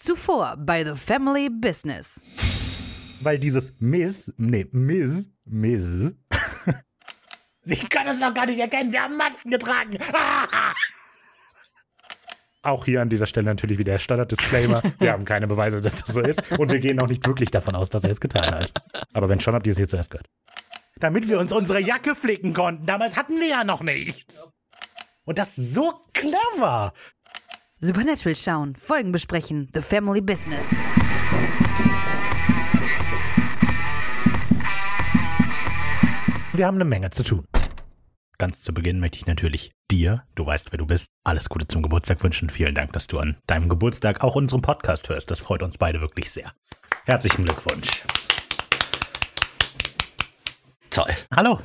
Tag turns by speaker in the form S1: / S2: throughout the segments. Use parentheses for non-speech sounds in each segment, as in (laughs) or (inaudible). S1: Zuvor bei The Family Business.
S2: Weil dieses Miss, nee, Miss, Miss.
S3: (laughs) Sie können uns doch gar nicht erkennen, wir haben Masken getragen. (laughs)
S2: Auch hier an dieser Stelle natürlich wieder der
S3: (laughs)
S2: Standard-Disclaimer. Wir haben keine Beweise, dass das so ist. Und wir gehen auch nicht wirklich davon aus, dass er es getan hat. Aber wenn schon, habt ihr es hier zuerst gehört.
S3: Damit wir uns unsere Jacke flicken konnten. Damals hatten wir ja noch nichts. Und das so clever.
S1: Supernatural schauen, Folgen besprechen, The Family Business.
S2: Wir haben eine Menge zu tun. Ganz zu Beginn möchte ich natürlich dir, du weißt, wer du bist, alles Gute zum Geburtstag wünschen. Vielen Dank, dass du an deinem Geburtstag auch unseren Podcast hörst. Das freut uns beide wirklich sehr. Herzlichen Glückwunsch.
S3: Toll.
S2: Hallo.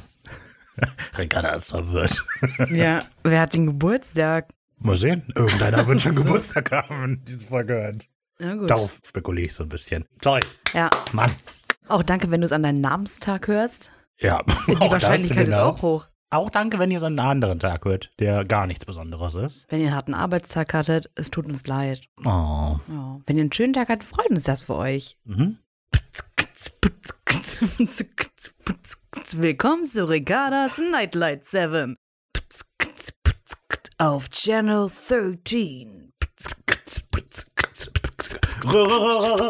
S2: (laughs) Ricarda ist verwirrt.
S4: (laughs) Ja, wer hat den Geburtstag?
S2: Mal sehen,
S4: (laughs)
S2: irgendeiner wird schon Geburtstag haben, wenn diese Folge hört.
S4: Na gut.
S2: Darauf spekuliere ich so ein bisschen. Toll,
S4: Ja.
S2: Mann.
S4: Auch danke, wenn du es an deinen Namenstag hörst.
S2: Ja, (laughs)
S4: Die Wahrscheinlichkeit
S2: genau.
S4: ist auch hoch.
S2: Auch danke, wenn ihr es an einen anderen Tag hört, der gar nichts Besonderes ist.
S4: Wenn ihr einen harten Arbeitstag hattet, es tut uns leid.
S2: Oh.
S4: Ja. Wenn ihr einen schönen Tag hattet, freut uns das für euch.
S2: Mhm.
S1: Willkommen zu Regatas Nightlight 7. Auf Channel 13.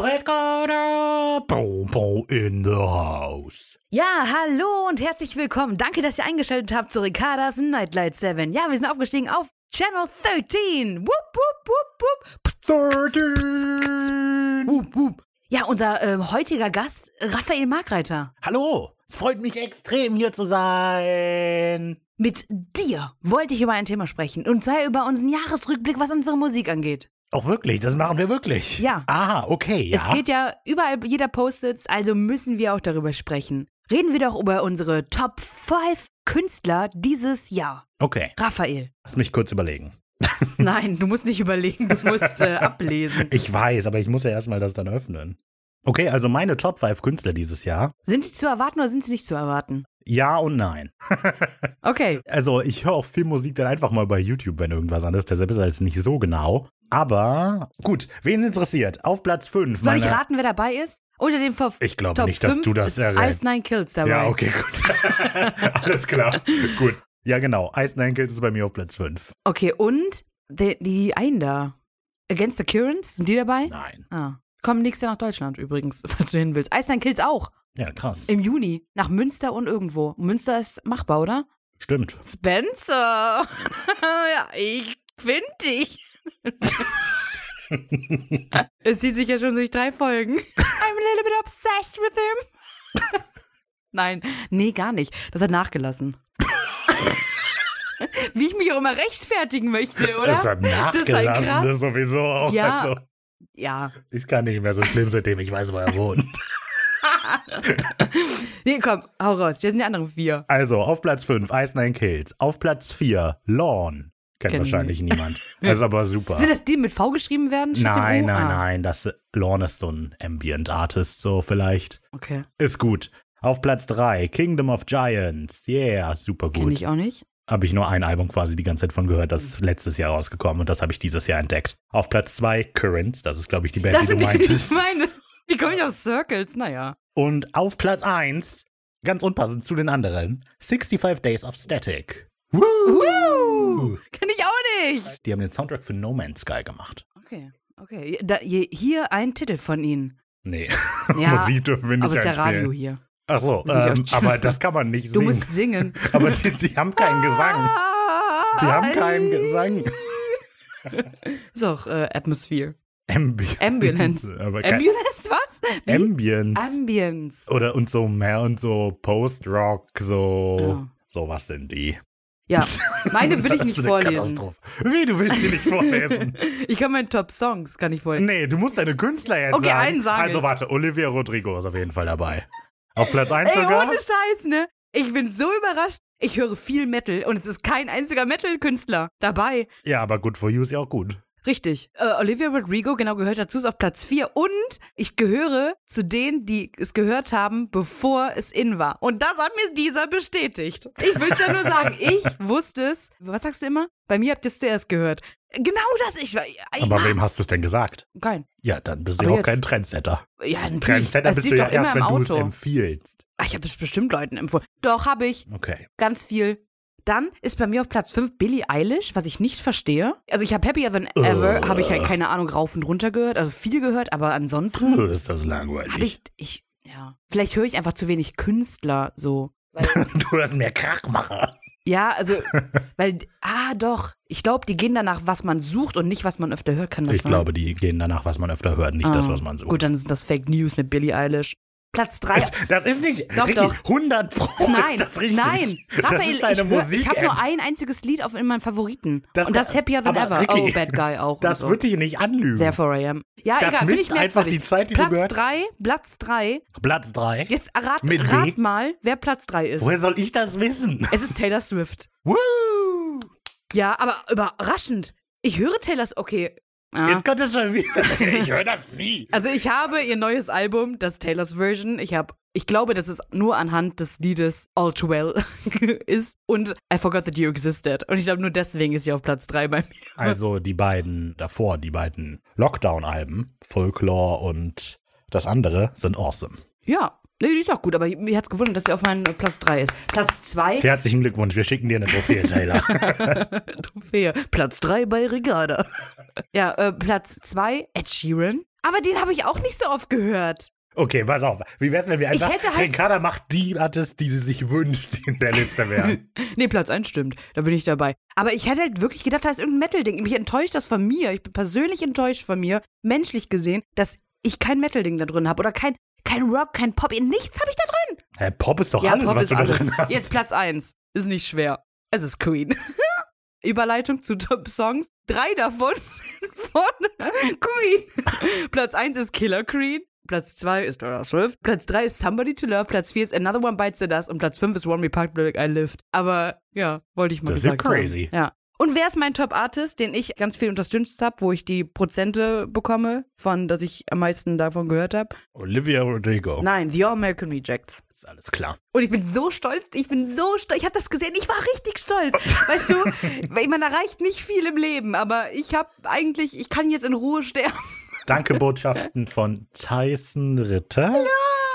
S2: Ricarda Popo in the house.
S1: Ja, hallo und herzlich willkommen. Danke, dass ihr eingeschaltet habt zu Ricardas Nightlight 7. Ja, wir sind aufgestiegen auf Channel 13. Wupp, wupp, wupp, wupp.
S2: 13.
S1: Wupp, wupp. Ja, unser ähm, heutiger Gast, Raphael Markreiter.
S2: Hallo, es freut mich extrem hier zu sein.
S1: Mit dir wollte ich über ein Thema sprechen. Und zwar über unseren Jahresrückblick, was unsere Musik angeht.
S2: Auch wirklich, das machen wir wirklich.
S1: Ja.
S2: Aha, okay, ja.
S1: Es geht ja überall, jeder postet also müssen wir auch darüber sprechen. Reden wir doch über unsere Top 5 Künstler dieses Jahr.
S2: okay, (laughs)
S1: Raphael.
S2: lass mich kurz überlegen.
S1: Nein, du musst nicht überlegen, du musst äh,
S2: (laughs)
S1: ablesen.
S2: Ich weiß, aber ich muss ja erstmal das dann öffnen. Okay, also meine Top 5 Künstler dieses Jahr.
S1: Sind sie zu erwarten oder sind sie nicht zu erwarten?
S2: Ja und nein.
S1: Okay.
S2: Also, ich höre auch viel Musik dann einfach mal bei YouTube, wenn irgendwas anderes. Deshalb ist alles nicht so genau. Aber gut, wen interessiert? Auf Platz 5.
S1: Soll ich raten, wer dabei ist? Unter den Ver
S2: Ich glaube
S1: Top
S2: nicht, dass
S1: 5
S2: du das
S1: ist
S2: errätst.
S1: Ice Nine Kills dabei.
S2: Ja, okay, gut. (laughs) alles klar. gut. Ja, genau. Ice Nine Kills ist bei mir auf Platz 5.
S1: Okay, und die, die einen da. Against the Currents, sind die dabei?
S2: Nein.
S1: Ah. Kommen nächstes Jahr nach Deutschland übrigens, (laughs) falls du hin willst. Ice Nine Kills auch.
S2: Ja, krass.
S1: Im Juni. Nach Münster und irgendwo. Münster ist machbar, oder?
S2: Stimmt.
S1: Spencer. (laughs) ja, ich bin (laughs) dich. es zieht sich ja schon durch drei Folgen. I'm a little bit obsessed with him. (laughs) Nein, nee, gar nicht. Das hat (laughs) nachgelassen. Wie ich mich auch immer rechtfertigen möchte, oder?
S2: Es hat
S1: ist halt
S2: nachgelassen,
S1: krass.
S2: das ist sowieso auch.
S1: Ja.
S2: Also,
S1: Ja.
S2: ist gar nicht mehr so schlimm, seitdem ich weiß, wo er wohnt.
S1: Nee, komm, hau raus. Wir sind die anderen vier.
S2: (laughs) Also, auf Platz 5, Ice Nine Kills. Auf Platz 4, Lawn. Kennt
S1: Kenn ich
S2: wahrscheinlich niemand. Das ist aber super.
S1: Sind das die, die mit V geschrieben werden? statt dem
S2: Nein,
S1: U?
S2: nein,
S1: Ah,
S2: nein. Das Lorne ist so ein Ambient Artist, so vielleicht.
S1: Okay,
S2: Ist gut. Auf Platz 3, Kingdom of Giants. Yeah, super
S1: kenne
S2: gut.
S1: ich auch nicht.
S2: Habe ich nur ein Album quasi die ganze Zeit von gehört, das ist
S1: Mhm.
S2: letztes Jahr rausgekommen und das habe ich dieses Jahr entdeckt. Auf Platz 2, Currents. Das ist, glaube ich, die Band,
S1: Das
S2: die
S1: sind
S2: du
S1: die, die ich
S2: meintest.
S1: meine. Wie komme ich aus Circles? Naja.
S2: Und auf Platz 1, ganz unpassend zu den anderen, 65 Days of Static. Woo!
S1: Kenne ich auch nicht.
S2: Die haben den Soundtrack für No Man's Sky gemacht.
S1: Okay, okay. Da, je- hier ein Titel von Ihnen.
S2: (laughs) Nee,
S1: Ja,
S2: (laughs) Musik dürfen wir nicht
S1: aber es ist ja
S2: einspielen.
S1: Radio hier.
S2: Ach so,
S1: sind ja
S2: ähm,
S1: auch-
S2: aber das kann man nicht
S1: Du
S2: singen.
S1: musst singen.
S2: (laughs)
S1: Ah!
S2: aber die, die haben keinen Gesang. Die haben keinen Gesang.
S1: Ist auch äh, Atmosphere.
S2: Ambience.
S1: Ambulance.
S2: (laughs) Aber kein-
S1: Ambulance, was? Wie?
S2: Ambience.
S1: Ambience.
S2: Oder und so mehr und so Post-Rock, so.
S1: Ja.
S2: Sowas sind die.
S1: Ja, meine will ich
S2: (laughs) Das
S1: nicht
S2: ist eine
S1: vorlesen.
S2: Katastrophe. Wie, du willst sie
S1: (laughs)
S2: nicht vorlesen?
S1: Ich kann meinen Top-Songs, kann ich vorlesen.
S2: Nee, du musst deine Künstler jetzt
S1: Okay,
S2: sagen.
S1: einen sage
S2: also
S1: ich.
S2: warte, Olivia Rodrigo ist auf jeden Fall dabei. Auf Platz 1
S1: Ey,
S2: sogar.
S1: ohne Scheiß, ne? Ich bin so überrascht. Ich höre viel Metal und es ist kein einziger Metal-Künstler dabei.
S2: Ja, aber Good For You ist ja auch gut.
S1: Richtig. Äh, Olivia Rodrigo, genau, gehört dazu, ist auf Platz 4. Und ich gehöre zu denen, die es gehört haben, bevor es in war. Und das hat mir dieser bestätigt. Ich will es ja nur
S2: (laughs)
S1: sagen, ich wusste es. Was sagst du immer? Bei mir habt ihr es zuerst gehört. Genau das, ich war. Ich,
S2: Aber wem hast du es denn gesagt?
S1: kein.
S2: Ja, dann bist du
S1: Aber
S2: ja auch
S1: jetzt-
S2: kein Trendsetter.
S1: Ja, natürlich.
S2: Trendsetter
S1: Es
S2: bist du
S1: liegt
S2: ja
S1: doch immer
S2: erst,
S1: im
S2: wenn du es
S1: Auto.
S2: empfiehlst.
S1: Ah, ich habe es bestimmt Leuten empfohlen. Doch, habe ich.
S2: Okay.
S1: Ganz viel. Dann ist bei mir auf Platz 5 Billie Eilish, was ich nicht verstehe. Also ich habe Happier Than
S5: Äh.
S1: Ever, habe ich ja keine Ahnung, rauf und runter gehört, also viel gehört, aber ansonsten
S2: Puh, ist das
S1: habe
S2: langweilig.
S1: Hm. ich, ich, ja, vielleicht höre ich einfach zu wenig Künstler so.
S2: (laughs) Du hast mehr Krachmacher.
S1: Ja,
S5: (laughs)
S1: also, weil, ah doch, ich glaube, die gehen danach, was man sucht und nicht, was man öfter hört, kann das
S2: Ich
S1: sein?
S2: glaube, die gehen danach, was man öfter hört, nicht das,
S1: Ah,
S2: was man sucht.
S1: Gut, dann sind das Fake News mit Billie Eilish. Platz 3.
S5: Das ist nicht
S1: Doch,
S5: richtig.
S1: doch.
S5: 100 Pro
S1: Nein,
S5: ist das richtig.
S1: nein, Raphael,
S5: das ist eine
S1: ich, hör-
S5: Musik.
S1: ich habe nur ein einziges Lied auf in meinen Favoriten.
S5: Das-
S1: und das Happier Than
S5: aber
S1: Ever.
S5: wirklich,
S1: oh, Bad Guy auch.
S5: das
S1: und so.
S5: würde ich nicht anlügen.
S1: Therefore I am. Ja,
S5: Das
S1: egal, finde ich
S5: misst einfach
S1: merkwürdig.
S5: die Zeit, die du
S1: Platz
S5: gehört-
S1: 3, Platz 3.
S5: Platz 3.
S1: Jetzt rat,
S5: Mit W?
S1: rat mal, wer Platz 3 ist.
S5: Woher soll ich das wissen?
S1: Es ist Taylor Swift.
S5: Woo!
S1: Ja, aber überraschend. Ich höre Taylor Swift. Okay. Ah.
S5: Jetzt kommt das schon wieder.
S2: (laughs)
S5: Ich höre das nie.
S1: Also ich habe ihr neues Album, das Taylors Version. Ich habe, ich glaube, dass es nur anhand des Liedes All Too Well (laughs) ist und I Forgot That You Existed. Und ich glaube, nur deswegen ist sie auf Platz 3 bei mir.
S2: Also die beiden davor, die beiden Lockdown-Alben, Folklore und das andere, sind awesome.
S1: Ja, nee, die ist auch gut, aber mir hat's gewundert, dass sie auf meinen äh, Platz 3 ist. Platz 2,
S2: Herzlichen Glückwunsch, wir schicken dir
S1: (laughs)
S2: eine Trophäe, Taylor.
S1: Trophäe. Platz 3 bei Regatta. (laughs) ja, äh, Platz 2, Ed Sheeran. Aber den habe ich auch nicht so oft gehört.
S2: Okay, pass auf. Wie wär's, wenn wir einfach.
S1: hätte halt-
S2: Ricarda macht die Artist, die sie sich wünscht, die in der Liste wären.
S1: Nee, Platz 1 stimmt, da bin ich dabei. Aber ich hätte halt wirklich gedacht, da ist irgendein Metal-Ding. Mich enttäuscht das von mir. Ich bin persönlich enttäuscht von mir, menschlich gesehen, dass ich kein Metal-Ding da drin habe oder kein, kein Rock, kein Pop. Nichts habe ich da drin.
S2: Hä, Pop ist doch alles, was du da drin hast.
S1: Jetzt Platz 1. Ist nicht schwer. Es ist Queen. (laughs) Überleitung zu Top-Songs. Drei davon (laughs) sind von Queen. Platz 1 ist Killer Queen. Platz 2 ist Taylor Swift. Platz 3 ist Somebody to Love. Platz 4 ist Another One Bites the Dust. Und Platz 5 ist One Republic I Lived. Aber ja, wollte ich mal
S2: Das ist ja
S1: gesagt
S2: crazy.
S1: haben. Ja. Und wer ist mein Top-Artist, den ich ganz viel unterstützt habe, wo ich die Prozente bekomme, von, dass ich am meisten davon gehört habe?
S2: Olivia Rodrigo.
S1: Nein, The All American Rejects.
S2: Ist alles klar.
S1: Und ich bin so stolz, ich bin so stolz, ich habe das gesehen, ich war richtig stolz. Weißt
S2: (laughs)
S1: du, weil man erreicht nicht viel im Leben, aber ich habe eigentlich, ich kann jetzt in Ruhe sterben. (laughs)
S2: Danke, Botschaften von Tyson Ritter. Ja.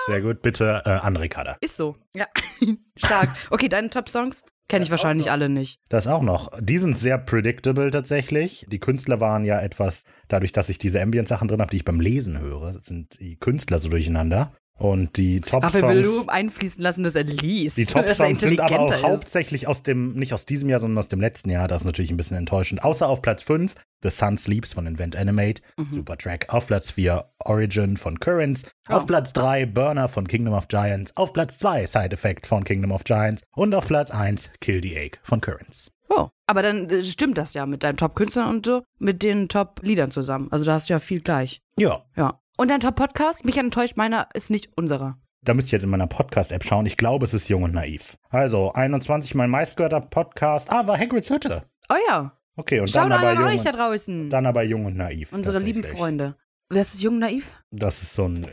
S2: Sehr gut, bitte äh, an Ricarda.
S1: Ist so. Ja. (laughs) Stark. Okay, deine Top-Songs kenne ich wahrscheinlich alle nicht.
S2: Das auch noch. Die sind sehr predictable tatsächlich. Die Künstler waren ja etwas, dadurch, dass ich diese Ambient-Sachen drin habe, die ich beim Lesen höre, sind die Künstler so durcheinander. Und die
S1: Raphael will
S2: Top-Songs.
S1: nur einfließen lassen, dass er liest. (laughs)
S2: Die
S1: dass er
S2: Top-Songs sind aber auch
S1: intelligenter ist.
S2: hauptsächlich aus dem, nicht aus diesem Jahr, sondern aus dem letzten Jahr. Das ist natürlich ein bisschen enttäuschend. Außer auf Platz 5, The Sun Sleeps von Invent Animate,
S1: Mhm.
S2: super Track. Auf Platz 4, Origin von Currents. Auf Platz 3, Burner von Kingdom of Giants. Auf Platz 2, Side Effect von Kingdom of Giants. Und auf Platz 1, Kill the Egg von Currents.
S1: Oh, aber dann äh, stimmt das ja mit deinen Top-Künstlern und so, mit den Top-Liedern zusammen. Also da hast du ja viel gleich.
S2: Ja,
S1: Ja. Und dein Top-Podcast? Mich enttäuscht, meiner ist nicht unserer.
S2: Da müsste ich jetzt in meiner Podcast-App schauen. Ich glaube, es ist jung und naiv. Also, 21 mein meistgehörter Podcast. Ah, war Hagrids Hütte.
S1: Oh ja.
S2: Okay, und
S1: Schaut
S2: dann aber,
S1: an
S2: jung
S1: euch da
S2: und,
S1: draußen.
S2: dann aber jung und naiv.
S1: Unsere lieben
S2: tatsächlich.
S1: Freunde. Wer ist das jung naiv?
S2: Das ist so ein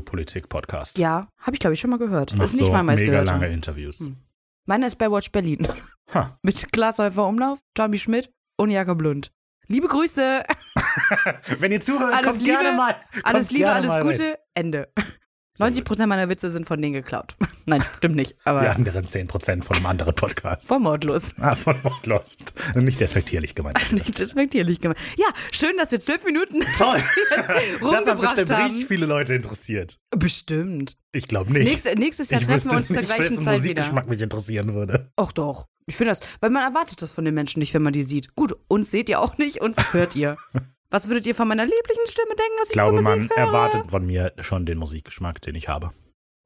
S2: Interview-Politik-Podcast.
S1: Ja, habe ich glaube ich schon mal gehört. ne? Hm.
S2: Macht
S1: ist nicht
S2: so
S1: mein
S2: mega
S1: meistgehörter.
S2: lange Interviews.
S1: Meiner ist bei Watch Berlin.
S2: (laughs) Ha.
S1: Mit Klaas Häufer Umlauf, Tommy Schmidt und Jakob Lund. Liebe
S2: (laughs)
S1: Grüße,
S5: Wenn ihr zuhört,
S1: Alles
S5: kommt
S1: Liebe,
S5: gerne mal.
S1: alles
S5: kommt
S1: Liebe,
S5: gerne
S1: alles
S5: mal
S1: Gute,
S5: rein.
S1: Ende. (laughs) 90 Prozent meiner Witze sind von denen geklaut. (laughs) Nein, stimmt nicht, aber
S2: Die anderen 10% von einem anderen Podcast.
S1: voll mordlos. (laughs)
S2: Ah, von Mordlust. Nicht respektierlich gemeint.
S1: Nicht respektierlich gemeint. Ja, schön, dass wir zwölf Minuten
S2: (laughs)
S1: (laughs)
S2: Toll. Das hat
S1: rumgebracht
S2: bestimmt
S1: haben.
S2: richtig viele Leute interessiert.
S1: Bestimmt.
S2: Ich glaube nicht.
S1: Nächste, nächstes Jahr
S2: ich
S1: treffen
S2: wüsste
S1: wir uns zur
S2: nicht,
S1: gleichen
S2: wessen
S1: Zeit wieder.
S2: Musikgeschmack mich interessieren würde.
S1: Och doch. Ich finde das, weil man erwartet das von den Menschen nicht, wenn man die sieht. Gut, uns seht ihr auch nicht, uns hört
S2: (laughs)
S1: ihr. Was würdet ihr von meiner lieblichen Stimme denken, was ich
S2: Ich glaube,
S1: für
S2: man
S1: Musik höre?
S2: erwartet von mir schon den Musikgeschmack, den ich habe.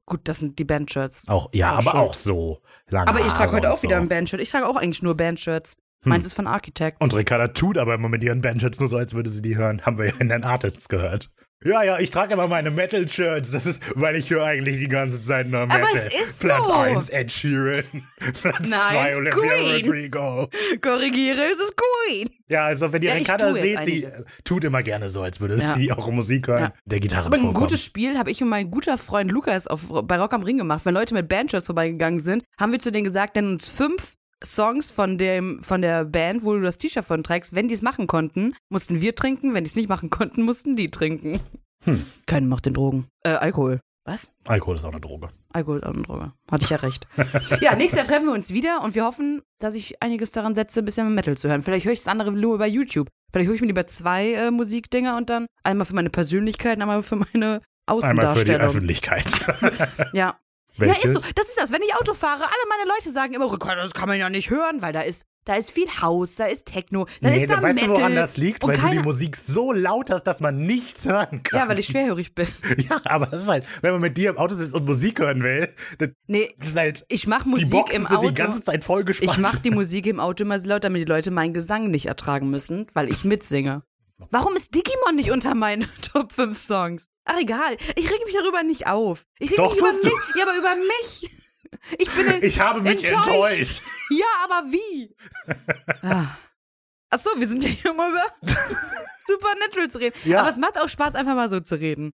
S1: Gut, das sind die Bandshirts.
S2: Auch,
S1: Ja,
S2: ja, aber
S1: schon.
S2: auch so. Lange
S1: Aber ich
S2: Haare
S1: trage heute
S2: Ah, und
S1: auch wieder
S2: so. Hm.
S1: ein Bandshirt. Ich trage auch eigentlich nur Bandshirts. Meins ist von Architects.
S2: Und Ricarda tut aber immer mit ihren Bandshirts nur so, als würde sie die hören. Haben wir ja in den Artists gehört.
S6: Ja, ja, ich trage immer meine Metal-Shirts. Das ist, weil ich höre eigentlich die ganze Zeit nur Metal.
S7: es ist
S6: Platz
S7: so.
S6: 1 Ed Sheeran. (laughs) Platz
S1: Nein,
S6: 2 Olivia
S1: Queen.
S6: Rodrigo.
S1: (laughs) Korrigiere, es ist Queen.
S6: Ja, also wenn ihr
S1: Ja, ich
S6: Ricarda
S1: tue jetzt
S6: seht, die
S1: einiges.
S6: tut immer gerne so, als würde
S1: Ja.
S6: sie auch Musik hören.
S1: Ja.
S6: Der Gitarre
S1: Das ist übrigens ein
S6: vorkommt.
S1: gutes Spiel, habe ich und mein guter Freund Lukas auf, bei Rock am Ring gemacht. Wenn Leute mit Bandshirts vorbeigegangen sind, haben wir zu denen gesagt, nenn uns fünf Songs von, dem, von der Band, wo du das T-Shirt von trägst. Wenn die es machen konnten, mussten wir trinken. Wenn die es nicht machen konnten, mussten die trinken.
S2: Hm.
S1: Keinen macht den Drogen. Äh, Alkohol. Was?
S2: Alkohol ist auch eine Droge.
S1: Alkohol ist auch eine Droge. Hatte ich ja recht. (laughs) ja, nächstes Jahr treffen wir uns wieder und wir hoffen, dass ich einiges daran setze, ein bisschen Metal zu hören. Vielleicht höre ich das andere nur über YouTube. Vielleicht höre ich mir lieber zwei äh, Musikdinger und dann einmal für meine Persönlichkeit und einmal für meine
S2: Einmal für die
S1: Außendarstellung.
S2: Öffentlichkeit.
S6: (laughs)
S1: ja.
S2: Welches?
S1: Ja, ist so. Das ist das. Wenn ich Auto fahre, alle meine Leute sagen immer, Ricardo, das kann man ja nicht hören, weil da ist, da ist viel Haus, da ist Techno, da
S6: Nee,
S1: ist da
S6: dann weißt
S1: Metal.
S6: du, woran das liegt?
S1: und
S6: Weil du die
S1: keine-
S6: Musik so laut hast, dass man nichts hören kann.
S1: ja, weil
S6: (laughs)
S1: ich schwerhörig bin.
S6: Ja, aber das ist halt, wenn man mit dir im Auto sitzt und Musik hören will, dann
S1: Nee,
S6: ist halt
S1: ich mache
S6: die
S1: Musik
S6: Box
S1: im
S6: sind
S1: Auto.
S6: die ganze Zeit vollgespannt.
S1: Ich mache die Musik im Auto immer so laut, damit die Leute meinen Gesang nicht ertragen müssen, weil ich mitsinge. Warum ist Digimon nicht unter meinen (laughs) Top 5 Songs? Ach egal, ich reg mich darüber nicht auf. Ich reg
S6: Doch,
S1: mich über
S6: tust du.
S1: mich, ja, aber über mich. (laughs) Ich bin in-
S6: (laughs) Ich habe mich enttäuscht.
S1: Ja, aber
S6: (laughs)
S1: wie? Ah. Ach so, wir sind ja hier, um über
S6: (laughs)
S1: Supernatural zu reden.
S6: Ja.
S1: Aber es macht auch Spaß, einfach mal so zu reden.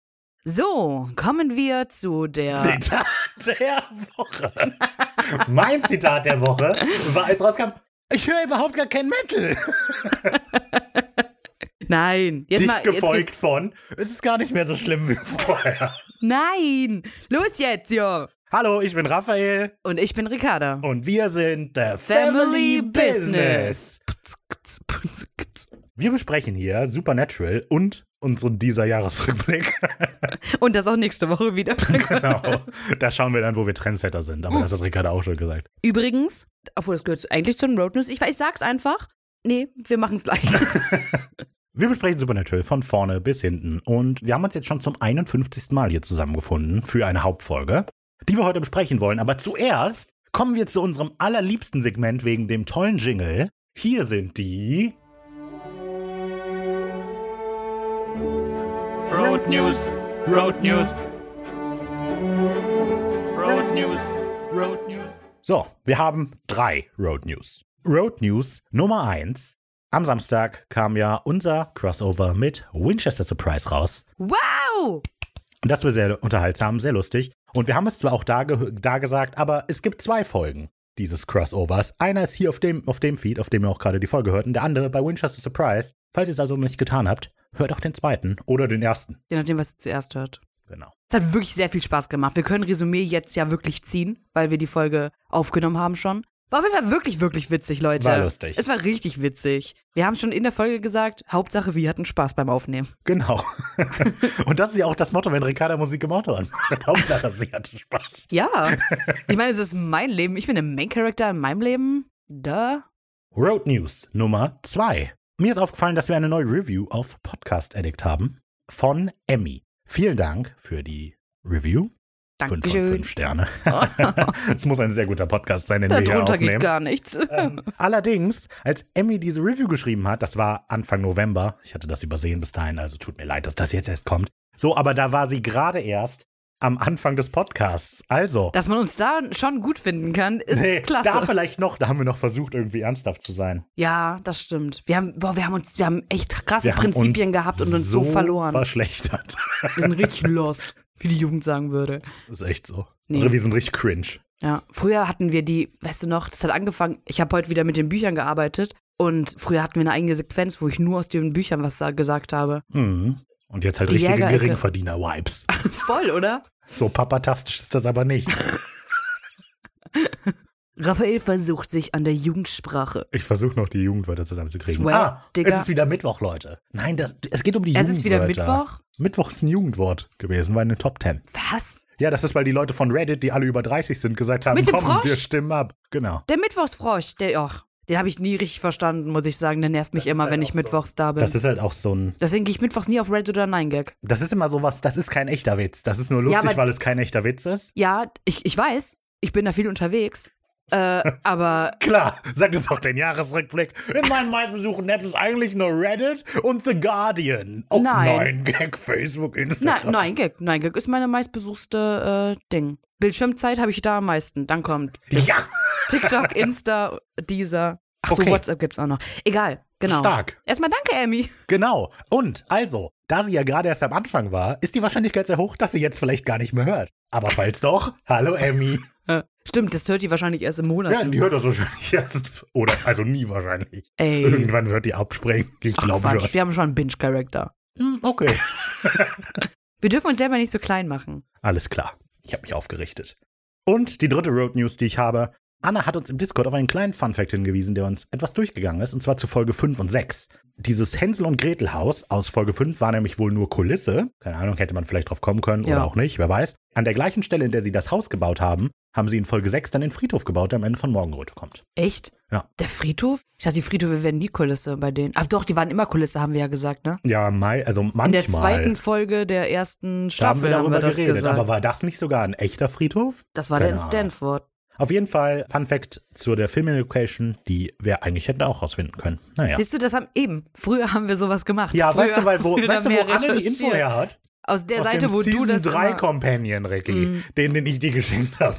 S1: So, kommen wir zu der
S6: Zitat der Woche. mein Zitat der Woche war, als rauskam, ich höre überhaupt gar kein Metal.
S1: Nein, jetzt mal
S6: Dicht
S1: jetzt
S6: gefolgt
S1: geht's-
S6: von, es ist gar nicht mehr so schlimm wie vorher.
S1: Nein, los jetzt, ja.
S6: Hallo, ich bin Raphael
S1: Und ich bin Ricarda.
S6: und wir sind The Family
S1: Family
S6: Business.
S1: Business.
S6: Wir besprechen hier Supernatural und unseren dieser Jahresrückblick.
S1: Und das auch nächste Woche wieder.
S2: (laughs)
S6: genau. Da schauen wir dann, wo wir Trendsetter sind. Aber das hat Ricardo auch schon gesagt.
S1: (laughs) Übrigens, obwohl das gehört eigentlich zu den Road News, ich, weiß, ich sag's einfach. Nee, wir machen's (laughs) gleich.
S2: Wir besprechen Supernatural von vorne bis hinten und wir haben uns jetzt schon zum 51. Mal hier zusammengefunden für eine Hauptfolge, die wir heute besprechen wollen. Aber zuerst kommen wir zu unserem allerliebsten Segment wegen dem tollen Jingle. Hier sind die
S6: Road News, Road News. Road News, Road News.
S2: So, wir haben drei Road News. Road News Nummer eins. Am Samstag kam ja unser Crossover mit Winchester Surprise raus.
S1: Wow!
S2: Und Das war sehr unterhaltsam, sehr lustig. Und wir haben es zwar auch da, ge da gesagt, aber es gibt zwei Folgen dieses Crossovers. Einer ist hier auf dem, auf dem Feed, auf dem ihr auch gerade die Folge hört, und der andere bei Winchester Surprise. Falls ihr es also noch nicht getan habt, hört auch den zweiten oder den ersten.
S1: Je nachdem, was ihr zuerst hört.
S2: Genau.
S1: Es hat wirklich sehr viel Spaß gemacht. Wir können Resümee jetzt ja wirklich ziehen, weil wir die Folge aufgenommen haben schon. War auf jeden Fall wirklich, wirklich witzig, Leute.
S2: War lustig.
S1: Es war richtig witzig. Wir haben schon in der Folge gesagt, Hauptsache, wir hatten Spaß beim Aufnehmen.
S2: Genau. (laughs) und das ist ja auch das Motto, wenn Ricarda Musik im Auto anmacht. (laughs) Hauptsache, sie hatte Spaß. (laughs)
S1: Ja. Ich meine, es ist mein Leben. Ich bin der Main Character in meinem Leben. Da.
S2: Road News Nummer 2. Mir ist aufgefallen, dass wir eine neue Review auf Podcast Addict haben von Emmy. Vielen Dank für die Review. Fünf von
S1: Dankeschön.
S2: fünf
S1: (laughs)
S2: Sterne. Es muss ein sehr guter Podcast sein, den wir hier
S1: Darunter geht
S2: aufnehmen.
S1: gar nichts.
S2: Ähm, Allerdings, als Emmy diese Review geschrieben hat, das war Anfang November, ich hatte das übersehen bis dahin, also tut mir leid, dass das jetzt erst kommt. So, aber da war sie gerade erst am Anfang des Podcasts. Also,
S1: Dass man uns da schon gut finden kann, ist
S2: nee,
S1: klasse.
S2: da vielleicht noch, da haben wir noch versucht, irgendwie ernsthaft zu sein.
S1: Ja, das stimmt. Wir haben, boah, wir haben uns, wir haben echt krasse
S2: Wir haben
S1: Prinzipien
S2: uns
S1: gehabt und uns so, verloren.
S2: verschlechtert.
S1: Wir sind richtig lost, wie die Jugend sagen würde.
S2: (laughs) Das ist echt so.
S1: Nee.
S2: Also Wir sind richtig cringe.
S1: Ja, früher hatten wir die, weißt du noch, das hat angefangen, ich habe heute wieder mit den Büchern gearbeitet und früher hatten wir eine eigene Sequenz, wo ich nur aus den Büchern was sa- gesagt habe.
S2: Mhm. Und jetzt halt
S1: Die
S2: richtige
S1: Jägerecke.
S2: Geringverdiener-Vibes.
S1: Voll, oder?
S2: So papatastisch ist das aber nicht.
S1: Raphael versucht sich an der Jugendsprache.
S2: Ich versuche noch die Jugendwörter zusammenzukriegen.
S1: Swear,
S2: ah,
S1: Digga.
S2: es ist wieder Mittwoch, Leute. Nein, das, es geht um die
S1: Es
S2: Jugendwörter.
S1: ist wieder Mittwoch?
S2: Mittwoch ist ein Jugendwort gewesen, war in den Top Ten.
S1: Was?
S2: Ja, das ist, weil die Leute von Reddit, die alle über 30 sind, gesagt haben,
S1: Mit dem
S2: komm,
S1: Frosch?
S2: wir stimmen ab. Genau.
S1: Der Mittwochsfrosch, der, ach, den habe ich nie richtig verstanden, muss ich sagen. Der nervt mich immer, wenn ich mittwochs da bin.
S2: Das ist halt auch so ein,
S1: Deswegen gehe ich mittwochs nie auf Red oder Nein Gag.
S2: das ist immer sowas, das ist kein echter Witz. Das ist nur lustig,
S1: aber-
S2: weil es kein echter Witz ist.
S1: Ja, ich, ich weiß, ich bin da viel unterwegs.
S2: (laughs)
S1: Äh, aber
S2: Klar, sagt es auch den Jahresrückblick. In meinen meisten Suchen Apps ist eigentlich nur Reddit und The Guardian. Oh
S1: Nein.
S2: nein, Gag, Facebook,
S1: na,
S2: Instagram.
S1: nein, Gag. Nein, Gag ist meine meistbesuchte äh, Ding. Bildschirmzeit habe ich da am meisten. Dann kommt
S2: Ja, (laughs)
S1: TikTok, Insta, dieser. Ach so,
S2: Okay.
S1: WhatsApp gibt's auch noch. Egal, genau.
S2: stark.
S1: Erstmal danke, Emmy.
S2: Genau. Und also, da sie ja gerade erst am Anfang war, ist die Wahrscheinlichkeit sehr hoch, dass sie jetzt vielleicht gar nicht mehr hört. Aber falls doch, hallo Emmy.
S1: Äh, Stimmt, das hört ihr wahrscheinlich erst im Monat.
S2: Ja, die hört das wahrscheinlich erst. Oder, also nie wahrscheinlich. (laughs)
S1: Ey,
S2: Irgendwann wird die abspringen. Ich
S1: Ach,
S2: glaube
S1: Quatsch,
S2: schon.
S1: wir haben schon einen Binge-Charakter.
S2: Hm, Okay.
S1: Wir dürfen uns selber nicht so klein machen.
S8: Alles klar.
S2: Ich habe mich aufgerichtet. Und die dritte Road News, die ich habe. Anna hat uns im Discord auf einen kleinen Funfact hingewiesen, der uns etwas durchgegangen ist, und zwar zu Folge 5 und 6. Dieses Hänsel- und Gretel-Haus aus Folge 5 war nämlich wohl nur Kulisse. Keine Ahnung, hätte man vielleicht drauf kommen können
S1: Ja.
S2: oder auch nicht, wer weiß. An der gleichen Stelle, in der sie das Haus gebaut haben, haben sie in Folge 6 dann den Friedhof gebaut, der am Ende von Morgenröte kommt.
S1: Echt?
S2: Ja.
S1: Der Friedhof? Ich dachte, die Friedhöfe werden die Kulisse bei denen. Ach doch, die waren immer Kulisse, haben wir ja gesagt, ne?
S2: Ja, Mai, also manchmal.
S1: In der zweiten Folge der ersten
S2: da haben
S1: Staffel
S2: wir
S1: haben
S2: darüber
S1: wir das
S2: geredet,
S1: gesagt.
S2: aber Genau. war das nicht sogar ein echter Friedhof?
S1: das war der
S2: Keine
S1: in
S2: Ahnung.
S1: Stanford.
S2: Auf jeden Fall, Fun Fact zu der Film-Education, die wir eigentlich hätten auch rausfinden können. Naja.
S1: Siehst du, das haben eben. Früher haben wir sowas gemacht.
S2: Ja,
S1: Früher
S2: weißt du, weil wo,
S1: haben wir da
S2: weißt du, wo
S1: mehr
S2: Anne die Info
S1: recherchiert.
S2: her hat?
S1: Aus der
S2: Aus
S1: Seite,
S2: dem
S1: wo
S2: Season
S1: du das
S2: 3
S1: immer, Mm.
S2: Companion, Ricky, den, den ich dir geschenkt habe.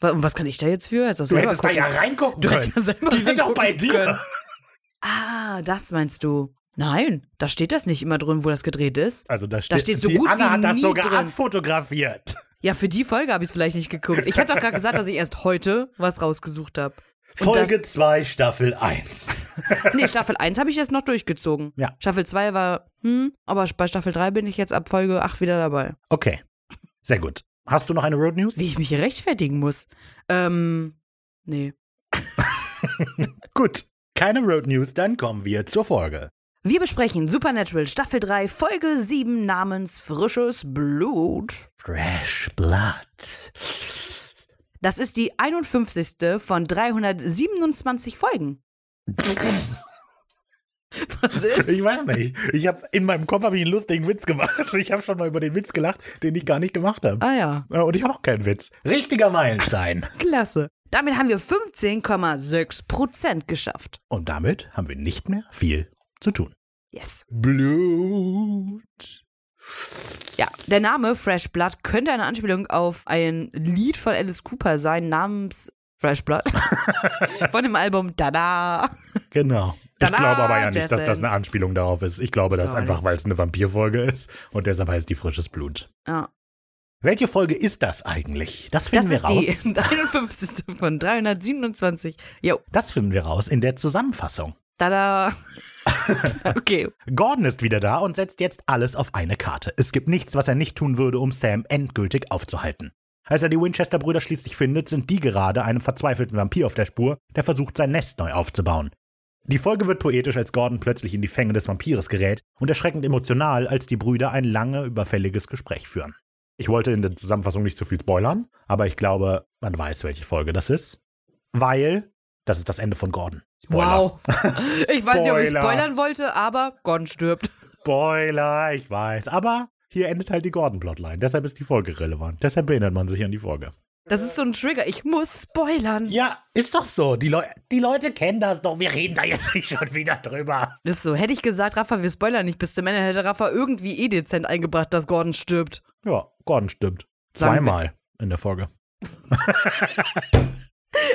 S1: Wa- Und was kann ich da jetzt für? Hättest
S2: Du
S1: selber
S2: hättest da
S1: gucken
S2: ja reingucken
S1: Du hättest
S2: können.
S1: ja selber
S2: die sind doch
S1: reingucken
S2: bei dir.
S1: können. Ah, das meinst du. Nein, da steht das nicht immer drin, wo das gedreht ist.
S2: Also da
S1: Da
S2: steht,
S1: steht so
S2: die
S1: gut
S2: Anna
S1: wie
S2: hat das
S1: nie
S2: sogar
S1: drin.
S2: abfotografiert.
S1: Ja, für die Folge habe ich es vielleicht nicht geguckt. Ich hatte doch gerade gesagt, dass ich erst heute was rausgesucht habe. Und
S2: Folge
S1: das-
S2: 2, Staffel 1.
S1: Nee, Staffel 1 habe ich jetzt noch durchgezogen.
S2: Ja.
S1: Staffel 2 war, hm, aber bei Staffel 3 bin ich jetzt ab Folge 8 wieder dabei.
S2: Okay, sehr gut. Hast du noch eine Road News?
S1: Wie ich mich hier rechtfertigen muss. Ähm, nee.
S2: Gut, keine Road News, dann kommen wir zur Folge.
S1: Wir besprechen Supernatural Staffel 3, Folge 7 namens Frisches Blut.
S2: Fresh Blood.
S1: Das ist die 51. von 327 Folgen. Was ist?
S2: (laughs) Ich weiß nicht. Ich habe in meinem Kopf habe ich einen lustigen Witz gemacht. Ich habe schon mal über den Witz gelacht, den ich gar nicht gemacht habe.
S1: Ah ja,
S2: Ja, Und ich habe auch keinen Witz. Richtiger Meilenstein.
S1: klasse. Damit haben wir 15,6 Prozent geschafft.
S2: Und damit haben wir nicht mehr viel zu tun.
S1: Yes.
S2: Blut.
S1: Ja, der Name Fresh Blood könnte eine Anspielung auf ein Lied von Alice Cooper sein, namens Fresh Blood. von dem Album Dada.
S2: Genau. Ich
S1: Tada,
S2: glaube aber ja nicht, dass
S1: Jessens.
S2: das eine Anspielung darauf ist. Ich glaube das
S1: Sorry.
S2: einfach, weil es eine Vampirfolge ist und deshalb heißt die frisches Blut.
S1: Ja,
S2: Welche Folge ist das eigentlich? Das finden
S1: das ist
S2: wir raus.
S1: (laughs) die 51. von 327. Jo,
S2: Das finden wir raus in der Zusammenfassung.
S1: Dada.
S2: (laughs)
S1: okay.
S2: Gordon ist wieder da und setzt jetzt alles auf eine Karte. Es gibt nichts, was er nicht tun würde, um Sam endgültig aufzuhalten. Als er die Winchester-Brüder schließlich findet, sind die gerade einem verzweifelten Vampir auf der Spur, der versucht, sein Nest neu aufzubauen. Die Folge wird poetisch, als Gordon plötzlich in die Fänge des Vampires gerät und erschreckend emotional, als die Brüder ein lange überfälliges Gespräch führen. Ich wollte in der Zusammenfassung nicht zu viel spoilern, aber ich glaube, man weiß, welche Folge das ist. Weil das ist das Ende von Gordon. (laughs)
S1: Wow. Ich weiß nicht, ob ich
S2: Spoiler.
S1: spoilern wollte, aber Gordon stirbt.
S2: Spoiler, ich weiß. Aber hier endet halt die Gordon-Plotline. Deshalb ist die Folge relevant. Deshalb erinnert man sich an die Folge.
S1: Das ist so ein Trigger. Ich muss spoilern.
S2: Ja, ist doch so. Die, die Leute kennen das doch. Wir reden da jetzt (laughs) nicht schon wieder drüber.
S1: Das ist so. Hätte ich gesagt, Rafa, wir spoilern nicht bis zum Ende, hätte Rafa irgendwie eh dezent eingebracht, dass Gordon stirbt.
S2: Ja, Gordon stimmt.
S1: Sagen wir-
S2: Zweimal in der Folge.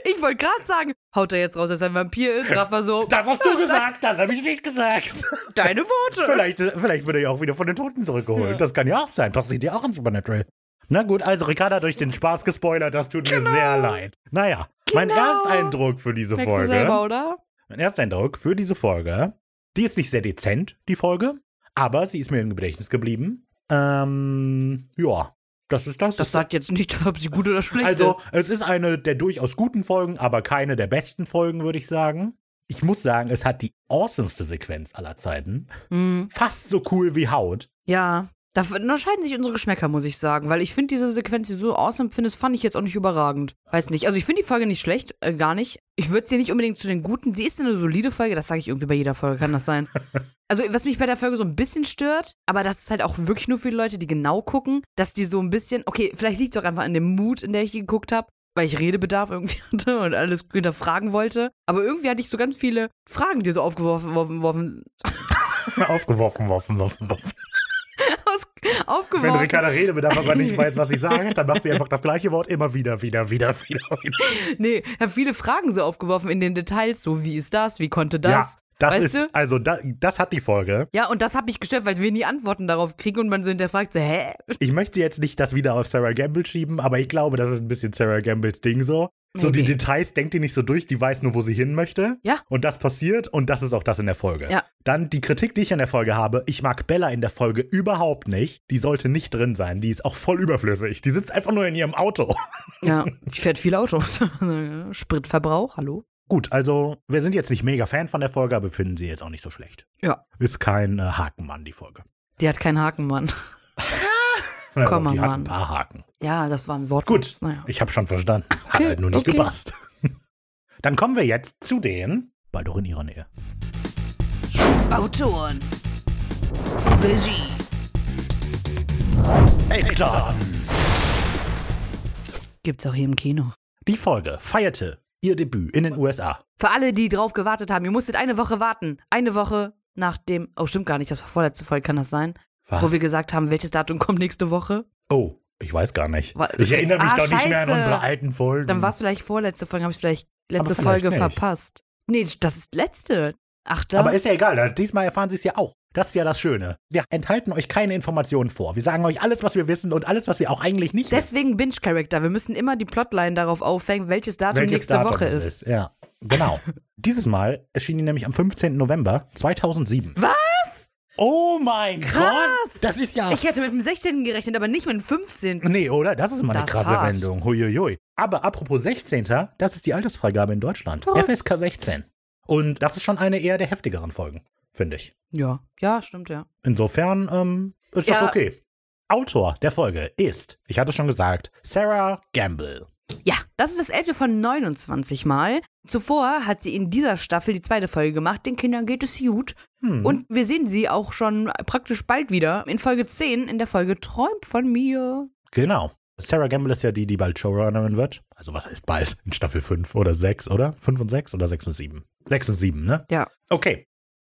S1: Ich wollte gerade sagen, haut er jetzt raus, dass er ein Vampir ist. Rafa so,
S2: Das hast du gesagt, das habe ich nicht gesagt.
S1: deine Worte.
S2: (laughs) vielleicht, vielleicht wird er ja auch wieder von den Toten zurückgeholt. Das kann ja auch sein. Passiert ja auch in Supernatural. Na gut, also Ricarda hat euch den Spaß gespoilert. Das tut mir sehr leid. Naja, mein
S1: Genau.
S2: Ersteindruck für diese
S1: Merkst du
S2: Folge.
S1: selber, oder?
S2: Mein erster Eindruck für diese Folge, die ist nicht sehr dezent, die Folge, aber sie ist mir im Gedächtnis geblieben. Ähm, ja, das ist das.
S1: Das sagt jetzt nicht, (laughs) ob sie gut oder schlecht
S2: also,
S1: ist.
S2: es ist eine der durchaus guten Folgen, aber keine der besten Folgen, würde ich sagen. Ich muss sagen, es hat die awesomeste Sequenz aller Zeiten.
S1: Hm,
S2: Fast so cool wie Haut.
S1: ja. Da f- unterscheiden sich unsere Geschmäcker, muss ich sagen, weil ich finde diese Sequenz, die du so awesome findest, fand ich jetzt auch nicht überragend. Weiß nicht. Also ich finde die Folge nicht schlecht, äh, gar nicht. Ich würde sie nicht unbedingt zu den guten. Sie ist eine solide Folge, das sage ich irgendwie bei jeder Folge, kann das
S2: (laughs)
S1: sein. Also was mich bei der Folge so ein bisschen stört, aber das ist halt auch wirklich nur für die Leute, die genau gucken, dass die so ein bisschen, okay, vielleicht liegt es auch einfach an dem Mut, in der ich die geguckt habe, weil ich Redebedarf irgendwie (laughs) hatte und alles hinterfragen wollte. Aber irgendwie hatte ich so ganz viele Fragen dir so aufgeworfen, (laughs) worfen, worfen,
S2: Aufgeworfen, worfen, worfen, worfen.
S1: aus,
S2: Wenn
S1: aufgeworfen.
S2: Ricarda Redebedarf aber nicht weiß, was
S1: (laughs)
S2: sie sagt, dann macht sie einfach das gleiche Wort immer wieder, wieder, wieder, wieder, wieder.
S1: Nee, habe viele Fragen so aufgeworfen in den Details, so wie ist das, wie konnte
S2: ja,
S1: das?
S2: das
S1: weißt
S2: ist,
S1: du?
S2: also da, das hat die Folge.
S1: Ja, und das habe ich gestört, weil wir nie Antworten darauf kriegen und man so hinterfragt, so, hä?
S2: Ich möchte jetzt nicht das wieder auf Sarah Gamble schieben, aber ich glaube, das ist ein bisschen Sarah Gambles Ding so. So die
S1: Maybe.
S2: Details denkt die nicht so durch, die weiß nur, wo sie hin möchte.
S1: Ja.
S2: Und das passiert und das ist auch das in der Folge.
S1: Ja.
S2: Dann die Kritik, die ich an der Folge habe. Ich mag Bella in der Folge überhaupt nicht. Die sollte nicht drin sein. Die ist auch voll überflüssig. Die sitzt einfach nur in ihrem Auto. (laughs)
S1: (laughs) Ja, ich fährt viel Autos. (laughs) Spritverbrauch, hallo?
S2: Gut, also wir sind jetzt nicht mega Fan von der Folge, aber finden sie jetzt auch nicht so schlecht.
S1: Ja.
S2: Ist kein äh, Hakenmann, die Folge.
S1: Die hat keinen Haken, Mann.
S2: Na,
S1: Komm
S2: doch, die
S1: mal,
S2: hat ein
S1: Mann.
S2: paar Haken.
S1: Ja, das war ein Wort.
S2: Gut.
S1: Naja.
S2: Ich habe schon verstanden.
S1: (laughs)
S2: Hat
S1: Okay,
S2: halt nur nicht
S1: okay.
S2: gepasst. (laughs) Dann kommen wir jetzt zu den. Bald auch in ihrer Nähe.
S9: Autoren. Regie.
S2: Ektan!
S1: Gibt's auch hier im Kino.
S2: Die Folge feierte ihr Debüt in den USA.
S1: Für alle, die drauf gewartet haben, ihr musstet eine Woche warten. Eine Woche nach dem. Oh, stimmt gar nicht, das war vorletzte Folge, kann das sein? Wo wir gesagt haben, welches Datum kommt nächste Woche?
S2: Oh, ich weiß gar nicht.
S1: Wa-
S2: Ich erinnere mich
S1: Ah,
S2: doch nicht mehr an
S1: scheiße.
S2: unsere alten Folgen.
S1: Dann war es vielleicht vorletzte Folge, habe ich vielleicht letzte
S2: Mhm. vielleicht
S1: Folge
S2: nicht.
S1: verpasst. Nee, das ist letzte. Ach, da.
S2: Aber ist ja egal, da- diesmal erfahren sie es ja auch. Das ist ja das Schöne. Wir enthalten euch keine Informationen vor. Wir sagen euch alles, was wir wissen und alles, was wir auch eigentlich nicht wissen.
S1: Deswegen Binge-Character. Wir müssen immer die Plotline darauf aufhängen, welches Datum
S2: Welches
S1: Also nächste
S2: Datum
S1: Woche
S2: es
S1: ist.
S2: Ja,
S1: (laughs)
S2: genau. Dieses Mal erschien die nämlich am 15. November 2007.
S1: Was?
S2: Oh mein Gott!
S1: Krass!
S2: Das ist ja.
S1: Ich hätte mit dem 16. gerechnet, aber nicht mit dem 15.
S2: Nee, oder? Das ist mal eine
S1: Das
S2: krasse
S1: hart.
S2: Wendung. Huiuiui. Aber apropos 16. Das ist die Altersfreigabe in Deutschland.
S1: Verrückt.
S2: FSK 16. Und das ist schon eine eher der heftigeren Folgen, finde ich.
S1: Ja, ja, stimmt, ja.
S2: Insofern ähm, ist das
S1: Ja.
S2: okay. Autor der Folge ist, ich hatte es schon gesagt, Sarah Gamble.
S1: Ja, das ist das elfte von 29 Mal. Zuvor hat sie in dieser Staffel die zweite Folge gemacht, den Kindern geht es gut.
S2: Hm.
S1: Und wir sehen sie auch schon praktisch bald wieder in Folge 10, in der Folge Träumt von mir.
S2: Genau. Sarah Gamble ist ja die, die bald Showrunnerin wird. Also was heißt bald? In Staffel 5 oder 6, oder? 5 und 6 oder 6 und 7? 6 und 7, ne?
S1: Ja.
S2: Okay.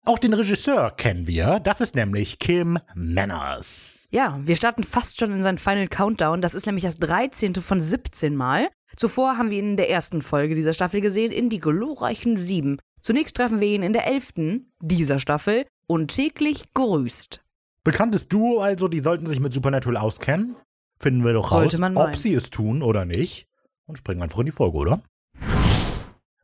S2: Auch den Regisseur kennen wir. Das ist nämlich Kim Manners.
S1: Ja, wir starten fast schon in seinen Final Countdown. Das ist nämlich das 13. von 17 Mal. Zuvor haben wir ihn in der ersten Folge dieser Staffel gesehen, in die glorreichen Sieben. Zunächst treffen wir ihn in der 11. dieser Staffel und täglich grüßt.
S2: Bekanntes Duo also, die sollten sich mit Supernatural auskennen. Finden wir doch raus,
S1: Sollte man
S2: ob
S1: meinen.
S2: sie es tun oder nicht. Und springen einfach in die Folge, oder?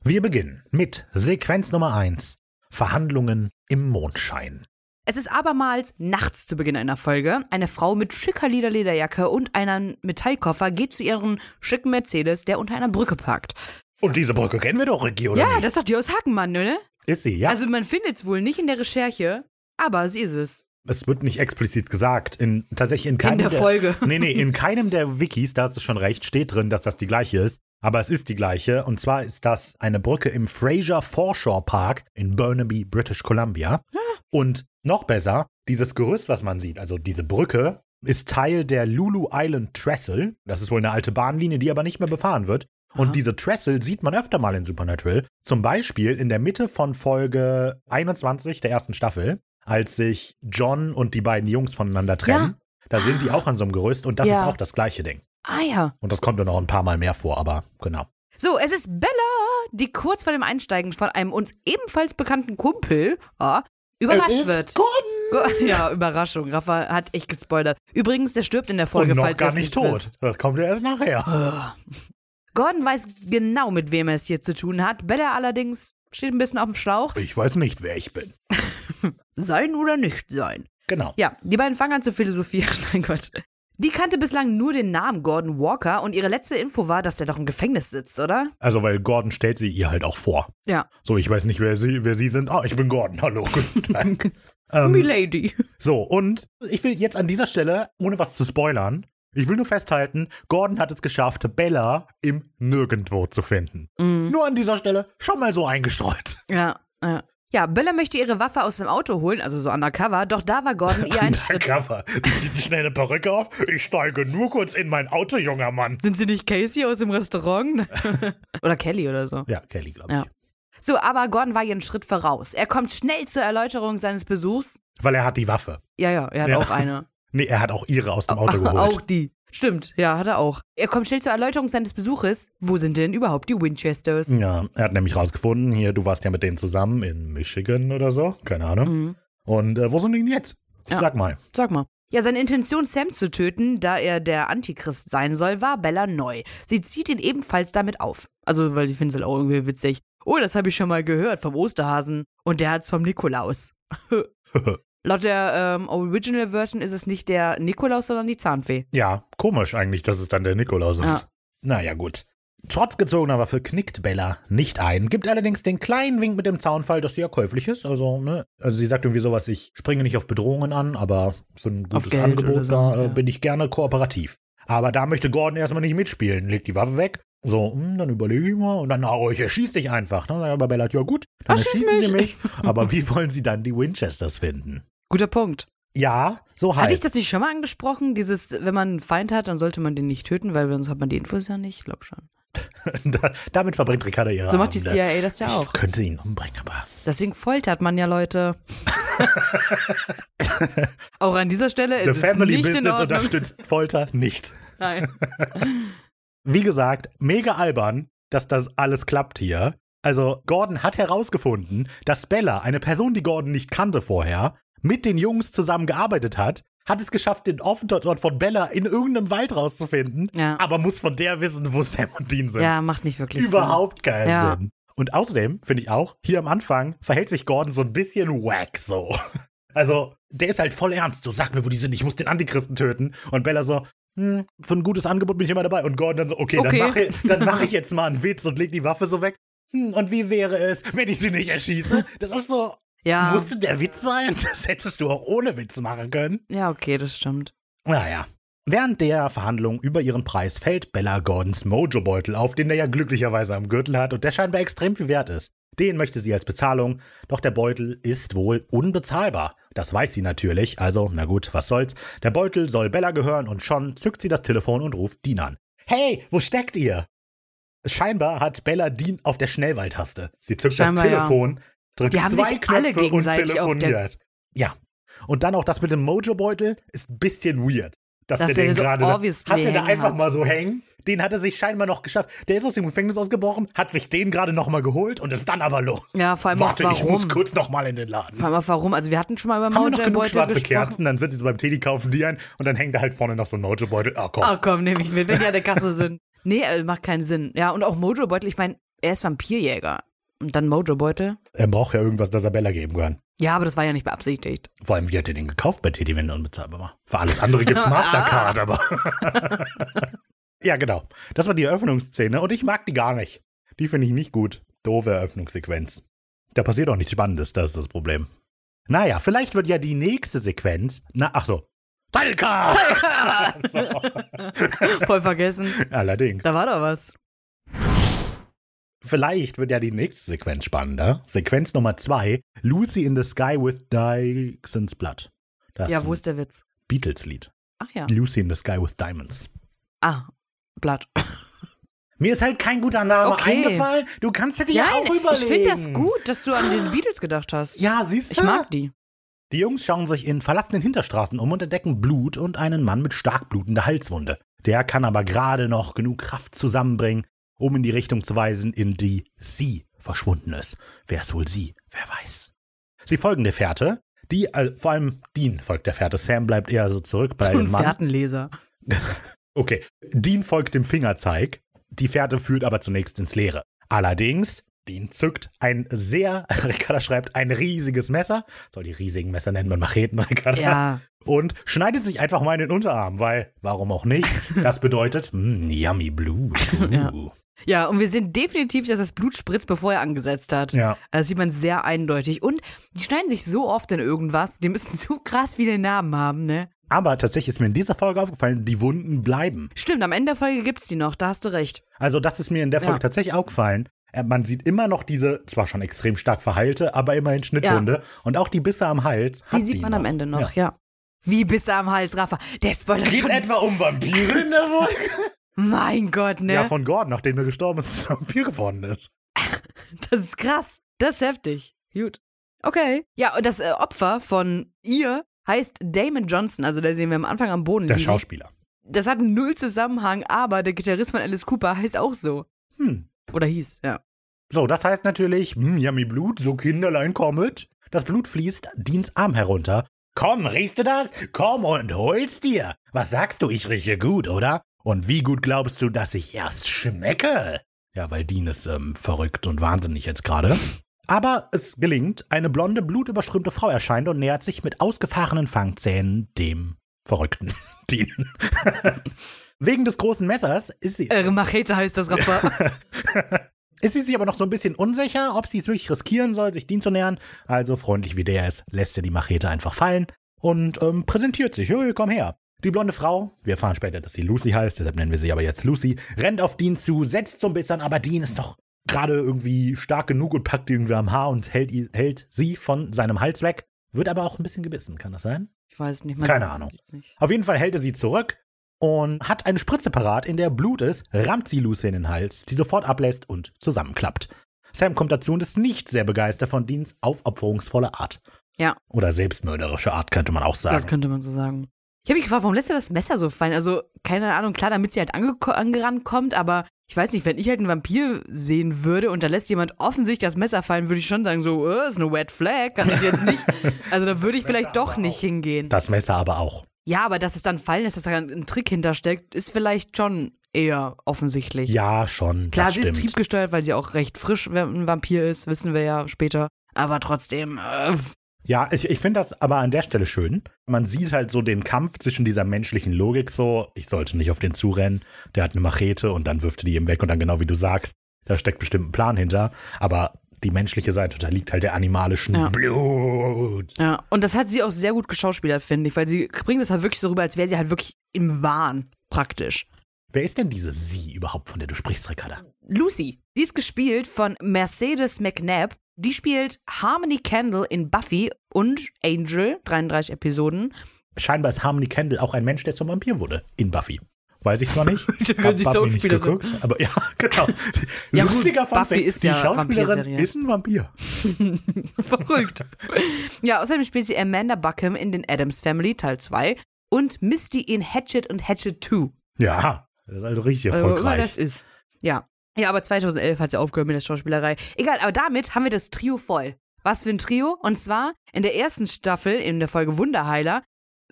S2: Wir beginnen mit Sequenz Nummer 1. Verhandlungen im Mondschein.
S1: Es ist abermals nachts zu Beginn einer Folge. Eine Frau mit schicker lila Lederjacke und einem Metallkoffer geht zu ihrem schicken Mercedes, der unter einer Brücke parkt.
S2: Und diese Brücke kennen wir doch, Ricky, oder
S1: ja,
S2: nicht?
S1: das ist doch die aus Hakenmann, ne?
S2: Ist sie, ja.
S1: Also man findet es wohl nicht in der Recherche, aber sie ist es.
S2: es wird nicht explizit gesagt. In, tatsächlich in keinem
S1: der Folge.
S2: (laughs) Nee, nee, in keinem der Wikis, da ist es schon recht, steht drin, dass das die gleiche ist. Aber es ist die gleiche. Und zwar ist das eine Brücke im Fraser Foreshore Park in Burnaby, British Columbia. Und noch besser, dieses Gerüst, was man sieht, also diese Brücke, ist Teil der Lulu Island Trestle. Das ist wohl eine alte Bahnlinie, die aber nicht mehr befahren wird. Und
S1: Aha.
S2: diese Trestle sieht man öfter mal in Supernatural. Zum Beispiel in der Mitte von Folge 21 der ersten Staffel, als sich John und die beiden Jungs voneinander trennen. Da sind die auch an so einem Gerüst und das
S1: Ja.
S2: ist auch das gleiche Ding.
S1: Ah ja.
S2: Und das kommt dann noch ein paar Mal mehr vor, aber genau.
S1: So, es ist Bella, die kurz vor dem Einsteigen von einem uns ebenfalls bekannten Kumpel ah, überrascht wird. (laughs) Ja, Überraschung. Rafa hat echt gespoilert. Übrigens, der stirbt in der Folge,
S2: und noch
S1: falls ihr
S2: gar
S1: es nicht
S2: nicht tot.
S1: Wisst.
S2: Das kommt ja erst nachher.
S1: Gordon weiß genau, mit wem er es hier zu tun hat. Bella allerdings steht ein bisschen auf dem Schlauch.
S2: Ich weiß nicht, wer ich bin.
S1: Sein oder nicht sein.
S2: Genau.
S1: Ja, die beiden fangen an zu philosophieren. (laughs) Mein Gott. Die kannte bislang nur den Namen Gordon Walker und ihre letzte Info war, dass der doch im Gefängnis sitzt, oder?
S2: Also, weil Gordon stellt sie ihr halt auch vor.
S1: Ja.
S2: So, ich weiß nicht, wer sie, wer sie sind. Ah, ich bin Gordon. Hallo.
S1: (laughs)
S2: Guten Tag. ähm,
S1: Milady.
S2: so, und ich will jetzt an dieser Stelle, ohne was zu spoilern, ich will nur festhalten, Gordon hat es geschafft, Bella
S1: Mhm.
S2: im Nirgendwo zu finden. Nur an dieser Stelle schon mal so eingestreut.
S1: Ja, ja.
S9: Ja, Bella möchte ihre Waffe aus dem Auto holen, also so undercover, doch da war Gordon ihr
S2: (laughs)
S9: ein Schritt.
S2: Undercover. Die zieht sich schnell eine Perücke auf. Ich steige nur kurz in mein Auto, junger Mann.
S1: Sind sie nicht Casey aus dem
S2: (laughs)
S1: Restaurant? oder Kelly oder so.
S2: Ja, Kelly, glaube ich.
S1: Ja.
S9: So, aber Gordon war ihren Schritt voraus. Er kommt schnell zur Erläuterung seines Besuchs.
S2: Weil er hat die Waffe.
S1: Ja, ja, er hat
S2: Ja.
S1: auch eine.
S2: Nee, er hat auch ihre aus dem (laughs) Auto geholt.
S1: Auch die.
S9: Stimmt.
S1: Ja, hat er auch.
S9: Er kommt schnell zur Erläuterung seines Besuches. Wo sind denn überhaupt die Winchesters?
S2: Ja, er hat nämlich rausgefunden, hier, du warst ja mit denen zusammen in Michigan oder so. Keine Ahnung.
S1: Mhm.
S2: Und äh, wo sind die denn jetzt?
S1: Ja.
S2: Sag mal.
S1: Sag mal.
S9: Ja, seine Intention, Sam zu töten, da er der Antichrist sein soll, war Bella neu. Sie zieht ihn ebenfalls damit auf.
S1: Also, weil ich finde es halt auch irgendwie witzig. Oh, das habe ich schon mal gehört vom Osterhasen. Und der hat's vom (laughs) Nikolaus. Laut der ähm, Original Version ist es nicht der Nikolaus, sondern die Zahnfee.
S2: Ja, komisch eigentlich, dass es dann der Nikolaus ist.
S1: Ja.
S2: Naja, gut. Trotz gezogener Waffe knickt Bella nicht ein, gibt allerdings den kleinen Wink mit dem Zaunfall, dass sie ja käuflich ist. Also, ne? Also sie sagt irgendwie sowas, ich springe nicht auf Bedrohungen an, aber für ein
S1: Auf
S2: gutes
S1: Geld oder
S2: Angebot,
S1: so,
S2: da äh,
S1: ja.
S2: bin ich gerne kooperativ. Aber da möchte Gordon erstmal nicht mitspielen, legt die Waffe weg. So, hm, dann überlege ich mal und dann, oh, ich erschieß dich einfach. Ne? Aber Bella, ja gut,
S1: Ach,
S2: dann
S1: schieß
S2: erschießen sie mich.
S1: (laughs)
S2: Aber wie wollen sie dann die Winchesters finden?
S1: Guter Punkt.
S2: Ja, so
S1: Hatte
S2: halt.
S1: ich das nicht schon mal angesprochen? Dieses, wenn man einen Feind hat, dann sollte man den nicht töten, weil sonst hat man die Infos ja nicht. Ich glaube schon.
S2: (laughs) Da, damit verbringt Ricarda ihre
S1: So macht die
S2: Abende.
S1: CIA das ja auch.
S2: Ich könnte ihn umbringen, aber
S1: Deswegen foltert man ja
S2: (laughs)
S1: Leute. auch an dieser Stelle ist
S2: The
S1: es
S2: Family
S1: nicht in
S2: Business
S1: Ordnung.
S2: (laughs) unterstützt Folter nicht.
S1: Nein.
S2: Wie gesagt, mega albern, dass das alles klappt hier. Also Gordon hat herausgefunden, dass Bella, eine Person, die Gordon nicht kannte vorher, mit den Jungs zusammengearbeitet hat, hat es geschafft, den Aufenthaltsort von Bella in irgendeinem Wald rauszufinden,
S1: Ja.
S2: aber muss von der wissen, wo Sam und Dean sind.
S1: Ja, macht nicht wirklich
S2: Überhaupt keinen
S1: Ja.
S2: Sinn. Und außerdem finde ich auch, hier am Anfang verhält sich Gordon so ein bisschen wack so. (laughs) Also, der ist halt voll ernst. So, sag mir, wo die sind, ich muss den Antichristen töten. Und Bella so, hm, für ein gutes Angebot bin ich immer dabei. Und Gordon dann so, okay,
S1: Okay.
S2: Dann, mache,
S1: (laughs)
S2: dann mache ich jetzt mal einen Witz und leg die Waffe so weg. Hm, und wie wäre es, wenn ich sie nicht erschieße? Das ist so,
S1: Sinn. Ja.
S2: musste der Witz sein? (laughs) Das hättest du auch ohne Witz machen können.
S1: ja, okay, das stimmt.
S2: Naja. Während der Verhandlung über ihren Preis fällt Bella Gordons Mojo-Beutel auf, den er ja glücklicherweise am Gürtel hat und der scheinbar extrem viel wert ist. Den möchte sie als Bezahlung, doch der Beutel ist wohl unbezahlbar. Das weiß sie natürlich, also na gut, was soll's. Der Beutel soll Bella gehören und schon zückt sie das Telefon und ruft Dean an. Hey, wo steckt ihr? Scheinbar hat Bella Dean auf der Schnellwahltaste. Sie zückt
S1: Scheinbar,
S2: das
S1: ja.
S2: Telefon, drückt
S1: Die haben
S2: zwei
S1: sich
S2: Knöpfe
S1: alle
S2: und
S1: gegenseitig auf der-
S2: telefoniert. Ja, und dann auch das mit dem Mojo-Beutel ist ein bisschen weird. Dass,
S1: Dass
S2: der
S1: er
S2: den
S1: so
S2: gerade. da-
S1: obviously
S2: Hat er da
S1: hängen
S2: einfach
S1: hat.
S2: mal so hängen? Den hat er sich scheinbar noch geschafft. Der ist aus dem Gefängnis ausgebrochen, hat sich den gerade nochmal geholt und ist dann aber los.
S1: Ja, vor allem
S2: Warte,
S1: auch
S2: ich
S1: warum.
S2: muss kurz nochmal in den Laden.
S1: Vor allem auch warum? Also wir hatten schon mal über
S2: Haben wir noch
S1: Mojo
S2: genug
S1: Beutel
S2: schwarze
S1: gesprochen.
S2: Kerzen? Dann sind die so beim Teddy, kaufen die ein und dann hängt da halt vorne noch so ein Mojo-Beutel. Ah, komm.
S1: Ah komm, nehme ich mit, wenn die an der Kasse sind. (laughs) Nee, äh, macht keinen Sinn. Ja, und auch Mojo Beutel, ich meine, er ist Vampirjäger. Und dann Mojo Beutel?
S2: Er braucht ja irgendwas, das er Bella geben kann.
S1: Ja, aber das war ja nicht
S2: (laughs)
S1: beabsichtigt.
S2: Vor allem, wie hat er den gekauft bei Teddy, wenn er unbezahlbar war? Für alles
S1: (laughs)
S2: andere gibt's Mastercard,
S1: Ah.
S2: aber. (laughs) ja, genau. Das war die Eröffnungsszene und ich mag die gar nicht. Die finde ich nicht gut. Doofe Eröffnungssequenz. Da passiert auch nichts Spannendes, das ist das Problem. Naja, vielleicht wird ja die nächste Sequenz. Na, ach so. Title Card! (laughs) so.
S1: Voll vergessen.
S2: Allerdings.
S1: Da war doch was.
S2: Vielleicht wird ja die nächste Sequenz spannender. Sequenz Nummer zwei: Lucy in the Sky with Dixon's Blood. Das
S1: Ja, wo ist der Witz?
S2: Beatles-Lied.
S1: Ach ja.
S2: Lucy in the Sky with Diamonds.
S1: Ah, Blatt.
S2: Mir ist halt kein guter Name
S1: Okay.
S2: eingefallen. Du kannst dir ja auch überlegen.
S1: ich finde das gut, dass du an den Beatles gedacht hast.
S2: Ja, siehst du?
S1: Ich mag die.
S2: Die Jungs schauen sich in verlassenen Hinterstraßen um und entdecken Blut und einen Mann mit stark blutender Halswunde. Der kann aber gerade noch genug Kraft zusammenbringen, um in die Richtung zu weisen, in die sie verschwunden ist. Wer ist wohl sie? Wer weiß. Sie folgen der Fährte. Die, äh, vor allem Dean folgt der Fährte. Sam bleibt eher so zurück bei
S1: So
S2: dem
S1: ein
S2: Mann.
S1: Fährtenleser.
S2: Okay, Dean folgt dem Fingerzeig, die Fährte führt aber zunächst ins Leere. Allerdings, Dean zückt ein sehr, (laughs) Ricarda schreibt, ein riesiges Messer, soll die riesigen Messer nennen, man Macheten, (laughs) Ricarda,
S1: Ja.
S2: und schneidet sich einfach mal in den Unterarm, weil, warum
S10: (laughs)
S2: auch nicht, das bedeutet, mm, yummy blue. Uh.
S1: Ja, und wir sehen definitiv, dass das Blut spritzt, bevor er angesetzt hat.
S2: Ja.
S1: Das sieht man sehr eindeutig. Und die schneiden sich so oft in irgendwas, die müssen (laughs) so krass viele Namen haben, ne?
S2: Aber tatsächlich ist mir in dieser Folge aufgefallen, die Wunden bleiben.
S1: Stimmt, am Ende der Folge gibt's die noch, da hast du recht.
S2: Also das ist mir in der Folge
S1: Ja.
S2: tatsächlich aufgefallen. Äh, Man sieht immer noch diese, zwar schon extrem stark verheilte, aber immerhin Schnittwunde. Und auch die Bisse am Hals. Hat
S10: Die sieht man
S2: noch.
S10: am Ende noch,
S2: Ja.
S10: ja.
S1: Wie Bisse am Hals, Rafa. Der Spoiler
S2: Geht's
S1: schon.
S2: etwa um Vampire in der Folge?
S1: Mein Gott, ne?
S2: Ja, von Gordon, nachdem er gestorben ist, zum Vampir geworden ist.
S1: das ist krass.
S10: Das ist heftig. Gut.
S1: Okay. Ja, und das äh, Opfer von ihr heißt Damon Johnson, also der, den wir am Anfang am Boden
S2: Der
S1: liegen.
S2: Schauspieler.
S10: Das hat null Zusammenhang, aber der Gitarrist von Alice Cooper heißt auch so.
S2: Hm.
S10: Oder hieß, ja.
S2: So, das heißt natürlich, hm, yummy Blut, so Kinderlein kommet. Das Blut fließt Deans Arm herunter. Komm, riechst du das? Komm und hol's dir. Was sagst du, ich rieche gut, oder? Und wie gut glaubst du, dass ich erst schmecke? Ja, weil Dean ist ähm, verrückt und wahnsinnig jetzt gerade. Aber es gelingt, eine blonde, blutüberströmte Frau erscheint und nähert sich mit ausgefahrenen Fangzähnen dem verrückten (laughs) Dean. Wegen des großen Messers ist sie
S10: Äh, Machete heißt das, Rapper.
S2: ist sie sich aber noch so ein bisschen unsicher, ob sie es wirklich riskieren soll, sich Dean zu nähern. Also freundlich wie der ist, lässt er die Machete einfach fallen und ähm, präsentiert sich. Hey, komm her. Die blonde Frau, wir erfahren später, dass sie Lucy heißt, deshalb nennen wir sie aber jetzt Lucy, rennt auf Dean zu, setzt so ein bisschen, aber Dean ist doch gerade irgendwie stark genug und packt irgendwie am Haar und hält, i- hält sie von seinem Hals weg. Wird aber auch ein bisschen gebissen, kann das sein?
S10: ich weiß nicht, man
S2: Keine
S10: sieht
S2: Ahnung.
S10: jetzt Nicht.
S2: Auf jeden Fall hält er sie zurück und hat eine Spritze parat, in der Blut ist, rammt sie Lucy in den Hals, die sofort ablässt und zusammenklappt. Sam kommt dazu und ist nicht sehr begeistert von Deans aufopferungsvolle Art.
S10: Ja.
S2: Oder selbstmörderische Art, könnte man auch
S10: Das
S2: sagen.
S10: könnte man so sagen.
S1: Ich habe mich gefragt, warum lässt er das Messer so fallen? Also, keine Ahnung, klar, damit sie halt angeko- angerannt kommt, aber ich weiß nicht, wenn ich halt einen Vampir sehen würde und da lässt jemand offensichtlich das Messer fallen, würde ich schon sagen, so, äh, ist eine Wet Flag, kann ich jetzt
S2: (laughs)
S1: nicht. Also, da würde ich vielleicht doch nicht hingehen.
S2: Das Messer aber auch.
S1: Ja, aber dass es dann fallen ist, dass da ein Trick hintersteckt, ist vielleicht schon eher offensichtlich.
S2: Ja, schon.
S1: Klar,
S2: das
S1: sie
S2: stimmt.
S1: ist triebgesteuert, weil sie auch recht frisch ein Vampir ist, wissen wir ja später. Aber trotzdem, äh,
S2: Ja, ich, ich finde das aber an der Stelle schön. Man sieht halt so den Kampf zwischen dieser menschlichen Logik so, ich sollte nicht auf den zurennen, der hat eine Machete und dann wirft er die ihm weg und dann genau wie du sagst, da steckt bestimmt ein Plan hinter, aber die menschliche Seite, da liegt halt der animalischen
S10: Ja.
S2: Blut.
S10: Ja. Und das hat sie auch sehr gut geschauspielert, finde ich, weil sie bringt das halt wirklich so rüber, als wäre sie halt wirklich im Wahn, praktisch.
S2: Wer ist denn diese Sie überhaupt, von der du sprichst, Ricarda?
S10: Lucy.
S1: die ist gespielt von Mercedes McNabb. Die spielt Harmony Candle in Buffy und Angel, 33 Episoden.
S2: Scheinbar ist Harmony Kendall auch ein Mensch, der zum Vampir wurde, in Buffy. Weiß ich zwar
S10: (laughs)
S2: nicht, hab
S10: Die
S2: Buffy nicht
S10: Schauspielerin.
S2: geguckt, aber (laughs) ja, genau.
S10: Ja, gut,
S2: Fun
S10: Buffy
S2: Fact,
S10: ist
S2: die
S10: ja
S2: Schauspielerin
S10: Vampirserie.
S2: ist ein Vampir.
S10: (laughs) Verrückt.
S1: Ja, außerdem spielt sie Amanda Buckham in den Adams Family, Teil 2. Und Misty in Hatchet und Hatchet 2.
S2: Ja, das ist also richtig
S1: Äh, wo immer
S2: erfolgreich.
S1: das ist. Ja. Ja, aber 2011 hat sie aufgehört mit der Schauspielerei. Egal, aber damit haben wir das Trio voll. Was für ein Trio? Und zwar in der ersten Staffel, in der Folge Wunderheiler,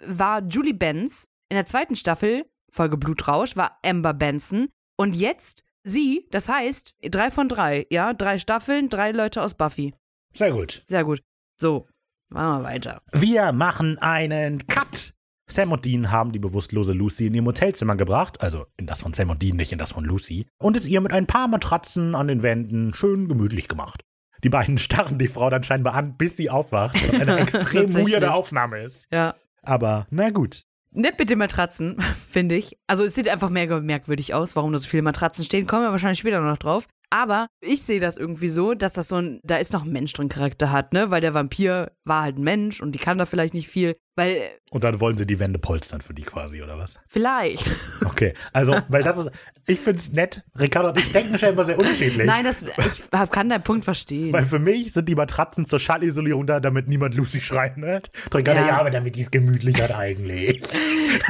S1: war Julie Benz. In der zweiten Staffel, Folge Blutrausch, war Amber Benson. Und jetzt sie, das heißt, drei von drei, ja, drei Staffeln, drei Leute aus Buffy.
S2: Sehr gut.
S1: Sehr gut. So, machen wir weiter.
S2: Wir machen einen Cut. Sam und Dean haben die bewusstlose Lucy in ihr Hotelzimmer gebracht, also in das von Sam und Dean, nicht in das von Lucy, und es ihr mit ein paar Matratzen an den Wänden schön gemütlich gemacht. Die beiden (laughs) starren die Frau dann scheinbar an, bis sie aufwacht,
S1: (laughs)
S2: was eine extrem
S10: Tatsächlich.
S2: weirde Aufnahme ist.
S10: Ja.
S2: Aber na gut.
S1: Nett mit den Matratzen, (laughs) finde ich. Also es sieht einfach mehr merkwürdig aus, warum da so viele Matratzen stehen. Kommen wir wahrscheinlich später noch drauf. Aber ich sehe das irgendwie so, dass das so ein, da ist noch ein Mensch drin Charakter hat, ne? Weil der Vampir war halt ein Mensch und die kann da vielleicht nicht viel. Weil, äh,
S2: Und dann wollen sie die Wände polstern für die quasi, oder was?
S1: vielleicht.
S2: Okay, also, weil das ist, ich find's nett. Ricardo und ich denken scheinbar sehr unterschiedlich.
S1: Nein, das, ich hab- kann deinen Punkt verstehen.
S2: Weil für mich sind die Matratzen zur Schallisolierung da, damit niemand Lucy ne? schreien hört. Ricardo,
S1: Ja.
S2: ja. ja, aber damit die es gemütlich hat eigentlich.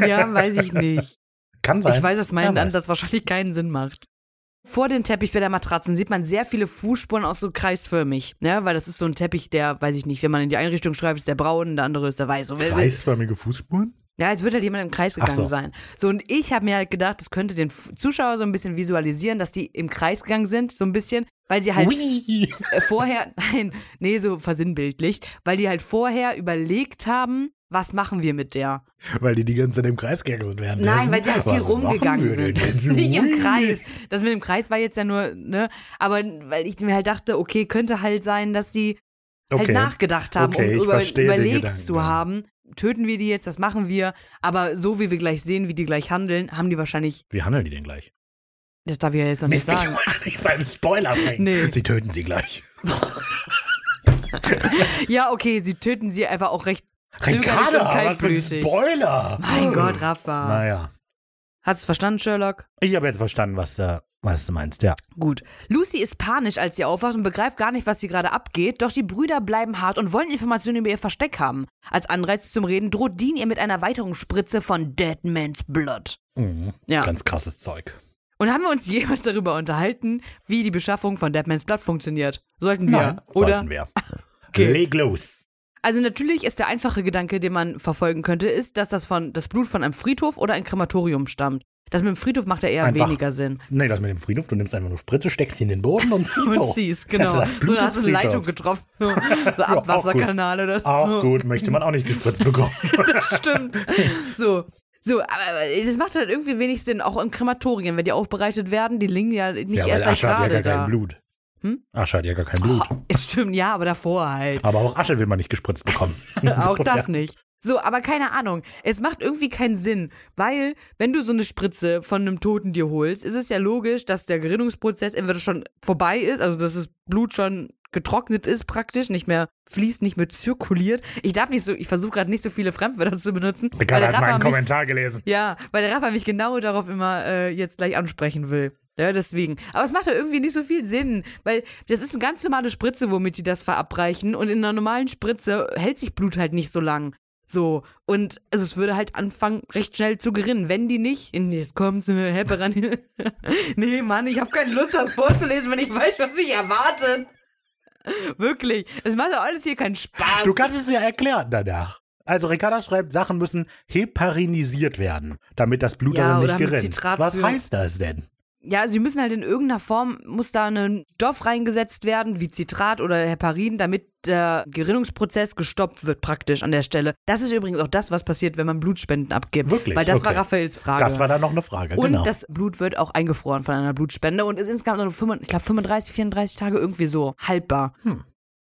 S1: Ja, weiß ich nicht.
S2: Kann sein.
S1: Ich weiß, dass
S2: Wer
S1: mein
S2: weiß.
S1: Ansatz wahrscheinlich keinen Sinn macht. Vor den Teppich bei der Matratzen sieht man sehr viele Fußspuren aus so kreisförmig, ne? Weil das ist so ein Teppich, der, weiß ich nicht, wenn man in die Einrichtung schreibt, ist der braun, der andere ist der weiß. Und-
S2: Kreisförmige Fußspuren?
S1: Ja, es wird halt jemand im Kreis
S2: Ach
S1: gegangen
S2: so.
S1: sein. So, und ich habe mir halt gedacht, das könnte den F- Zuschauer so ein bisschen visualisieren, dass die im Kreis gegangen sind, so ein bisschen, weil sie halt
S2: Ui.
S1: äh,
S2: (laughs)
S1: vorher, nein, nee, so versinnbildlicht, weil die halt vorher überlegt haben, was machen wir mit der?
S2: Weil die die ganze Zeit im Kreis gegangen sind. während
S1: Nein,
S2: dessen.
S1: weil sie halt viel
S2: Was machen
S1: rumgegangen
S2: wir denn
S1: sind. (laughs)
S2: jetzt?
S1: Nicht
S2: Ui.
S1: im Kreis. Das mit dem Kreis war jetzt ja nur, ne? Aber weil ich mir halt dachte, okay, könnte halt sein, dass die
S2: Okay.
S1: halt nachgedacht haben,
S2: Okay, ich
S1: um über,
S2: verstehe den
S1: überlegt
S2: Gedanken,
S1: zu
S2: ja.
S1: haben, töten wir die jetzt, was machen wir? Aber so wie wir gleich sehen, wie die gleich handeln, haben die wahrscheinlich,
S2: Wie handeln die denn gleich?
S1: Das darf ich ja jetzt noch nicht
S2: Mist, ich (laughs)
S1: sagen.
S2: wollte nicht seinen Spoiler bringen.
S1: Nee.
S2: Sie töten sie gleich.
S1: Ja, okay, sie töten sie einfach auch recht zögerlich und
S2: Ricarda, was für ein
S1: kaltblütig.
S2: Spoiler.
S1: Mein Gott, Rafa.
S2: Naja.
S1: Hast du verstanden, Sherlock?
S2: Ich habe jetzt verstanden, was, da, was du meinst, ja.
S1: Gut. Lucy ist panisch, als sie aufwacht und begreift gar nicht, was hier gerade abgeht. Doch die Brüder bleiben hart und wollen Informationen über ihr Versteck haben. Als Anreiz zum Reden droht Dean ihr mit einer weiteren Spritze von Dead Man's Blood.
S2: Mhm.
S1: Ja.
S2: Ganz krasses Zeug.
S1: Und haben wir uns (laughs) jemals darüber unterhalten, wie die Beschaffung von Dead Man's Blood funktioniert? Sollten wir, oder?
S2: Sollten wir.
S1: Okay.
S2: Leg los.
S1: Also natürlich ist der einfache Gedanke, den man verfolgen könnte, ist, dass das, von, das Blut von einem Friedhof oder ein Krematorium stammt. Das mit dem Friedhof macht ja eher
S2: Einfach.
S1: weniger Sinn.
S2: Nee, das mit dem Friedhof, du nimmst einfach nur Spritze, steckst sie in den Boden und
S1: (laughs)
S2: ziehst
S1: Und
S2: hoch.
S1: siehst, genau.
S2: Das ist das Blut
S1: so, da hast du
S2: des
S1: eine Leitung
S2: Friedhofs. (laughs)
S1: getroffen. So, so Abwasserkanal oder so.
S2: Auch gut, möchte man auch nicht
S1: (laughs)
S2: gespritzt bekommen.
S1: Stimmt. So. So, aber das macht halt irgendwie wenig Sinn, auch in Krematorien, wenn die aufbereitet werden, die liegen ja nicht
S2: ja, weil
S1: erst seit
S2: Asche hat ja
S1: gerade
S2: gar
S1: da. Hm? Oh.
S2: kein Blut. Asche hat ja gar kein Blut.
S1: Es stimmt, ja, aber davor halt.
S2: Aber auch Asche will man nicht gespritzt bekommen.
S1: (laughs)
S2: (laughs)
S1: Auch
S2: Insofern-
S1: das nicht. So, aber keine Ahnung. Es macht irgendwie keinen Sinn, weil wenn du so eine Spritze von einem Toten dir holst, ist es ja logisch, dass der Gerinnungsprozess entweder schon vorbei ist, also dass das Blut schon getrocknet ist praktisch, nicht mehr fließt, nicht mehr zirkuliert. Ich darf nicht so, ich versuche gerade nicht so viele Fremdwörter zu benutzen.
S2: Ricardo
S1: weil
S2: hat
S1: der Rafa
S2: meinen
S1: mich-
S2: Kommentar gelesen.
S1: (laughs) Ja, weil der Rafa mich genau darauf immer äh, jetzt gleich ansprechen will. Ja, deswegen. Aber es macht ja irgendwie nicht so viel Sinn, weil das ist eine ganz normale Spritze, womit die das verabreichen. Und in einer normalen Spritze hält sich Blut halt nicht so lang. So. Und also es würde halt anfangen, recht schnell zu gerinnen. Wenn die nicht, in, jetzt kommt's, äh, Hepper ran. (laughs) nee, Mann, ich habe keine Lust, das vorzulesen, wenn ich weiß, was mich erwartet. Wirklich. Es macht ja alles hier keinen Spaß.
S2: Du kannst es ja erklären danach. Also Ricarda schreibt, Sachen müssen heparinisiert werden, damit das Blut
S1: Ja,
S2: darin
S1: oder
S2: nicht
S1: mit
S2: gerinnt.
S1: Zitrat
S2: Was
S1: für-
S2: heißt das denn?
S1: ja, sie müssen halt in irgendeiner Form, muss da ein Stoff reingesetzt werden, wie Citrat oder Heparin, damit der Gerinnungsprozess gestoppt wird praktisch an der Stelle. Das ist übrigens auch das, was passiert, wenn man Blutspenden abgibt.
S2: Wirklich?
S1: Weil das war
S2: Okay.
S1: Raphaels Frage.
S2: Das war dann noch eine Frage,
S1: und
S2: genau.
S1: das Blut wird auch eingefroren von einer Blutspende und ist insgesamt nur, 35, ich glaube, 35, 34 Tage irgendwie so haltbar.
S2: Hm.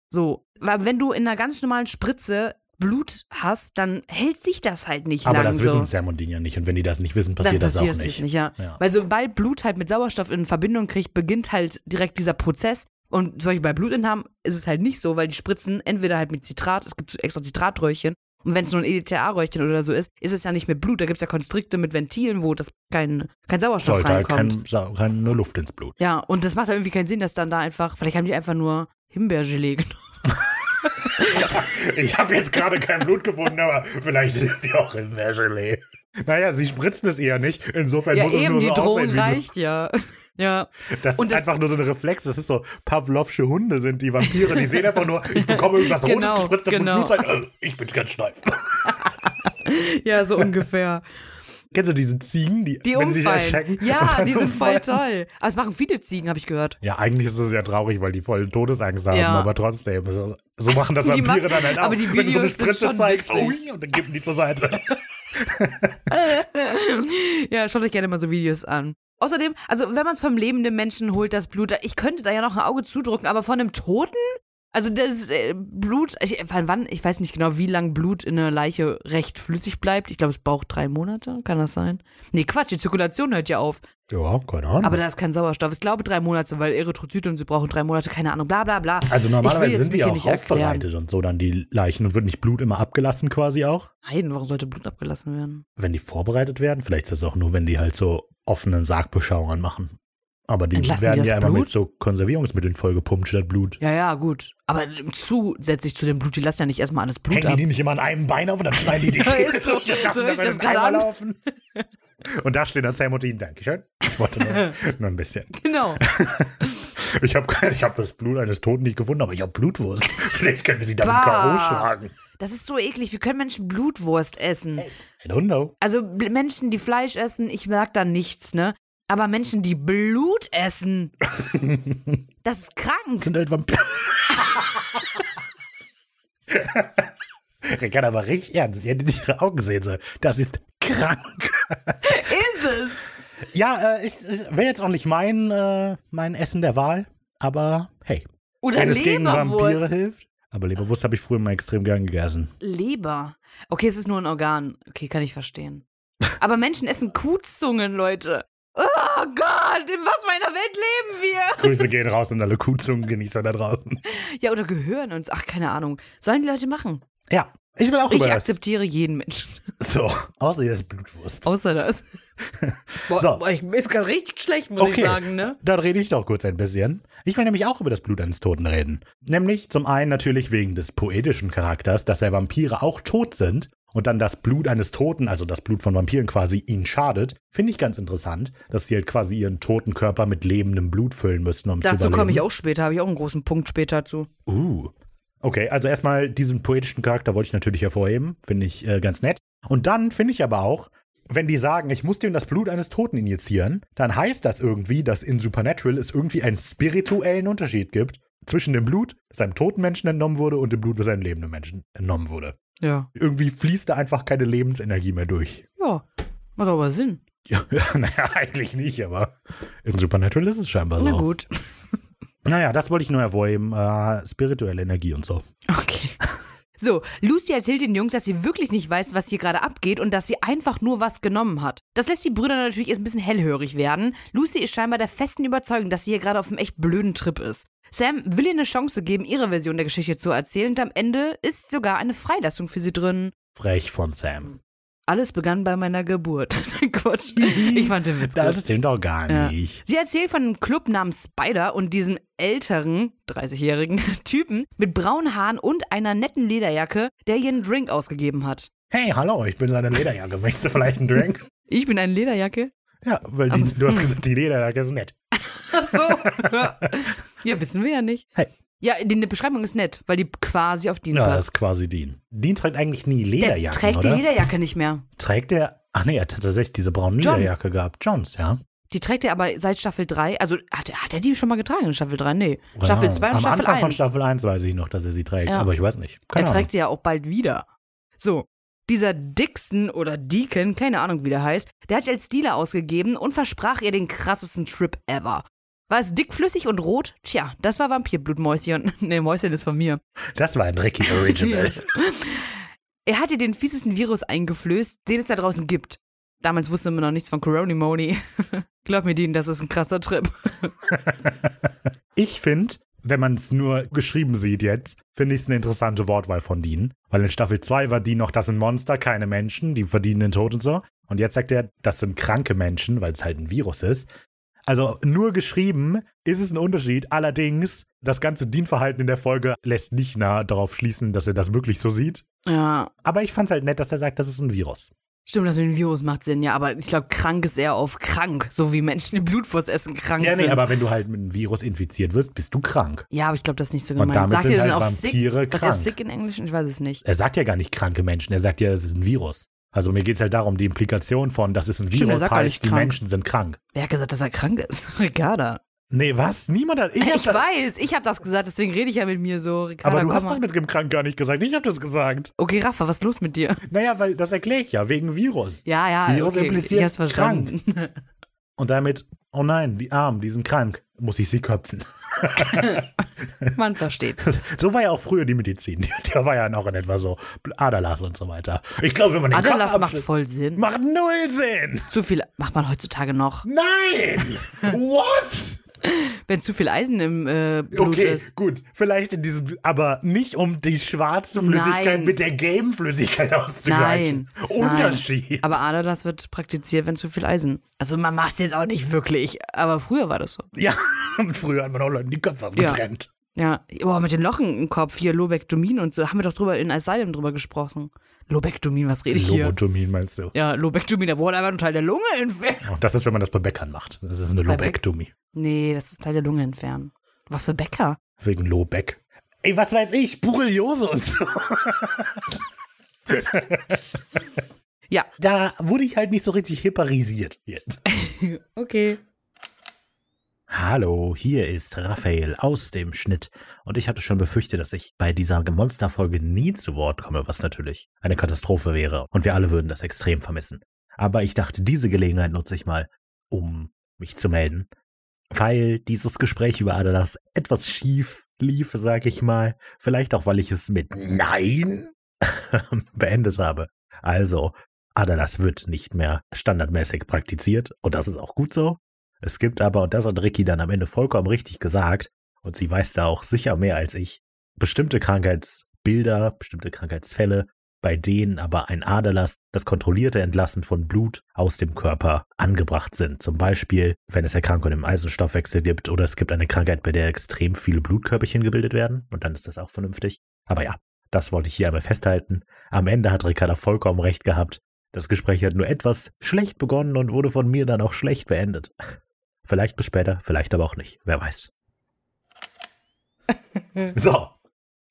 S1: So. Weil wenn du in einer ganz normalen Spritze Blut hast, dann hält sich das halt nicht
S2: Aber
S1: lang
S2: das
S1: so
S2: wissen Sam und Dean ja nicht. Und wenn die das nicht wissen, passiert,
S1: dann passiert
S2: das auch
S1: es
S2: nicht.
S1: ja.
S2: Ja.
S1: Weil sobald Blut halt mit Sauerstoff in Verbindung kriegt, beginnt halt direkt dieser Prozess. Und zum Beispiel bei Blutentnahmen ist es halt nicht so, weil die spritzen entweder halt mit Zitrat, es gibt so extra Zitratröhrchen. Und wenn es nur ein E EDTA-Röhrchen oder so ist, ist es ja nicht mit Blut. Da gibt es ja Konstrikte mit Ventilen, wo das kein, kein Sauerstoff
S2: Sollte halt
S1: reinkommt.
S2: kein, Sa- keine Luft ins Blut.
S1: ja, und das macht halt irgendwie keinen Sinn, dass dann da einfach, vielleicht haben die einfach nur Himbeergelee genommen.
S2: (laughs) Ich habe jetzt gerade kein Blut gefunden, aber vielleicht sind die auch in der Gelee. Naja, sie spritzen es eher nicht. Insofern
S1: Ja,
S2: muss es
S1: eben,
S2: nur
S1: die
S2: so
S1: Drohung
S2: aussehen, wie Blut.
S1: reicht ja. (laughs) ja.
S2: Das
S1: Und
S2: ist
S1: das-
S2: einfach nur so ein Reflex. Das ist so Pavlovsche Hunde sind die Vampire. Die sehen einfach nur, ich bekomme irgendwas
S1: Genau,
S2: Rotes gespritzt, das
S1: genau.
S2: muss Blut sein. Äh, Ich bin ganz steif.
S1: Ja, so ungefähr.
S2: Kennst du diese Ziegen, die,
S1: Die
S2: wenn sie sich
S1: umfallen.
S2: erschrecken? und
S1: Ja,
S2: dann
S1: die sind voll
S2: umfallen?
S1: toll. Aber es machen viele Ziegen, habe ich gehört.
S2: Ja, eigentlich ist es ja traurig, weil die voll Todesangst haben,
S1: Ja.
S2: aber trotzdem. es ist- So machen das
S1: (laughs) Die
S2: Vampire
S1: machen-
S2: dann halt auch.
S1: aber die
S2: wenn du so
S1: Videos
S2: eine
S1: sind
S2: Spritze
S1: schon
S2: zeigst,
S1: witzig.
S2: ui, und dann kippen die zur Seite.
S1: Ja, schaut euch gerne mal so Videos an. Außerdem, also wenn man es vom lebenden Menschen holt, das Blut, ich könnte da ja noch ein Auge zudrücken, aber von einem Toten? Also das äh, Blut, ich, wann, wann, ich weiß nicht genau, wie lang Blut in einer Leiche recht flüssig bleibt. Ich glaube, es braucht drei Monate, kann das sein? Nee, Quatsch, die Zirkulation hört ja auf.
S2: (laughs) Ja, keine Ahnung.
S1: Aber da ist kein Sauerstoff. Ich glaube drei Monate, weil Erythrozyte und sie brauchen drei Monate, keine Ahnung, bla bla bla.
S2: also
S1: Ich will
S2: normalerweise
S1: jetzt
S2: sind die
S1: mich
S2: ja
S1: hier
S2: auch
S1: nicht erklären.
S2: aufbereitet und so dann die Leichen und wird nicht Blut immer abgelassen quasi auch.
S1: Nein, warum sollte Blut abgelassen werden?
S2: Wenn die vorbereitet werden, vielleicht ist das auch nur, wenn die halt so offenen Sargbeschauungen machen. Aber die
S1: Entlassen
S2: werden
S1: die
S2: ja
S1: das
S2: immer mit
S1: Blut?
S2: so Konservierungsmitteln vollgepumpt statt Blut.
S1: Ja, ja, gut. Aber zusätzlich zu dem Blut, die lassen ja nicht erstmal alles Blut
S2: Hängen
S1: ab.
S2: die die nicht immer an einem Bein auf und dann schneiden die
S1: (laughs)
S2: die
S1: Ja, ist so.
S2: und dann lassen
S1: So
S2: die
S1: ist
S2: dann
S1: das
S2: in den
S1: gerade
S2: Eimer
S1: an.
S2: laufen. Und da stehen dann Sam und Dean. Dankeschön. Ich
S1: (laughs)
S2: wollte nur, nur ein bisschen. (laughs)
S1: Genau.
S2: Ich habe ich hab das Blut eines Toten nicht gefunden, aber ich habe Blutwurst. (laughs) Vielleicht können wir sie damit
S1: Bah.
S2: K.O. schlagen.
S1: Das ist so eklig. Wie können Menschen Blutwurst essen?
S2: I don't know.
S1: Also bl- Menschen, die Fleisch essen, ich mag da nichts, ne? Aber Menschen, die Blut
S2: (laughs)
S1: essen, das ist krank.
S2: Sind halt Vampire. (laughs) Ricarda war richtig ernst. Ihr hättet ihre Augen sehen sollen. Das ist krank.
S1: Ist es?
S2: Ja, äh, ich, ich will jetzt auch nicht mein, äh, mein Essen der Wahl, aber hey.
S1: Oder
S2: wenn es gegen Vampire
S1: Leberwurst.
S2: hilft. Aber Leberwurst habe ich früher mal extrem gern (laughs) gegessen.
S1: Leber. Okay, es ist nur ein Organ. Okay, kann ich verstehen. Aber Menschen essen Kuhzungen, Leute. Oh Gott, in was meiner Welt leben wir?
S2: Grüße gehen raus an alle Kuhzungengenießer da draußen.
S1: Ja, oder gehören uns. Ach, keine Ahnung. Sollen die Leute machen?
S2: Ja, ich will auch
S1: Ich
S2: über das.
S1: akzeptiere jeden Menschen.
S2: So, außer ihr ist Blutwurst.
S1: Außer
S2: (laughs)
S1: das. Boah,
S2: So.
S1: boah, ich mir ist gerade richtig schlecht, muss
S2: Okay.
S1: ich sagen, ne?
S2: Dann rede ich doch kurz ein bisschen. Ich will nämlich auch über das Blut eines Toten reden. Nämlich zum einen natürlich wegen des poetischen Charakters, dass ja Vampire auch tot sind und dann das Blut eines Toten, also das Blut von Vampiren quasi, ihnen schadet. Finde ich ganz interessant, dass sie halt quasi ihren toten Körper mit lebendem Blut füllen müssen, um zu
S1: Dazu
S2: überleben.
S1: komme ich auch später, habe ich auch einen großen Punkt später zu.
S2: Uh. Okay, also erstmal diesen poetischen Charakter wollte ich natürlich hervorheben. Finde ich äh, ganz nett. Und dann finde ich aber auch, wenn die sagen, ich muss dem das Blut eines Toten injizieren, dann heißt das irgendwie, dass in Supernatural es irgendwie einen spirituellen Unterschied gibt zwischen dem Blut, das einem toten Menschen entnommen wurde, und dem Blut, das einem lebenden Menschen entnommen wurde.
S1: Ja.
S2: Irgendwie fließt da einfach keine Lebensenergie mehr durch. (laughs)
S1: Ja. Macht aber Sinn.
S2: Ja, naja, eigentlich nicht, aber in Supernatural ist es scheinbar so.
S1: Na gut. (laughs)
S2: Naja, das wollte ich nur hervorheben. Äh, spirituelle Energie und so.
S1: Okay. So, Lucy erzählt den Jungs, dass sie wirklich nicht weiß, was hier gerade abgeht und dass sie einfach nur was genommen hat. Das lässt die Brüder natürlich erst ein bisschen hellhörig werden. Lucy ist scheinbar der festen Überzeugung, dass sie hier gerade auf einem echt blöden Trip ist. Sam will ihr eine Chance geben, ihre Version der Geschichte zu erzählen und am Ende ist sogar eine Freilassung für sie drin.
S2: Frech von Sam.
S1: Alles begann bei meiner Geburt. (laughs)
S2: (laughs)
S1: Quatsch. Ich fand den Witz
S2: Das
S1: gut.
S2: stimmt doch gar
S1: Ja.
S2: nicht.
S1: Sie erzählt von einem Club namens Spider und diesem älteren, 30-jährigen (laughs) Typen mit braunen Haaren und einer netten Lederjacke, der ihr einen Drink ausgegeben hat.
S2: Hey, hallo, ich bin seine Lederjacke. Möchtest du vielleicht einen Drink?
S1: Ich bin eine Lederjacke?
S2: (laughs) Ja, weil die,
S1: Also-
S2: du hast gesagt, die Lederjacke ist nett.
S1: Ach
S2: (laughs)
S1: so. ja. ja, wissen wir ja nicht.
S2: Hey.
S1: Ja, die, die Beschreibung ist nett, weil die quasi auf den
S2: Ja, das
S1: passt.
S2: ist quasi Dean. Dean trägt eigentlich nie
S1: Der
S2: Lederjacken,
S1: trägt
S2: oder?
S1: die Lederjacke nicht mehr.
S2: trägt er? Ach nee, er hat tatsächlich diese braune
S1: Johns.
S2: Lederjacke gehabt. Johns, ja.
S1: Die trägt er aber seit Staffel 3. Also hat, er- hat er die schon mal getragen in Staffel 3? Nee.
S2: Genau.
S1: Staffel 2 und
S2: Am
S1: Staffel
S2: Anfang
S1: 1.
S2: von Staffel 1 weiß ich noch, dass er sie trägt,
S1: Ja.
S2: aber ich weiß nicht. Keine
S1: er
S2: Ahnung.
S1: trägt sie ja auch bald wieder. So, dieser Dixon oder Deacon, keine Ahnung wie der heißt, der hat sie als Dealer ausgegeben und versprach ihr den krassesten Trip ever. War es dickflüssig und rot? Tja, das war Vampirblut-Mäuschen. (laughs) nee, Mäuschen ist von mir.
S2: Das war ein (laughs) Ricky Original.
S1: Er hat ihr den fiesesten Virus eingeflößt, den es da draußen gibt. Damals wusste man noch nichts von Coronimoni. (laughs) Glaub mir, Dean, das ist ein krasser Trip.
S2: Ich finde, wenn man es nur geschrieben sieht jetzt, finde ich es eine interessante Wortwahl von Dean. Weil in Staffel 2 war Dean noch, das sind Monster, keine Menschen, die verdienen den Tod und so. Und jetzt sagt er, das sind kranke Menschen, weil es halt ein Virus ist. Also nur geschrieben ist es ein Unterschied. Allerdings, das ganze Dean-Verhalten in der Folge lässt nicht nah darauf schließen, dass er das wirklich so sieht.
S1: Ja,
S2: Aber ich fand es halt nett, dass er sagt, das ist ein Virus.
S1: stimmt, das mit dem Virus macht Sinn, ja, aber ich glaube, krank ist eher auf krank, so wie Menschen, die Blutwurst essen, krank
S2: Ja, nee,
S1: sind.
S2: aber wenn du halt mit einem Virus infiziert wirst, bist du krank.
S1: Ja, aber ich glaube, das ist nicht so
S2: Und
S1: gemeint.
S2: damit
S1: Sagt
S2: sind
S1: ihr denn
S2: halt
S1: auf
S2: Vampire
S1: sick? Sagt ihr
S2: krank.
S1: sick in Englisch? Ich weiß es nicht.
S2: Er sagt ja gar nicht kranke Menschen, er sagt ja, das ist ein Virus. Also mir geht es halt darum, die Implikation von, das ist ein
S1: Stimmt, er
S2: Virus,
S1: sagt gar
S2: heißt,
S1: nicht
S2: die
S1: krank.
S2: Menschen sind krank.
S1: Wer hat gesagt, dass er krank ist? (laughs) Ricarda.
S2: Nee, was? Niemand hat. Ich,
S1: Ich,
S2: hab das,
S1: weiß, ich habe das gesagt, deswegen rede ich ja mit mir so. Ricarda,
S2: aber du
S1: komm
S2: hast
S1: mal.
S2: das mit dem Krank gar nicht gesagt. Ich habe das gesagt.
S1: Okay, Rafa, was ist los mit dir?
S2: Naja, weil das erkläre ich ja, wegen Virus.
S1: Ja, ja,
S2: Virus
S1: okay,
S2: impliziert
S1: ich hab's verstanden.
S2: Und damit, oh nein, die Armen, die sind krank, muss ich sie köpfen. (laughs)
S1: (laughs) Man versteht.
S2: So war ja auch früher die Medizin. (laughs) Der war ja auch in etwa so Aderlass und so weiter. Ich glaube, wenn man den
S1: Adalas
S2: Kopf
S1: macht
S2: abschnitzt-
S1: voll Sinn.
S2: macht null Sinn.
S1: Zu viel macht man heutzutage noch. (laughs)
S2: Nein! What?
S1: Wenn zu viel Eisen im äh, Blut
S2: Okay,
S1: ist.
S2: gut. Vielleicht in diesem, aber nicht um die schwarze Flüssigkeit
S1: Nein.
S2: mit der gelben Flüssigkeit auszugleichen.
S1: Nein,
S2: Unterschied.
S1: Aber Adalas wird praktiziert, wenn zu viel Eisen. Also man macht's jetzt auch nicht wirklich, aber früher war das so.
S2: Ja, (laughs) früher hat man auch Leuten die Köpfe abgetrennt.
S1: Ja, boah, mit den Lochen im Kopf, hier Lobektomin und so, haben wir doch drüber in Asylum drüber gesprochen. Lobektomin, was rede ich hier?
S2: Lobotomie meinst du?
S1: Ja, Lobektomin, da wurde einfach ein Teil der Lunge entfernt.
S2: Oh, Das ist, wenn man das bei Bäckern macht. Das ist eine Lobektomie.
S1: Nee, das ist ein Teil der Lunge entfernen. Was für Bäcker?
S2: Wegen Lobeck. Ey, was weiß ich? Borreliose und so.
S1: Ja.
S2: Da wurde ich halt nicht so richtig hipperisiert jetzt.
S1: Okay.
S2: Hallo, hier ist Raphael aus dem Schnitt. Und ich hatte schon befürchtet, dass ich bei dieser Monsterfolge nie zu Wort komme, was natürlich eine Katastrophe wäre. Und wir alle würden das extrem vermissen. Aber ich dachte, diese Gelegenheit nutze ich mal, um mich zu melden. Weil dieses Gespräch über Adalas etwas schief lief, sag ich mal. (laughs) Vielleicht auch, weil ich es mit Nein beendet habe. Also, aber das wird nicht mehr standardmäßig praktiziert und das ist auch gut so. Es gibt aber, und das hat Ricky dann am Ende vollkommen richtig gesagt, und sie weiß da auch sicher mehr als ich, bestimmte Krankheitsbilder, bestimmte Krankheitsfälle, bei denen aber ein Aderlass, das kontrollierte Entlassen von Blut aus dem Körper angebracht sind. Zum Beispiel, wenn es Erkrankungen im Eisenstoffwechsel gibt oder es gibt eine Krankheit, bei der extrem viele Blutkörperchen gebildet werden und dann ist das auch vernünftig. Aber ja, das wollte ich hier einmal festhalten. Am Ende hat Ricarda vollkommen recht gehabt. Das Gespräch hat nur etwas schlecht begonnen und wurde von mir dann auch schlecht beendet. Vielleicht bis später, vielleicht aber auch nicht. Wer weiß. (laughs) so,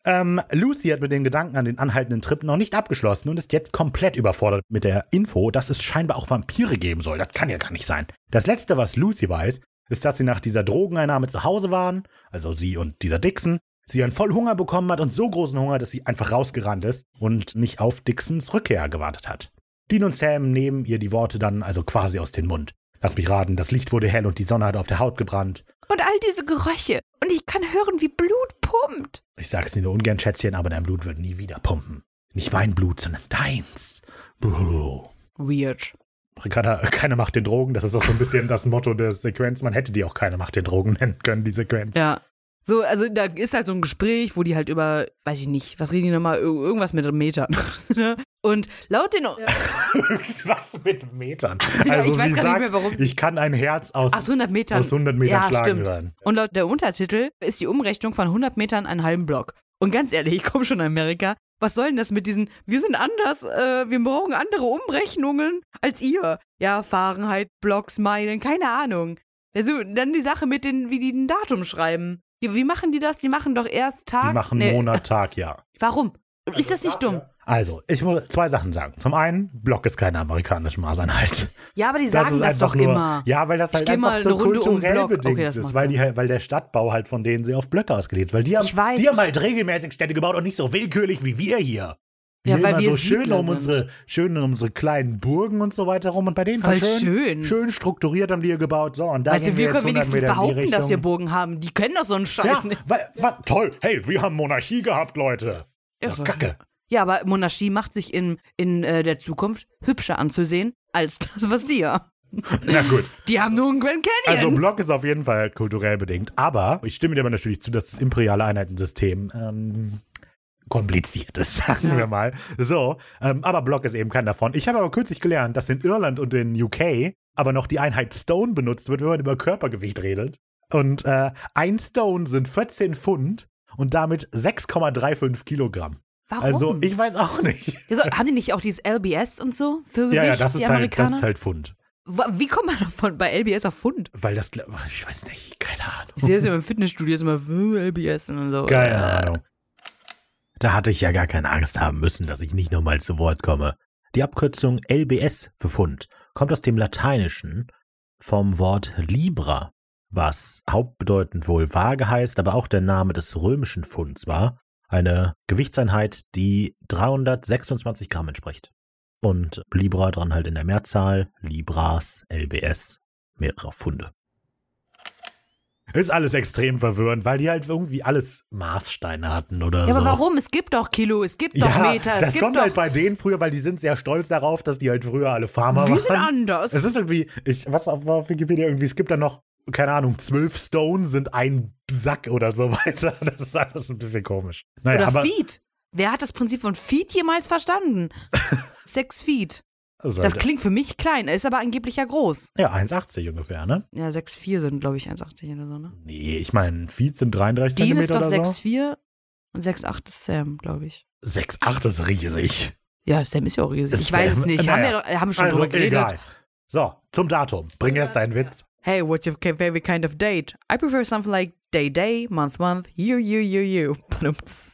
S2: ähm, Lucy hat mit den Gedanken an den anhaltenden Trip noch nicht abgeschlossen und ist jetzt komplett überfordert mit der Info, dass es scheinbar auch Vampire geben soll. Das kann ja gar nicht sein. Das Letzte, was Lucy weiß, ist, dass sie nach dieser Drogeneinnahme zu Hause waren, also sie und dieser Dixon, sie einen voll Hunger bekommen hat und so großen Hunger, dass sie einfach rausgerannt ist und nicht auf Dixons Rückkehr gewartet hat. Dean und Sam nehmen ihr die Worte dann also quasi aus dem Mund. Lass mich raten, das Licht wurde hell und die Sonne hat auf der Haut gebrannt.
S9: Und all diese Gerüche. Und ich kann hören, wie Blut pumpt.
S2: Ich sag's dir nur ungern, Schätzchen, aber dein Blut wird nie wieder pumpen. Nicht mein Blut, sondern deins. Brrr.
S1: Weird.
S2: Ricarda, keine Macht den Drogen, das ist auch so ein bisschen das Motto der Sequenz. Man hätte die auch keine Macht den Drogen nennen können, die Sequenz.
S1: Ja. So, also da ist halt so ein Gespräch, wo die halt über, weiß ich nicht, was reden die nochmal, Ir- irgendwas mit Metern. (laughs) ne? Und laut den.
S2: (laughs) Was mit Metern?
S1: Ja,
S2: Also
S1: ich weiß
S2: sie
S1: gar nicht
S2: sagt,
S1: mehr, warum-
S2: ich kann ein Herz aus,
S1: Ach, so, 100 Metern.
S2: aus 100 Metern
S1: ja,
S2: schlagen
S1: stimmt.
S2: hören.
S1: Und laut der Untertitel ist die Umrechnung von 100 Metern einen halben Block. Und ganz ehrlich, ich komme schon in Amerika. Was soll denn das mit diesen, wir sind anders, äh, wir brauchen andere Umrechnungen als ihr? Ja, Fahrenheit, Blocks, Meilen, keine Ahnung. Also, dann die Sache mit den, wie die ein Datum schreiben. Die, wie machen die das? Die machen doch erst Tag.
S2: Die machen
S1: Ah, nee,
S2: Monat, Tag, Jahr.
S1: Warum? Ist das nicht dumm?
S2: Also, ich muss zwei Sachen sagen. Zum einen, Block ist keine amerikanische Maßeinheit.
S1: Ja, aber die
S2: Das
S1: sagen
S2: ist
S1: das,
S2: einfach
S1: doch
S2: nur,
S1: immer.
S2: Ja, weil das
S1: Ich
S2: halt
S1: geh
S2: einfach
S1: mal
S2: so
S1: eine Runde um den
S2: kulturell
S1: Block.
S2: bedingt
S1: Okay, das
S2: ist,
S1: macht
S2: weil,
S1: Sinn.
S2: die, halt- weil der Stadtbau halt von denen sie auf Blöcke ausgelegt, weil die haben,
S1: Ich weiß,
S2: die haben
S1: ich-
S2: halt regelmäßig Städte gebaut und nicht so willkürlich wie wir hier. Wir
S1: Ja,
S2: hier
S1: weil
S2: immer
S1: wir
S2: so schön
S1: Siedler
S2: um
S1: sind.
S2: unsere schön um unsere kleinen Burgen und so weiter rum und bei denen war
S1: Voll
S2: schön,
S1: schön.
S2: strukturiert haben die hier gebaut so und da
S1: Weißt
S2: gehen
S1: du, wir
S2: jetzt
S1: können
S2: 100
S1: wenigstens
S2: Meter in die
S1: behaupten, dass wir
S2: Richtung.
S1: Burgen haben. Die kennen doch so einen
S2: ja,
S1: Scheiß. nicht.
S2: weil, wa- toll. Hey, wir haben Monarchie gehabt, Leute. Ja,
S1: Irre.
S2: Kacke. (clears throat)
S1: Ja, aber Monarchie macht sich in, in äh, der Zukunft hübscher anzusehen als (laughs) das, was die haben.
S2: Na gut.
S1: Die haben nur einen Grand
S2: Also
S1: Canyon.
S2: Block ist auf jeden Fall halt kulturell bedingt, aber ich stimme dir aber natürlich zu, dass das imperiale Einheitensystem ähm, kompliziert ist, (laughs) sagen wir mal. So, ähm, aber Block ist eben kein davon. Ich habe aber kürzlich gelernt, dass in Irland und in UK aber noch die Einheit Stone benutzt wird, wenn man über Körpergewicht redet. Und äh, ein Stone sind 14 Pfund und damit 6,35 Kilogramm.
S1: Warum?
S2: Also ich weiß auch nicht.
S1: also, haben die nicht auch dieses LBS und so für Gewicht,
S2: ja, ja, das
S1: die
S2: ist, halt, das
S1: Amerikaner?
S2: ist halt Pfund.
S1: Wa- Wie kommt man davon bei LBS auf Pfund?
S2: Weil das, glaub- ich weiß nicht, keine Ahnung.
S1: Ich sehe es immer im Fitnessstudio, ist immer äh, LBS und so.
S2: Keine Ahnung. Da hatte ich ja gar keine Angst haben müssen, dass ich nicht nochmal zu Wort komme. Die Abkürzung LBS für Pfund kommt aus dem Lateinischen vom Wort Libra, was hauptbedeutend wohl Waage heißt, aber auch der Name des römischen Pfunds war. Eine Gewichtseinheit, die 326 Gramm entspricht. Und Libra dran halt in der Mehrzahl, Libras, LBS, mehrere Pfunde. Ist alles extrem verwirrend, weil die halt irgendwie alles Maßsteine hatten oder
S1: Ja,
S2: so.
S1: aber warum? Es gibt doch Kilo, es gibt doch Meter, es
S2: Also- das
S1: gibt
S2: kommt
S1: doch.
S2: halt bei denen früher, weil die sind sehr stolz darauf, dass die halt früher alle Farmer
S1: wir
S2: waren.
S1: sind anders.
S2: Es ist irgendwie, ich, was auf, auf Wikipedia irgendwie, es gibt da noch, keine Ahnung, zwölf Stone sind ein Sack oder so (laughs) weiter. Das ist alles ein bisschen komisch. Naja,
S1: Oder
S2: aber
S1: Feet. Wer hat das Prinzip von Feet jemals
S2: (laughs)
S1: verstanden? Sechs Feet.
S2: sollte-
S1: Das klingt für mich klein, ist aber angeblich ja groß.
S2: ja 1,80 ungefähr, ne?
S1: Ja, 6'4 sind, glaube ich, 1,80 oder so, ne?
S2: Nee, ich meine, Feet sind 33
S1: Dean ist
S2: Zentimeter
S1: doch
S2: oder
S1: 6'4 und 6'8 ist Sam, glaube ich.
S2: so. 6,8 ist riesig.
S1: Ja, Sam ist ja auch riesig.
S2: Ist
S1: Ich weiß es
S2: Sam-
S1: nicht. Haben wir
S2: naja.
S1: doch- äh, haben wir schon
S2: Also
S1: drüber geredet.
S2: egal. So, zum Datum. Bring erst deinen Witz.
S1: Hey, what's your favorite kind of date? I prefer something like day, day, month, month, year, year, year, year. (laughs) Badumts.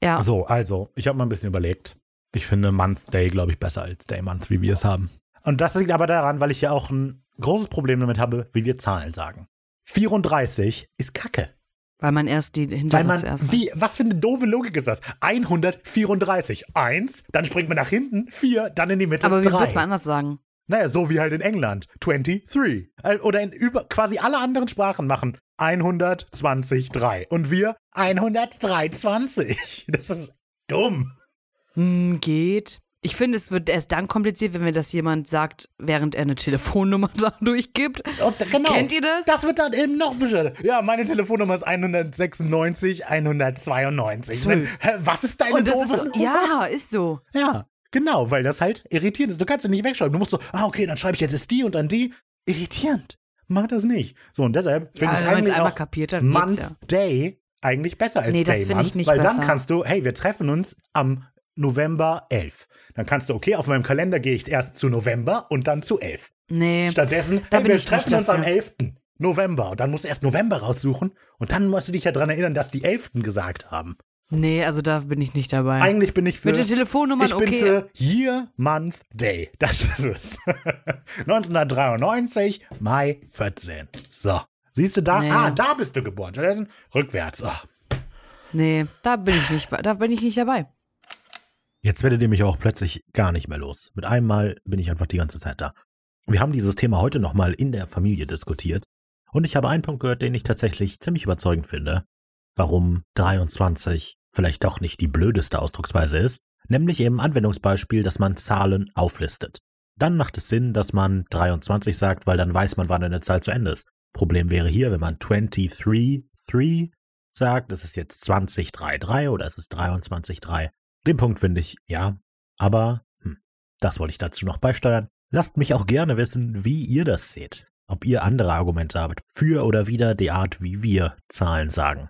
S1: Ja,
S2: So, also, ich habe mal ein bisschen überlegt. Ich finde Month Day, glaube ich, besser als Day Month, wie wir es haben. Und das liegt aber daran, weil ich ja auch ein großes Problem damit habe, wie wir Zahlen sagen. 34 ist Kacke.
S1: weil man erst die
S2: Weil
S1: Hintergrund
S2: man,
S1: zuerst
S2: wie, was für eine doofe Logik ist das? 134, 1, dann springt man nach hinten, 4, dann in die Mitte,
S1: Aber wie würde
S2: 3.
S1: es mal anders sagen?
S2: Naja, so wie halt in England. 23. Äh, Oder in über, quasi alle anderen Sprachen machen 123. Und wir (laughs) 123. Das ist dumm.
S1: Hm, geht. Ich finde, es wird erst dann kompliziert, wenn mir das jemand sagt, während er eine Telefonnummer (laughs) da durchgibt.
S2: Und, genau.
S1: Kennt ihr das?
S2: Das wird dann eben noch bescheuert. Ja, meine Telefonnummer ist 196 192.
S1: Zwölf.
S2: Hä, was ist deine
S1: Und das
S2: doofe
S1: ist, ja, ist so.
S2: Ja, genau, weil das halt irritierend ist. Du kannst es nicht wegschreiben. Du musst so, ah, okay, dann schreibe ich jetzt erst die und dann die. Irritierend. Mach das nicht. So, und deshalb finde
S1: Ja, also
S2: ich
S1: wenn man es
S2: eigentlich
S1: einmal
S2: auch
S1: kapiert hat, geht's
S2: Month
S1: ja.
S2: Day eigentlich besser als
S1: Nee, das
S2: Day
S1: finde ich
S2: Month,
S1: nicht
S2: Weil dann
S1: besser.
S2: kannst du, hey, wir treffen uns am November 11. Dann kannst du, okay, auf meinem Kalender gehe ich erst zu November und dann zu 11.
S1: Nee.
S2: Stattdessen,
S1: Da
S2: hey,
S1: bin
S2: wir
S1: ich nicht
S2: treffen uns
S1: dafür.
S2: am 11. November. Und dann musst du erst November raussuchen. Und dann musst du dich ja daran erinnern, dass die 11. gesagt haben.
S1: Nee, also da bin ich nicht dabei.
S2: Eigentlich bin ich für
S1: Mit den Telefonnummern,
S2: ich bin
S1: okay.
S2: für Year, Month, Day. Das ist es. (laughs) 1993, Mai 14. So. Siehst du da?
S1: Nee.
S2: Ah, da bist du geboren. Stattdessen rückwärts. Ach.
S1: Nee, da bin ich nicht, bei- da bin ich nicht dabei.
S11: Jetzt werdet ihr mich auch plötzlich gar nicht mehr los. Mit einem Mal bin ich einfach die ganze Zeit da. Wir haben dieses Thema heute nochmal in der Familie diskutiert und ich habe einen Punkt gehört, den ich tatsächlich ziemlich überzeugend finde, warum 23 vielleicht doch nicht die blödeste Ausdrucksweise ist, nämlich im Anwendungsbeispiel, dass man Zahlen auflistet. Dann macht es Sinn, dass man 23 sagt, weil dann weiß man, wann eine Zahl zu Ende ist. Problem wäre hier, wenn man 23, 3 sagt, es ist jetzt 20, 3, 3 oder es ist 23, 3. Den Punkt finde ich, ja. Aber hm, das wollte ich dazu noch beisteuern. Lasst mich auch gerne wissen, wie ihr das seht. Ob ihr andere Argumente habt, für oder wider die Art, wie wir Zahlen sagen.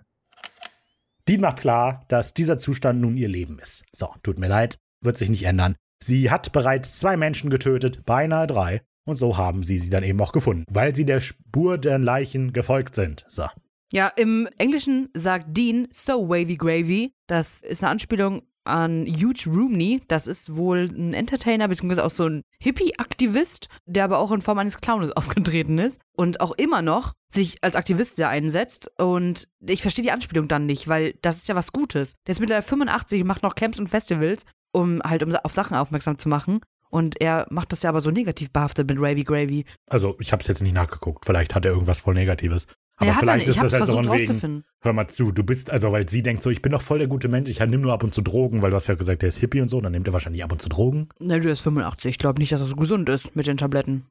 S2: Die macht klar, dass dieser Zustand nun ihr Leben ist. So, tut mir leid, wird sich nicht ändern. Sie hat bereits zwei Menschen getötet, beinahe drei. Und so haben sie sie dann eben auch gefunden, weil sie der Spur der Leichen gefolgt sind. So.
S1: Ja, im Englischen sagt Dean so wavy gravy. Das ist eine Anspielung an Huge Rooney. Das ist wohl ein Entertainer beziehungsweise auch so ein Hippie-Aktivist, der aber auch in Form eines Clowns (laughs) aufgetreten ist und auch immer noch sich als Aktivist sehr einsetzt. Und ich verstehe die Anspielung dann nicht, weil das ist ja was Gutes. Der ist mittlerweile 85, macht noch Camps und Festivals, um halt um auf Sachen aufmerksam zu machen. Und er macht das ja aber so negativ behaftet mit Wavy Gravy.
S2: Also, ich habe es jetzt nicht nachgeguckt. Vielleicht hat er irgendwas voll Negatives. Aber
S1: er hat
S2: vielleicht
S1: ich
S2: ist
S1: hab's
S2: das halt so
S1: versucht
S2: ein Wegen.
S1: rauszufinden.
S2: Hör mal zu, du bist, also weil sie denkt so, ich bin doch voll der gute Mensch, ich nimm nur ab und zu Drogen, weil du hast ja gesagt, der ist Hippie und so, dann nimmt er wahrscheinlich ab und zu Drogen.
S1: Ne, du ist 85. Ich glaube nicht, dass das gesund ist mit den Tabletten.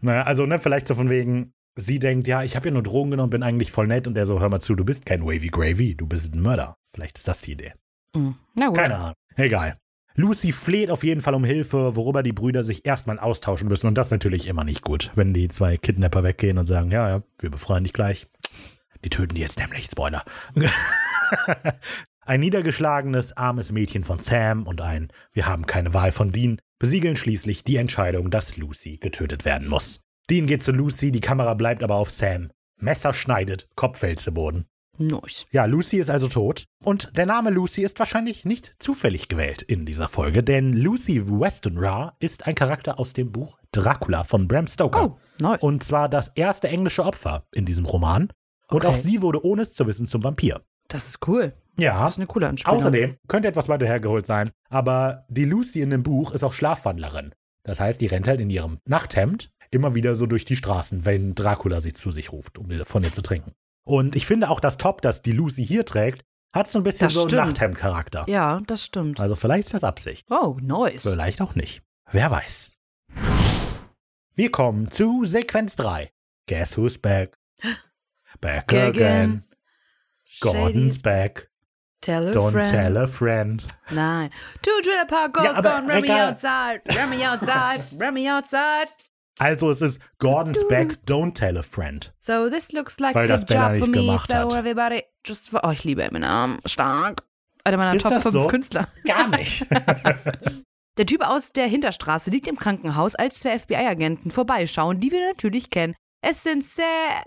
S2: Naja, also ne, vielleicht so von wegen, sie denkt, ja, ich habe ja nur Drogen genommen, bin eigentlich voll nett und der so, hör mal zu, du bist kein Wavy Gravy, du bist ein Mörder. Vielleicht ist das die Idee.
S1: Mhm. Na gut.
S2: Keine Ahnung. Egal. Lucy fleht auf jeden Fall um Hilfe, worüber die Brüder sich erstmal austauschen müssen. Und das natürlich immer nicht gut, wenn die zwei Kidnapper weggehen und sagen, ja, ja, wir befreien dich gleich. Die töten die jetzt nämlich, Spoiler. (laughs) ein niedergeschlagenes, armes Mädchen von Sam und ein Wir haben keine Wahl von Dean besiegeln schließlich die Entscheidung, dass Lucy getötet werden muss. Dean geht zu Lucy, die Kamera bleibt aber auf Sam. Messer schneidet, Kopf fällt zu Boden.
S1: Nice.
S2: Ja, Lucy ist also tot. Und der Name Lucy ist wahrscheinlich nicht zufällig gewählt in dieser Folge, denn Lucy Weston Ra ist ein Charakter aus dem Buch Dracula von Bram Stoker.
S1: Oh, nice.
S2: Und zwar das erste englische Opfer in diesem Roman. Und
S1: Okay.
S2: auch sie wurde, ohne es zu wissen, zum Vampir.
S1: Das ist cool.
S2: Ja.
S1: Das ist eine coole Anspielung.
S2: Außerdem könnte etwas weiter hergeholt sein, aber die Lucy in dem Buch ist auch Schlafwandlerin. Das heißt, die rennt halt in ihrem Nachthemd immer wieder so durch die Straßen, wenn Dracula sie zu sich ruft, um ihr- von ihr zu trinken. Und ich finde auch das Top, das die Lucy hier trägt, hat so ein bisschen
S1: Das
S2: so einen
S1: stimmt.
S2: Nachthemd-Charakter.
S1: Ja, das stimmt.
S2: Also vielleicht ist das Absicht,
S1: Oh, nice.
S2: vielleicht auch nicht. Wer weiß. Wir kommen zu Sequenz 3. Guess
S1: (gasps)
S2: who's back? Back
S1: Again.
S2: again. Gordon's back.
S1: Tell a
S2: Don't
S1: friend.
S2: tell a friend.
S1: Nein. Two trailer park goes
S2: Ja, aber
S1: gone. Run me
S2: Rekka-
S1: outside. Run me outside.
S2: (laughs)
S1: Run me outside.
S2: Also es ist Gordon's back, don't tell a friend.
S1: So this looks like
S2: Weil
S1: a
S2: das
S1: good
S2: Bella
S1: job for
S2: nicht
S1: me.
S2: gemacht
S1: So
S2: hat.
S1: everybody just for... Oh, ich liebe Eminem. Stark. Einer meiner
S2: Ist
S1: Top
S2: das
S1: 5
S2: so?
S1: Künstler.
S2: Gar nicht.
S1: Der Typ aus der Hinterstraße liegt im Krankenhaus, als zwei FBI-Agenten vorbeischauen, die wir natürlich kennen. Es sind Sa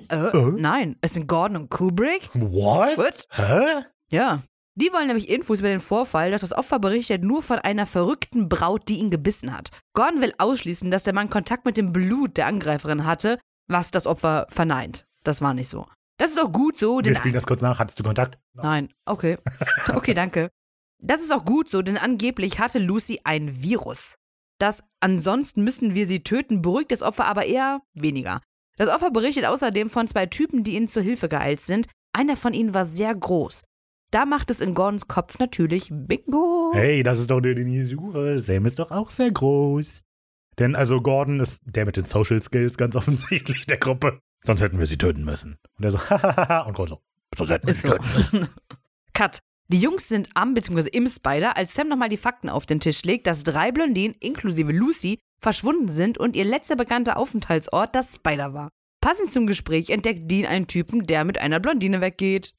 S1: äh,
S2: Äh?
S1: Nein, es sind Gordon und Kubrick.
S2: (laughs) What?
S1: What?
S2: Hä?
S1: Ja. Die wollen nämlich Infos über den Vorfall, dass das Opfer berichtet nur von einer verrückten Braut, die ihn gebissen hat. Gordon will ausschließen, dass der Mann Kontakt mit dem Blut der Angreiferin hatte, was das Opfer verneint. Das war nicht so. Das ist auch gut so,
S2: Wir
S1: denn
S2: spielen das kurz nach. Hattest du Kontakt?
S1: Nein, okay. (laughs) Okay, danke. Das ist auch gut so, denn angeblich hatte Lucy ein Virus. Das ansonsten müssen wir sie töten, beruhigt das Opfer aber eher weniger. Das Opfer berichtet außerdem von zwei Typen, die ihnen zur Hilfe geeilt sind. Einer von ihnen war sehr groß. Da macht es in Gordons Kopf natürlich Bingo.
S2: Hey, das ist doch nur die Nisure. Sam ist doch auch sehr groß. Denn also Gordon ist der mit den Social Skills ganz (laughs) offensichtlich der Gruppe. Sonst hätten wir sie töten müssen. Und er so, (laughs) hahaha. Und Gordon so, sonst hätten wir
S1: Ist
S2: sie
S1: so. (laughs)
S2: töten müssen.
S1: Cut. Die Jungs sind am bzw. im Spider, als Sam nochmal die Fakten auf den Tisch legt, dass drei Blondinen inklusive Lucy verschwunden sind und ihr letzter bekannter Aufenthaltsort das Spider war. Passend zum Gespräch entdeckt Dean einen Typen, der mit einer Blondine weggeht.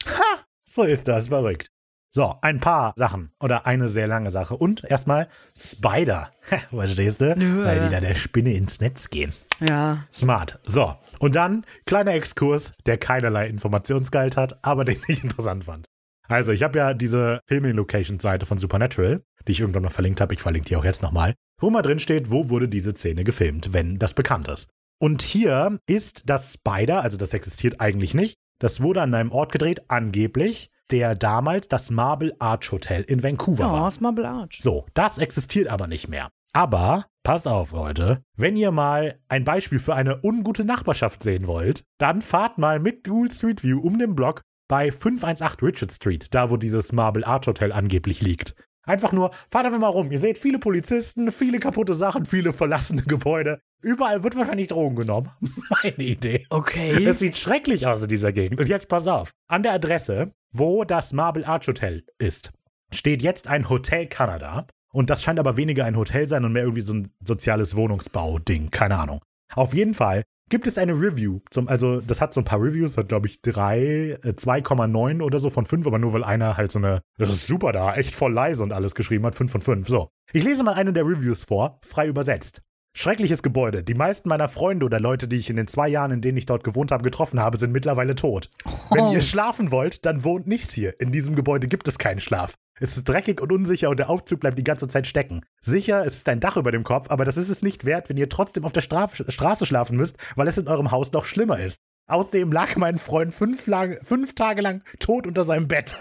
S2: So ist das, verrückt. So, ein paar Sachen oder eine sehr lange Sache. Und erstmal Spider. (laughs) Verstehst du? ne?
S1: Nö.
S2: Weil die da der Spinne ins Netz gehen.
S1: Ja.
S2: Smart. So, und dann kleiner Exkurs, der keinerlei Informationsgehalt hat, aber den ich (laughs) interessant fand. Also, ich habe ja diese Filming-Location-Seite von Supernatural, die ich irgendwann mal verlinkt habe, ich verlinke die auch jetzt nochmal, wo mal drin steht, wo wurde diese Szene gefilmt, wenn das bekannt ist. Und hier ist das Spider, also das existiert eigentlich nicht, das wurde an einem Ort gedreht, angeblich, der damals das Marble Arch Hotel in Vancouver war.
S1: Oh, Small Arch.
S2: So, das existiert aber nicht mehr. Aber passt auf, Leute, wenn ihr mal ein Beispiel für eine ungute Nachbarschaft sehen wollt, dann fahrt mal mit Google Street View um den Block bei 518 Richard Street, da wo dieses Marble Art Hotel angeblich liegt. Einfach nur, fahrt einfach mal rum. Ihr seht viele Polizisten, viele kaputte Sachen, viele verlassene Gebäude. Überall wird wahrscheinlich Drogen genommen. (laughs) Meine Idee. (laughs)
S1: Okay.
S2: Es sieht schrecklich aus in dieser Gegend. Und jetzt pass auf. An der Adresse, wo das Marble Arch Hotel ist, steht jetzt ein Hotel Kanada. Und das scheint aber weniger ein Hotel sein und mehr irgendwie so ein soziales Wohnungsbau-Ding. Keine Ahnung. Auf jeden Fall gibt es eine Review. Zum, also, das hat so ein paar Reviews, hat, glaube ich, drei, äh, 2,9 oder so von fünf, aber nur weil einer halt so eine, das ist super da, echt voll leise und alles geschrieben hat, fünf von fünf. So. Ich lese mal eine der Reviews vor, frei übersetzt. Schreckliches Gebäude. Die meisten meiner Freunde oder Leute, die ich in den zwei Jahren, in denen ich dort gewohnt habe, getroffen habe, sind mittlerweile tot. Wenn ihr schlafen wollt, dann wohnt nicht hier. In diesem Gebäude gibt es keinen Schlaf. Es ist dreckig und unsicher und der Aufzug bleibt die ganze Zeit stecken. Sicher, es ist ein Dach über dem Kopf, aber das ist es nicht wert, wenn ihr trotzdem auf der Straf Straße schlafen müsst, weil es in eurem Haus noch schlimmer ist. Außerdem lag mein Freund fünf, lang, fünf Tage lang tot unter seinem Bett.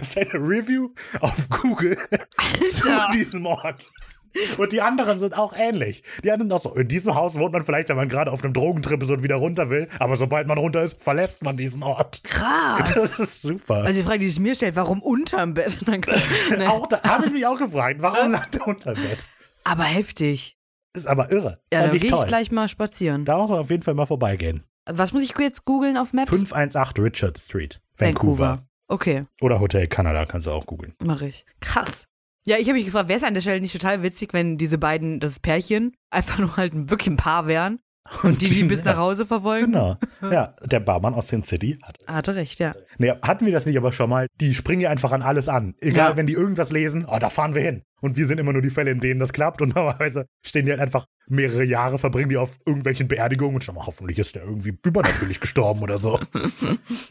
S2: Seine Review auf Google zu diesem Ort. Und die anderen sind auch ähnlich. Die anderen auch so. In diesem Haus wohnt man vielleicht, wenn man gerade auf einem Drogentrip ist und wieder runter will. Aber sobald man runter ist, verlässt man diesen Ort.
S1: Krass.
S2: Das ist super.
S1: Also ne. die Frage, die sich mir stellt, warum unterm Bett? (laughs) Dann-
S2: (laughs)
S1: Nee.
S2: Auch da habe ich mich auch gefragt, warum
S1: Äh?
S2: lag der unter dem Bett?
S1: Aber heftig.
S2: Ist aber irre.
S1: Ja,
S2: Fand
S1: da
S2: ich
S1: gehe ich
S2: toll.
S1: gleich mal spazieren.
S2: Da muss man auf jeden Fall mal vorbeigehen.
S1: Was muss ich jetzt googeln auf Maps?
S2: 518 Richard Street, Vancouver.
S1: Okay,
S2: Oder Hotel Kanada, kannst du auch googeln.
S1: mache ich. Krass. Ja, ich habe mich gefragt, wäre es an der Stelle nicht total witzig, wenn diese beiden, das Pärchen, (laughs) einfach nur halt wirklich ein Paar wären und die die bis nach Hause verfolgen? (laughs)
S2: Genau. Ja, der Barmann aus Sin City hat
S1: Hatte recht, ja.
S2: Nee, hatten wir das nicht aber schon mal? Die springen ja einfach an alles an. Egal,
S1: Ja.
S2: wenn die irgendwas lesen, oh, da fahren wir hin. Und wir sind immer nur die Fälle, in denen das klappt. Und (laughs) normalerweise stehen die halt einfach mehrere Jahre, verbringen die auf irgendwelchen Beerdigungen und schon mal, hoffentlich ist der irgendwie übernatürlich gestorben
S1: (laughs)
S2: oder so.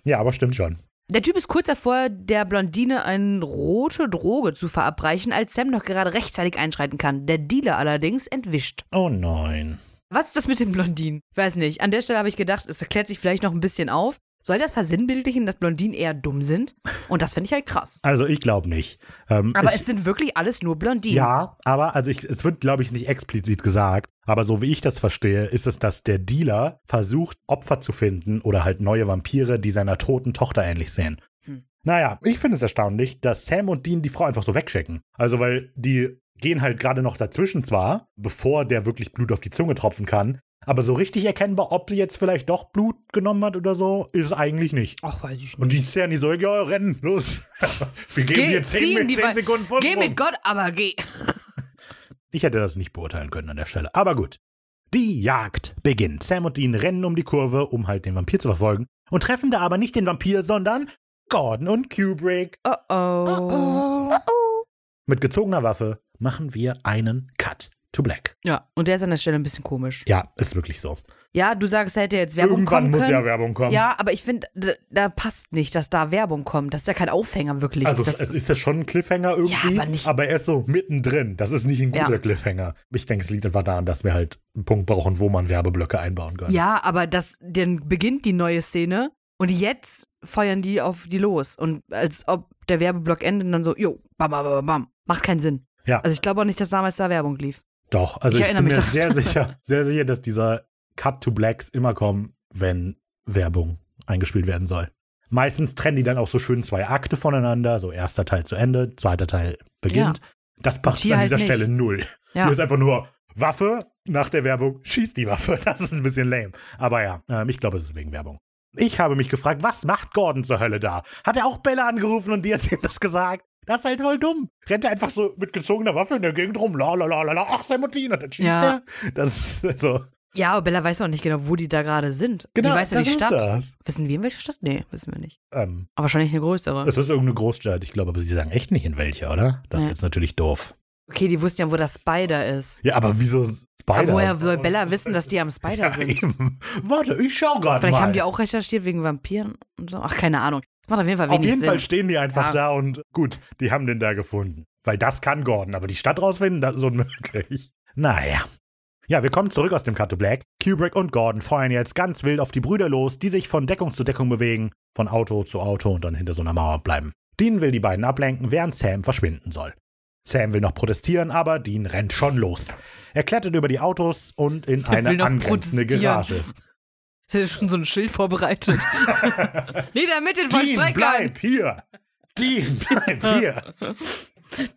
S2: ja, aber stimmt schon.
S1: Der Typ ist kurz davor, der Blondine eine rote Droge zu verabreichen, als Sam noch gerade rechtzeitig einschreiten kann. Der Dealer allerdings entwischt.
S2: Oh nein.
S1: Was ist das mit den Blondinen? Weiß nicht. An der Stelle habe ich gedacht, es erklärt sich vielleicht noch ein bisschen auf. Soll das versinnbildlichen, dass Blondinen eher dumm sind? Und das finde ich halt krass.
S2: Also ich glaube nicht. Ähm,
S1: Aber
S2: ich,
S1: es sind wirklich alles nur Blondinen.
S2: ja, aber also ich, es wird, glaube ich, nicht explizit gesagt. Aber so wie ich das verstehe, ist es, dass der Dealer versucht, Opfer zu finden oder halt neue Vampire, die seiner toten Tochter ähnlich sehen.
S1: Hm.
S2: Naja, ich finde es erstaunlich, dass Sam und Dean die Frau einfach so wegschicken. Also, weil die gehen halt gerade noch dazwischen zwar, bevor der wirklich Blut auf die Zunge tropfen kann, aber so richtig erkennbar, ob sie jetzt vielleicht doch Blut genommen hat oder so, ist eigentlich nicht.
S1: Ach, weiß ich
S2: Und die zerren die so, ja, rennen, los. (laughs) Wir geben
S1: Geh,
S2: dir 10,
S1: ziehen
S2: mit
S1: die
S2: 10
S1: Be-
S2: Sekunden Vorsprung.
S1: Geh mit Gott, aber geh.
S2: Ich hätte das nicht beurteilen können an der Stelle. Aber gut. Die Jagd beginnt. Sam und Dean rennen um die Kurve, um halt den Vampir zu verfolgen. Und treffen da aber nicht den Vampir, sondern Gordon und Kubrick.
S1: Oh oh.
S2: Mit gezogener Waffe machen wir einen Cut to Black.
S1: Ja, und der ist an der Stelle ein bisschen komisch.
S2: Ja, ist wirklich so.
S1: Ja, du sagst, da hätte jetzt Werbung
S2: Irgendwann
S1: kommen
S2: muss
S1: können.
S2: ja Werbung kommen.
S1: Ja, aber ich finde, da, da passt nicht, dass da Werbung kommt. Das ist ja kein Aufhänger wirklich.
S2: Also
S1: das
S2: es ist ja schon ein Cliffhanger irgendwie,
S1: Ja, aber nicht-
S2: er ist so mittendrin. Das ist nicht ein guter
S1: Ja.
S2: Cliffhanger. Ich denke, es liegt einfach daran, dass wir halt einen Punkt brauchen, wo man Werbeblöcke einbauen kann.
S1: ja, aber das, dann beginnt die neue Szene und jetzt feuern die auf die los. Und als ob der Werbeblock endet und dann so, jo, bam, bam, bam, bam. Macht keinen Sinn.
S2: Ja.
S1: Also ich glaube auch nicht, dass damals da Werbung lief.
S2: Doch, also
S1: Ich
S2: ich,
S1: erinnere
S2: bin
S1: mich
S2: mir
S1: doch.
S2: sehr
S1: (laughs)
S2: sicher, sehr sicher, dass dieser Cut to Blacks immer kommen, wenn Werbung eingespielt werden soll. Meistens trennen die dann auch so schön zwei Akte voneinander, so erster Teil zu Ende, zweiter Teil beginnt. Das passt
S1: hier
S2: an
S1: halt
S2: dieser
S1: nicht.
S2: Stelle null.
S1: Ja.
S2: Hier ist einfach nur Waffe, nach der Werbung schießt die Waffe. (laughs) Das ist ein bisschen lame. Aber ja, ähm, ich glaube, es ist wegen Werbung. Ich habe mich gefragt, was macht Gordon zur Hölle da? Hat er auch Bella angerufen und die hat ihm das gesagt? Das ist halt voll dumm. Rennt er einfach so mit gezogener Waffe in der Gegend rum, la la la la la, ach, Semutin, und dann schießt
S1: Ja.
S2: er. Das ist so.
S1: Ja, aber Bella weiß auch nicht genau, wo die da gerade sind.
S2: Genau,
S1: die weiß ja
S2: das
S1: die
S2: ist
S1: Stadt.
S2: das.
S1: Wissen wir in welcher Stadt? Nee, wissen wir nicht.
S2: Ähm,
S1: Aber wahrscheinlich eine größere.
S2: es ist irgendeine Großstadt, ich glaube, aber sie sagen echt nicht in welcher, oder? Das ist
S1: Nee.
S2: jetzt natürlich doof.
S1: Okay, die wussten ja, wo der Spider ist.
S2: Ja, aber wieso Spider?
S1: Aber woher soll Bella wissen, dass die am Spider
S2: (laughs) ja,
S1: sind?
S2: eben. Warte, ich schau gerade mal.
S1: Vielleicht haben die auch recherchiert wegen Vampiren und so. Ach, keine Ahnung. Das macht auf jeden Fall
S2: Auf
S1: wenig
S2: jeden
S1: Sinn.
S2: Fall stehen die einfach
S1: Ja.
S2: da und gut, die haben den da gefunden. Weil das kann Gordon, aber die Stadt rausfinden, das ist unmöglich. Naja. Ja, wir kommen zurück aus dem Cut to Black. Kubrick und Gordon feuern jetzt ganz wild auf die Brüder los, die sich von Deckung zu Deckung bewegen, von Auto zu Auto und dann hinter so einer Mauer bleiben. Dean will die beiden ablenken, während Sam verschwinden soll. Sam will noch protestieren, aber Dean rennt schon los. Er klettert über die Autos
S1: (laughs)
S2: und in
S1: will
S2: eine
S1: noch
S2: angrenzende
S1: protestieren.
S2: Garage.
S1: Der ist schon so ein Schild
S2: (laughs)
S1: vorbereitet. Nieder mit den
S2: Dean,
S1: Vollstreckern!
S2: bleib hier! Dean, bleib hier!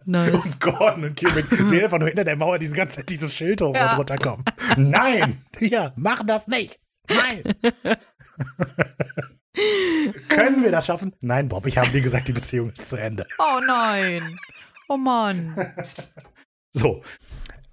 S1: Nice.
S2: Und Gordon und Kubrick sehen einfach nur hinter der Mauer diese ganze Zeit dieses Schild hoch
S1: Ja.
S2: und runter kommen. Nein! Ja, mach das nicht! Nein! Können wir das schaffen? Nein, Bob, ich habe dir gesagt, die Beziehung ist zu Ende.
S1: Oh nein. Oh Mann.
S2: So.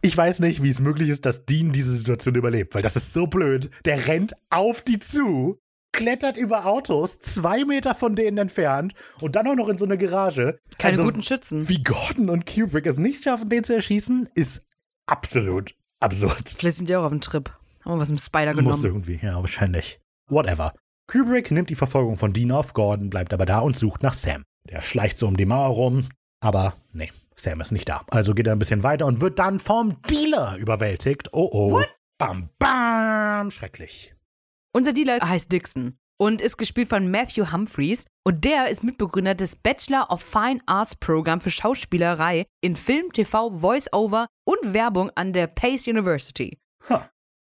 S2: Ich weiß nicht, wie es möglich ist, dass Dean diese Situation überlebt, weil das ist so blöd. Der rennt auf die zu, klettert über Autos, zwei Meter von denen entfernt und dann auch noch in so eine Garage.
S1: Keine
S2: Also,
S1: guten Schützen.
S2: Wie Gordon und Kubrick es nicht schaffen, den zu erschießen, ist absolut absurd.
S1: Vielleicht sind die auch auf dem Trip. Haben wir was im Spider
S2: Muss
S1: genommen.
S2: irgendwie, ja, wahrscheinlich. Whatever. Kubrick nimmt die Verfolgung von Dean auf, Gordon bleibt aber da und sucht nach Sam. Der schleicht so um die Mauer rum, aber nee, Sam ist nicht da. Also geht er ein bisschen weiter und wird dann vom Dealer überwältigt. Oh oh. Bam, bam. Schrecklich.
S1: Unser Dealer heißt Dixon und ist gespielt von Matthew Humphreys. Und der ist Mitbegründer des Bachelor of Fine Arts Program für Schauspielerei in Film, TV, Voice-Over und Werbung an der Pace University.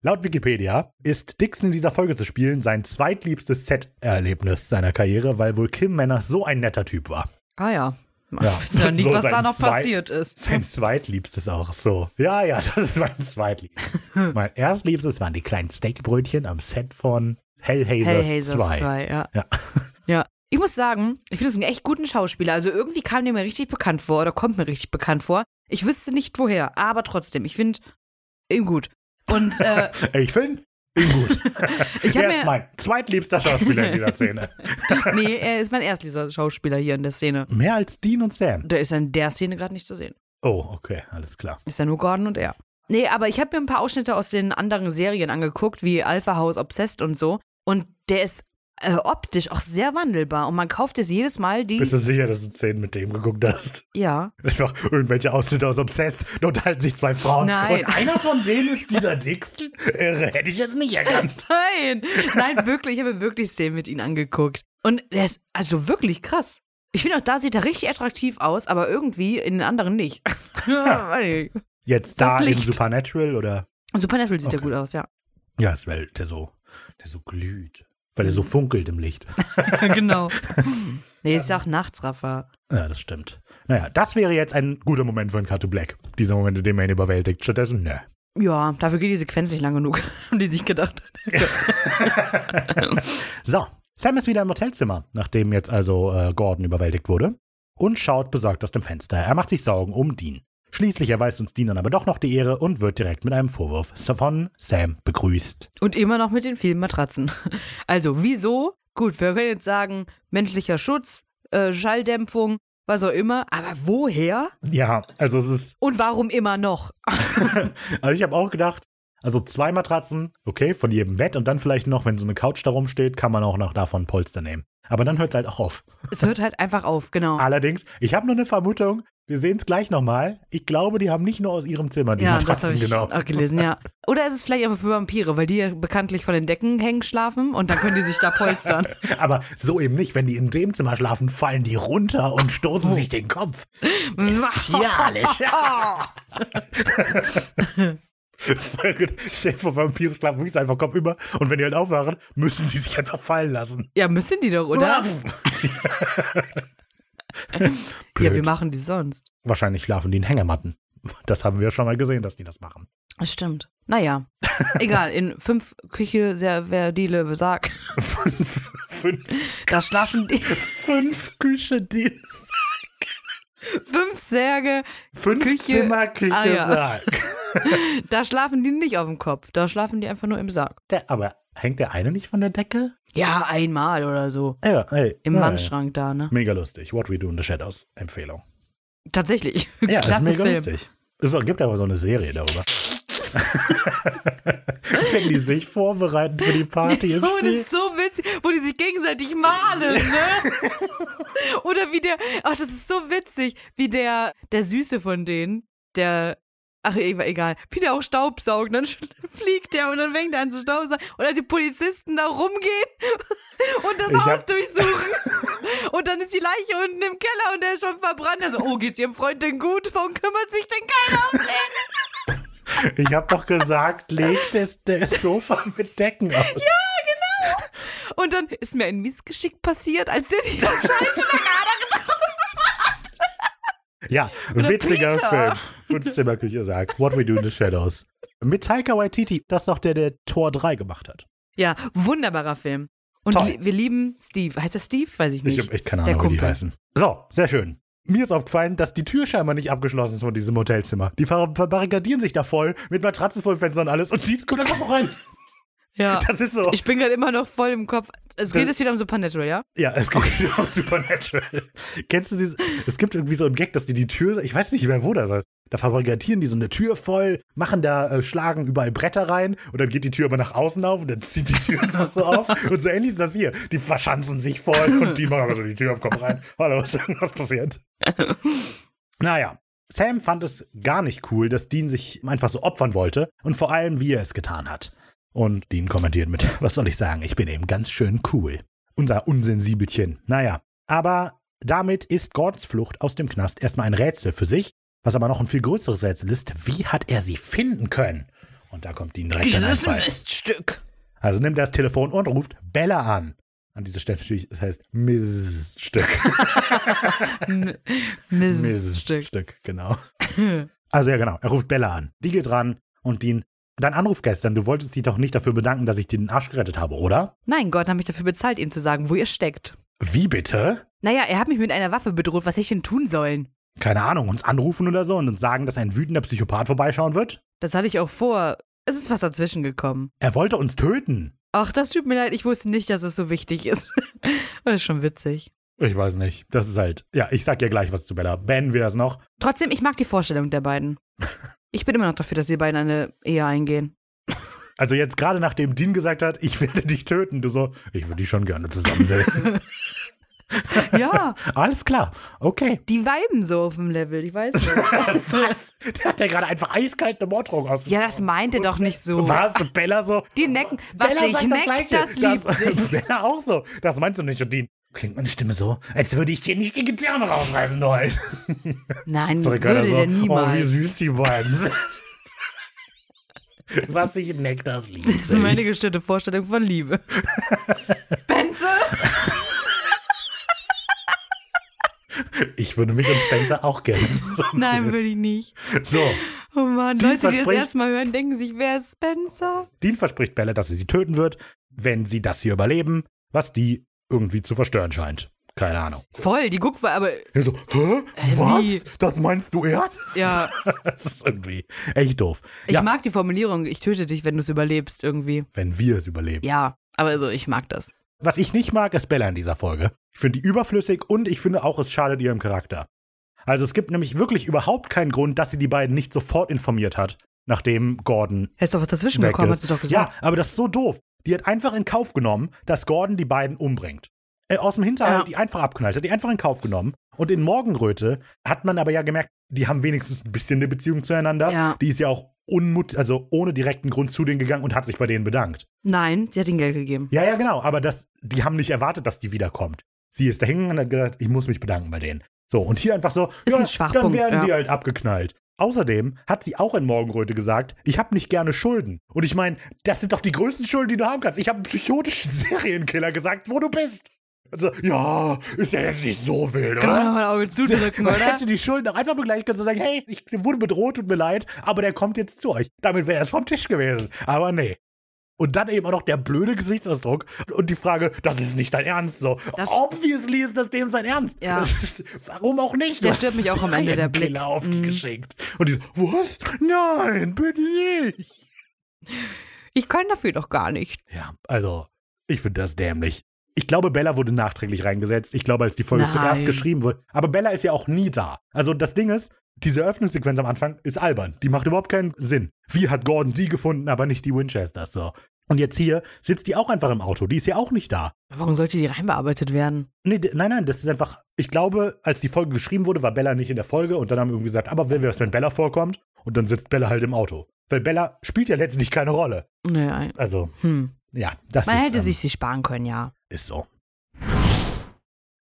S2: Laut Wikipedia ist Dixon in dieser Folge zu spielen sein zweitliebstes Set-Erlebnis seiner Karriere, weil wohl Kim Manners so ein netter Typ war.
S1: Ah ja. Man (laughs)
S2: Ja.
S1: weiß ja nicht,
S2: So
S1: was da
S2: sein
S1: noch
S2: zwei-
S1: passiert ist.
S2: Sein zweitliebstes auch so. Ja, ja, (laughs) das ist mein zweitliebstes.
S1: (laughs)
S2: mein erstliebstes waren die kleinen Steakbrötchen am Set von Hellhazer
S1: Hellraiser
S2: 2.
S1: 2, ja.
S2: Ja.
S1: (laughs) Ja. Ich muss sagen, ich finde es einen echt guten Schauspieler. Also irgendwie kam der mir richtig bekannt vor oder kommt mir richtig bekannt vor. Ich wüsste nicht woher, aber trotzdem, ich finde ihn gut. Und
S2: (laughs)
S1: äh,
S2: Ich finde ihn gut.
S1: (laughs) Ich hab
S2: er ist
S1: mir-
S2: mein zweitliebster Schauspieler
S1: (laughs)
S2: in dieser Szene.
S1: nee, er ist mein erstlicher Schauspieler hier in der Szene.
S2: Mehr als Dean und Sam.
S1: Der ist ja in der Szene gerade nicht zu sehen.
S2: Oh, okay, alles klar.
S1: Ist ja nur Gordon und er. Nee, aber ich habe mir ein paar Ausschnitte aus den anderen Serien angeguckt, wie Alpha House Obsessed und so. Und der ist äh, optisch auch sehr wandelbar. Und man kauft jetzt jedes Mal die.
S2: Bist du sicher, dass du Szenen mit dem geguckt hast?
S1: ja.
S2: Einfach irgendwelche Ausschnitte aus Obsessed, da unterhalten sich zwei Frauen.
S1: Nein.
S2: Und einer von denen ist dieser Dixon? Irre, hätte ich jetzt nicht erkannt.
S1: Nein, nein, wirklich, ich habe mir wirklich Szenen mit ihm angeguckt. Und der ist also wirklich krass. Ich finde auch, da sieht er richtig attraktiv aus, aber irgendwie in den anderen nicht. (laughs) Weiß nicht.
S2: Jetzt
S1: Das
S2: da in
S1: Licht.
S2: Supernatural oder?
S1: Und Supernatural sieht ja
S2: Okay.
S1: gut aus, ja.
S2: Ja, ist, weil der so, der so glüht. Weil der so funkelt im (laughs) Licht.
S1: (laughs) genau. Nee, ist ja auch Nachtsraffer.
S2: Ja, das stimmt. Naja, das wäre jetzt ein guter Moment für ein Cut to Black. Dieser Moment, in dem er ihn überwältigt. Stattdessen, ne.
S1: Ja, dafür geht die Sequenz nicht lang genug, (laughs) haben die sich gedacht.
S2: So, Sam ist wieder im Hotelzimmer, nachdem jetzt also äh, Gordon überwältigt wurde. Und schaut besorgt aus dem Fenster. Er macht sich Sorgen um Dean. Schließlich erweist uns Dean dann aber doch noch die Ehre und wird direkt mit einem Vorwurf von Sam begrüßt.
S1: Und immer noch mit den vielen Matratzen. Also, wieso? Gut, wir können jetzt sagen, menschlicher Schutz, äh, Schalldämpfung, was auch immer. Aber woher?
S2: Ja, also es ist
S1: Und warum immer noch?
S2: Also ich habe auch gedacht, also zwei Matratzen, okay, von jedem Bett und dann vielleicht noch, wenn so eine Couch da rumsteht, kann man auch noch davon ein Polster nehmen. Aber dann hört es halt auch auf.
S1: Es hört halt einfach auf, genau.
S2: Allerdings, ich habe nur eine Vermutung, wir sehen es gleich nochmal. Ich glaube, die haben nicht nur aus ihrem Zimmer die
S1: Ja, das habe
S2: Matratzen
S1: ich
S2: genommen.
S1: auch gelesen,
S2: (laughs)
S1: ja. Oder ist es vielleicht einfach für Vampire, weil die ja bekanntlich von den Decken hängen schlafen und dann können die sich da
S2: (laughs)
S1: polstern.
S2: Aber so eben nicht. Wenn die in dem Zimmer schlafen, fallen die runter und stoßen sich
S1: (laughs)
S2: den Kopf. Bestialisch. (laughs) Voll gut. Stell dir vor, Vampire schlafen wirklich einfach Kopf über und wenn die halt aufwachen, müssen sie sich einfach fallen lassen.
S1: Ja, müssen die doch, oder? ja, (laughs)
S2: Blöd.
S1: wir machen die sonst.
S2: Wahrscheinlich schlafen die in Hängematten. (laughs) Das haben wir schon mal gesehen, dass die das machen. (laughs)
S1: Das stimmt. Naja, egal, in fünf Küche, sehr verdile Besag.
S2: (laughs) Fünf, fünf,
S1: Da schlafen die
S2: fünf Küche, die
S1: fünf Särge,
S2: fünf
S1: Küche-
S2: Zimmer Küche
S1: Ah, ja.
S2: Sarg.
S1: da schlafen die nicht auf dem Kopf, da schlafen die einfach nur im Sarg.
S2: Der, aber hängt der eine nicht von der Decke?
S1: Ja, einmal oder so.
S2: Ja, ey.
S1: Im
S2: ja,
S1: Wandschrank da, ne?
S2: ey. Mega lustig. What We Do in the Shadows. Empfehlung.
S1: Tatsächlich.
S2: Ja, ist
S1: Klasse
S2: mega
S1: Film.
S2: lustig. Es gibt aber so eine Serie darüber. (laughs) Wenn die sich vorbereiten für die Party.
S1: (laughs)
S2: Ist
S1: Oh, das
S2: viel.
S1: ist so witzig, wo die sich gegenseitig malen, ne? Oder wie der, ach, das ist so witzig, wie der, der Süße von denen, der, ach, e- egal, wie der auch Staubsaugt, dann sch- fliegt der und dann fängt er an zu staubsaugen. Und als die Polizisten da rumgehen (laughs) und das
S2: Ich
S1: Haus
S2: hab-
S1: durchsuchen und dann ist die Leiche unten im Keller und der ist schon verbrannt. Also, oh, geht's ihrem Freund denn gut? Warum kümmert sich denn keiner um den?
S2: Ich habe doch gesagt, legt das, das Sofa mit Decken aus.
S1: Und dann ist mir ein Missgeschick passiert, als der die Scheiße schon lange
S2: Ja, witziger
S1: Peter.
S2: Film. Fünf Zimmer Küche sagt. What We Do in the Shadows. Mit Taika Waititi, das ist doch der, der Tor 3 gemacht hat.
S1: Ja, wunderbarer Film. Und
S2: Toll.
S1: li wir lieben Steve. Heißt er Steve? Weiß ich nicht.
S2: Ich habe echt keine
S1: Der
S2: Ahnung, wie die
S1: Kumpel.
S2: heißen. So, sehr schön. Mir ist aufgefallen, dass die Tür scheinbar nicht abgeschlossen ist von diesem Hotelzimmer. Die ver- verbarrikadieren sich da voll mit Matratzen voll Fenstern und alles und die kommt einfach rein.
S1: ja.
S2: Das ist so.
S1: Ich bin gerade immer noch voll im Kopf. Es geht jetzt wieder um Supernatural, ja?
S2: Ja, es gibt okay. auch Supernatural. (laughs) Kennst du diese? Es gibt irgendwie so einen Gag, dass die die Tür, ich weiß nicht mehr, wo das ist. Da fabrikatieren die so eine Tür voll, machen da, äh, schlagen überall Bretter rein und dann geht die Tür aber nach außen auf und dann zieht die Tür (laughs) einfach so auf. Und so ähnlich ist das hier. Die verschanzen sich voll und die machen aber so die Tür auf, komm rein. Hallo, (laughs) ist irgendwas passiert? Naja. Sam fand es gar nicht cool, dass Dean sich einfach so opfern wollte und vor allem, wie er es getan hat. Und Dean kommentiert mit, (laughs) was soll ich sagen, ich bin eben ganz schön cool. Unser Unsensibelchen. Naja, aber damit ist Gords Flucht aus dem Knast erstmal ein Rätsel für sich, was aber noch ein viel größeres Rätsel ist, wie hat er sie finden können? Und da kommt Dean direkt ein Einfall.
S1: Miststück.
S2: Also nimmt er das Telefon und ruft Bella an. An dieser Stelle natürlich, es heißt Miststück.
S1: Miststück.
S2: Miststück, genau. Also ja, genau. Er ruft Bella an. Die geht ran und Dean, dein Anruf gestern, du wolltest dich doch nicht dafür bedanken, dass ich dir den Arsch gerettet habe, oder?
S1: Nein, Gott hat mich dafür bezahlt, ihm zu sagen, wo ihr steckt.
S2: Wie bitte?
S1: Naja, er hat mich mit einer Waffe bedroht. Was hätte ich denn tun sollen?
S2: Keine Ahnung, uns anrufen oder so und uns sagen, dass ein wütender Psychopath vorbeischauen wird?
S1: Das hatte ich auch vor. Es ist was dazwischen gekommen.
S2: Er wollte uns töten.
S1: Ach, das tut mir leid. Ich wusste nicht, dass es so wichtig ist. (laughs) das ist schon witzig.
S2: Ich weiß nicht. Das ist halt. Ja, ich sag ja gleich was zu Bella. Ben wir das noch.
S1: Trotzdem, ich mag die Vorstellung der beiden. Ich bin immer noch dafür, dass die beiden eine Ehe eingehen.
S2: Also jetzt gerade nachdem Dean gesagt hat, ich (laughs) werde dich töten, du so, ich würde dich schon gerne zusammen (laughs) sehen.
S1: Ja.
S2: Alles klar. Okay.
S1: Die weiben so auf dem Level, ich weiß
S2: (laughs)
S1: nicht.
S2: was? Der hat ja gerade einfach eiskalt eine Morddrohung ausgesprochen.
S1: Ja, das meint er doch nicht so.
S2: Was? Bella so?
S1: Die necken, was
S2: Bella
S1: ich
S2: sagt
S1: neck, das,
S2: Gleiche.
S1: liebt sich.
S2: (laughs) Bella auch so. Das meinst du nicht, und Dean. Klingt meine Stimme so, als würde ich dir nicht die Gitarre rausreißen (laughs) wollen.
S1: Nein,
S2: Rick hat
S1: würde
S2: so,
S1: der
S2: Oh, wie
S1: niemals.
S2: süß die beiden sind. (laughs) Was ich neck, das Lied.
S1: das ist meine gestörte Vorstellung von
S2: (laughs)
S1: Liebe. Spencer?
S2: Ich würde mich und Spencer auch gerne zusammen
S1: Nein,
S2: sehen.
S1: würde ich nicht.
S2: So,
S1: Oh Mann, Leute, die das
S2: verspricht-
S1: erstmal hören, denken sich, wer ist Spencer?
S2: Dean verspricht Bella, dass sie sie töten wird, wenn sie das hier überleben, was die irgendwie zu verstören scheint. Keine Ahnung.
S1: Voll, die guckt war aber,
S2: Er so, hä? Was?
S1: wie?
S2: Das meinst du ernst?
S1: ja,
S2: (laughs) Das ist irgendwie echt doof.
S1: ich
S2: ja,
S1: mag die Formulierung, ich töte dich, wenn du es überlebst, irgendwie.
S2: wenn wir es überleben.
S1: Ja, aber also, ich mag das.
S2: Was ich nicht mag, ist Bella in dieser Folge. Ich finde die überflüssig und ich finde auch, es schadet ihrem Charakter. Also es gibt nämlich wirklich überhaupt keinen Grund, dass sie die beiden nicht sofort informiert hat, nachdem Gordon
S1: Er ist doch was dazwischen
S2: weg
S1: gekommen,
S2: ist.
S1: hast du doch gesagt.
S2: Ja, aber das ist so doof. Die hat einfach in Kauf genommen, dass Gordon die beiden umbringt. Äh, aus dem Hinterhalt,
S1: Ja.
S2: die einfach abknallt hat, die einfach in Kauf genommen. Und in Morgenröte hat man aber ja gemerkt, die haben wenigstens ein bisschen eine Beziehung zueinander.
S1: Ja.
S2: Die ist ja auch unmut, also ohne direkten Grund zu denen gegangen und hat sich bei denen bedankt.
S1: Nein, sie hat ihm Geld gegeben.
S2: Ja, ja, genau. Aber das, die haben nicht erwartet, dass die wiederkommt. Sie ist dahingegangen und hat gesagt, ich muss mich bedanken bei denen. So, und hier einfach so,
S1: Ist
S2: ja,
S1: ein Schwachpunkt,
S2: dann werden
S1: ja.
S2: die halt abgeknallt. Außerdem hat sie auch in Morgenröte gesagt, ich habe nicht gerne Schulden. Und ich meine, das sind doch die größten Schulden, die du haben kannst. Ich habe einen psychotischen (laughs) Serienkiller gesagt, wo du bist. Also, ja, ist ja jetzt nicht so wild,
S1: Kann man
S2: oder?
S1: doch mal ein Auge zudrücken,
S2: (laughs) Man
S1: oder?
S2: hätte die Schulden auch einfach begleichen können und sagen, hey, ich wurde bedroht, tut mir leid, aber der kommt jetzt zu euch. Damit wäre es vom Tisch gewesen. Aber nee. Und dann eben auch noch der blöde Gesichtsausdruck und die Frage, das ist nicht dein Ernst. So,
S1: Das-
S2: obviously ist das dem sein Ernst.
S1: Ja.
S2: Das ist, warum auch nicht?
S1: Der
S2: Du
S1: stört
S2: hast
S1: mich auch am Ende, der Blick. Mhm.
S2: Serienkiller auf dich geschickt. Und die so, was? Nein, bitte nicht.
S1: Ich kann dafür doch gar nicht.
S2: Ja, also, ich finde das dämlich. Ich glaube, Bella wurde nachträglich reingesetzt. Ich glaube, als die Folge
S1: Nein.
S2: zuerst geschrieben wurde. Aber Bella ist ja auch nie da. Also, das Ding ist, diese Eröffnungssequenz am Anfang ist albern. Die macht überhaupt keinen Sinn. Wie hat Gordon die gefunden, aber nicht die Winchesters so? Und jetzt hier sitzt die auch einfach im Auto. Die ist ja auch nicht da.
S1: Warum sollte die reinbearbeitet werden?
S2: Nee, d- nein, nein, das ist einfach, ich glaube, als die Folge geschrieben wurde, war Bella nicht in der Folge und dann haben wir irgendwie gesagt, aber wer wäre es, wenn Bella vorkommt? Und dann sitzt Bella halt im Auto. Weil Bella spielt ja letztlich keine Rolle.
S1: Nee, ein-
S2: Also,
S1: hm.
S2: ja, das
S1: Man
S2: ist,
S1: hätte
S2: ähm,
S1: sich sie sparen können, ja.
S2: ist so.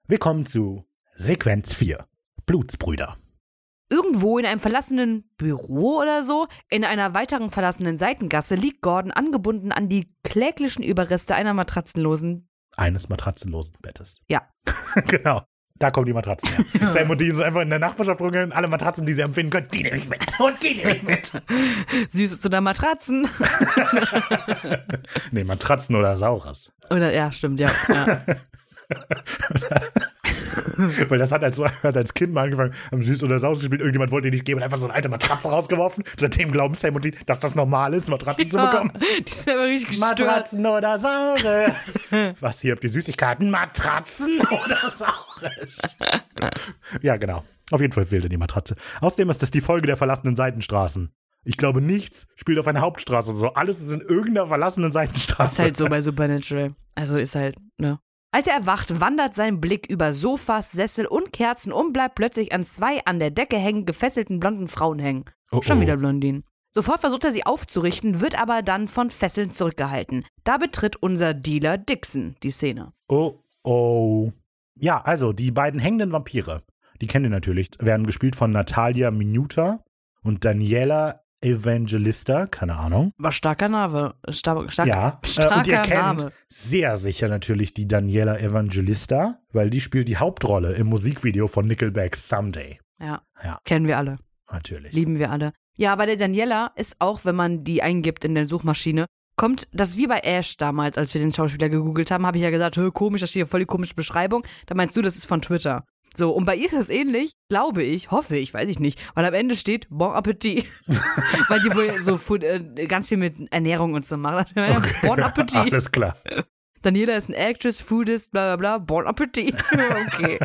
S2: Wir kommen zu Sequenz 4. Blutsbrüder.
S1: Irgendwo in einem verlassenen Büro oder so, in einer weiteren verlassenen Seitengasse, liegt Gordon angebunden an die kläglichen Überreste einer matratzenlosen.
S2: Eines matratzenlosen Bettes.
S1: Ja.
S2: (laughs) genau. Da kommen die Matratzen (laughs) her. Sam und Dean sind einfach in der Nachbarschaft rumgegangen. Alle Matratzen, die sie empfinden können, die nehme ich mit. (laughs) Und die nehme ich mit.
S1: Süße zu der Matratzen.
S2: nee, Matratzen oder Saures.
S1: Oder, ja, stimmt, ja.
S2: (laughs)
S1: ja.
S2: Weil das hat als, hat als Kind mal angefangen, haben süß oder saus gespielt, irgendjemand wollte die nicht geben und einfach so eine alte Matratze rausgeworfen. Seitdem glauben Sam und die, dass das normal ist, Matratzen zu bekommen.
S1: (laughs) Die sind aber richtig gestört.
S2: Matratzen oder Saure. (laughs) Was hier habt ihr Süßigkeiten? Matratzen (laughs) oder Saures. ja, genau. Auf jeden Fall fehlte die Matratze. Außerdem ist das die Folge der verlassenen Seitenstraßen. Ich glaube, nichts spielt auf einer Hauptstraße oder so. Alles ist in irgendeiner verlassenen Seitenstraße.
S1: Ist halt so bei Supernatural. Also ist halt, ne? Als er erwacht, wandert sein Blick über Sofas, Sessel und Kerzen und bleibt plötzlich an zwei an der Decke hängen gefesselten blonden Frauen hängen.
S2: Oh,
S1: Schon
S2: oh.
S1: wieder Blondinen. Sofort versucht er sie aufzurichten, wird aber dann von Fesseln zurückgehalten. Da betritt unser Dealer Dixon die Szene.
S2: Oh, oh. Ja, also die beiden hängenden Vampire, die kennen ihr natürlich, werden gespielt von Natalia Minuta und Daniela Evangelista, keine Ahnung.
S1: War starker Name. Star stark
S2: Ja, äh,
S1: starker
S2: und ihr kennt
S1: Name.
S2: sehr sicher natürlich die Daniela Evangelista, weil die spielt die Hauptrolle im Musikvideo von Nickelbacks Someday.
S1: Ja.
S2: Ja.
S1: Kennen wir alle.
S2: Natürlich.
S1: Lieben wir alle. Ja, bei der Daniela ist auch, wenn man die eingibt in der Suchmaschine, kommt das wie bei Ash damals, als wir den Schauspieler gegoogelt haben, habe ich ja gesagt, "Hö, komisch, das ist hier voll die komische Beschreibung. Da meinst du, das ist von Twitter. So, und bei ihr ist es ähnlich, glaube ich, hoffe ich, weiß ich nicht, weil am Ende steht Bon Appetit. weil die wohl so Food, äh, ganz viel mit Ernährung und so machen. (laughs) Bon Appetit.
S2: (laughs) Alles klar.
S1: Daniela ist ein Actress, Foodist, bla bla bla, Bon Appetit. (laughs) okay.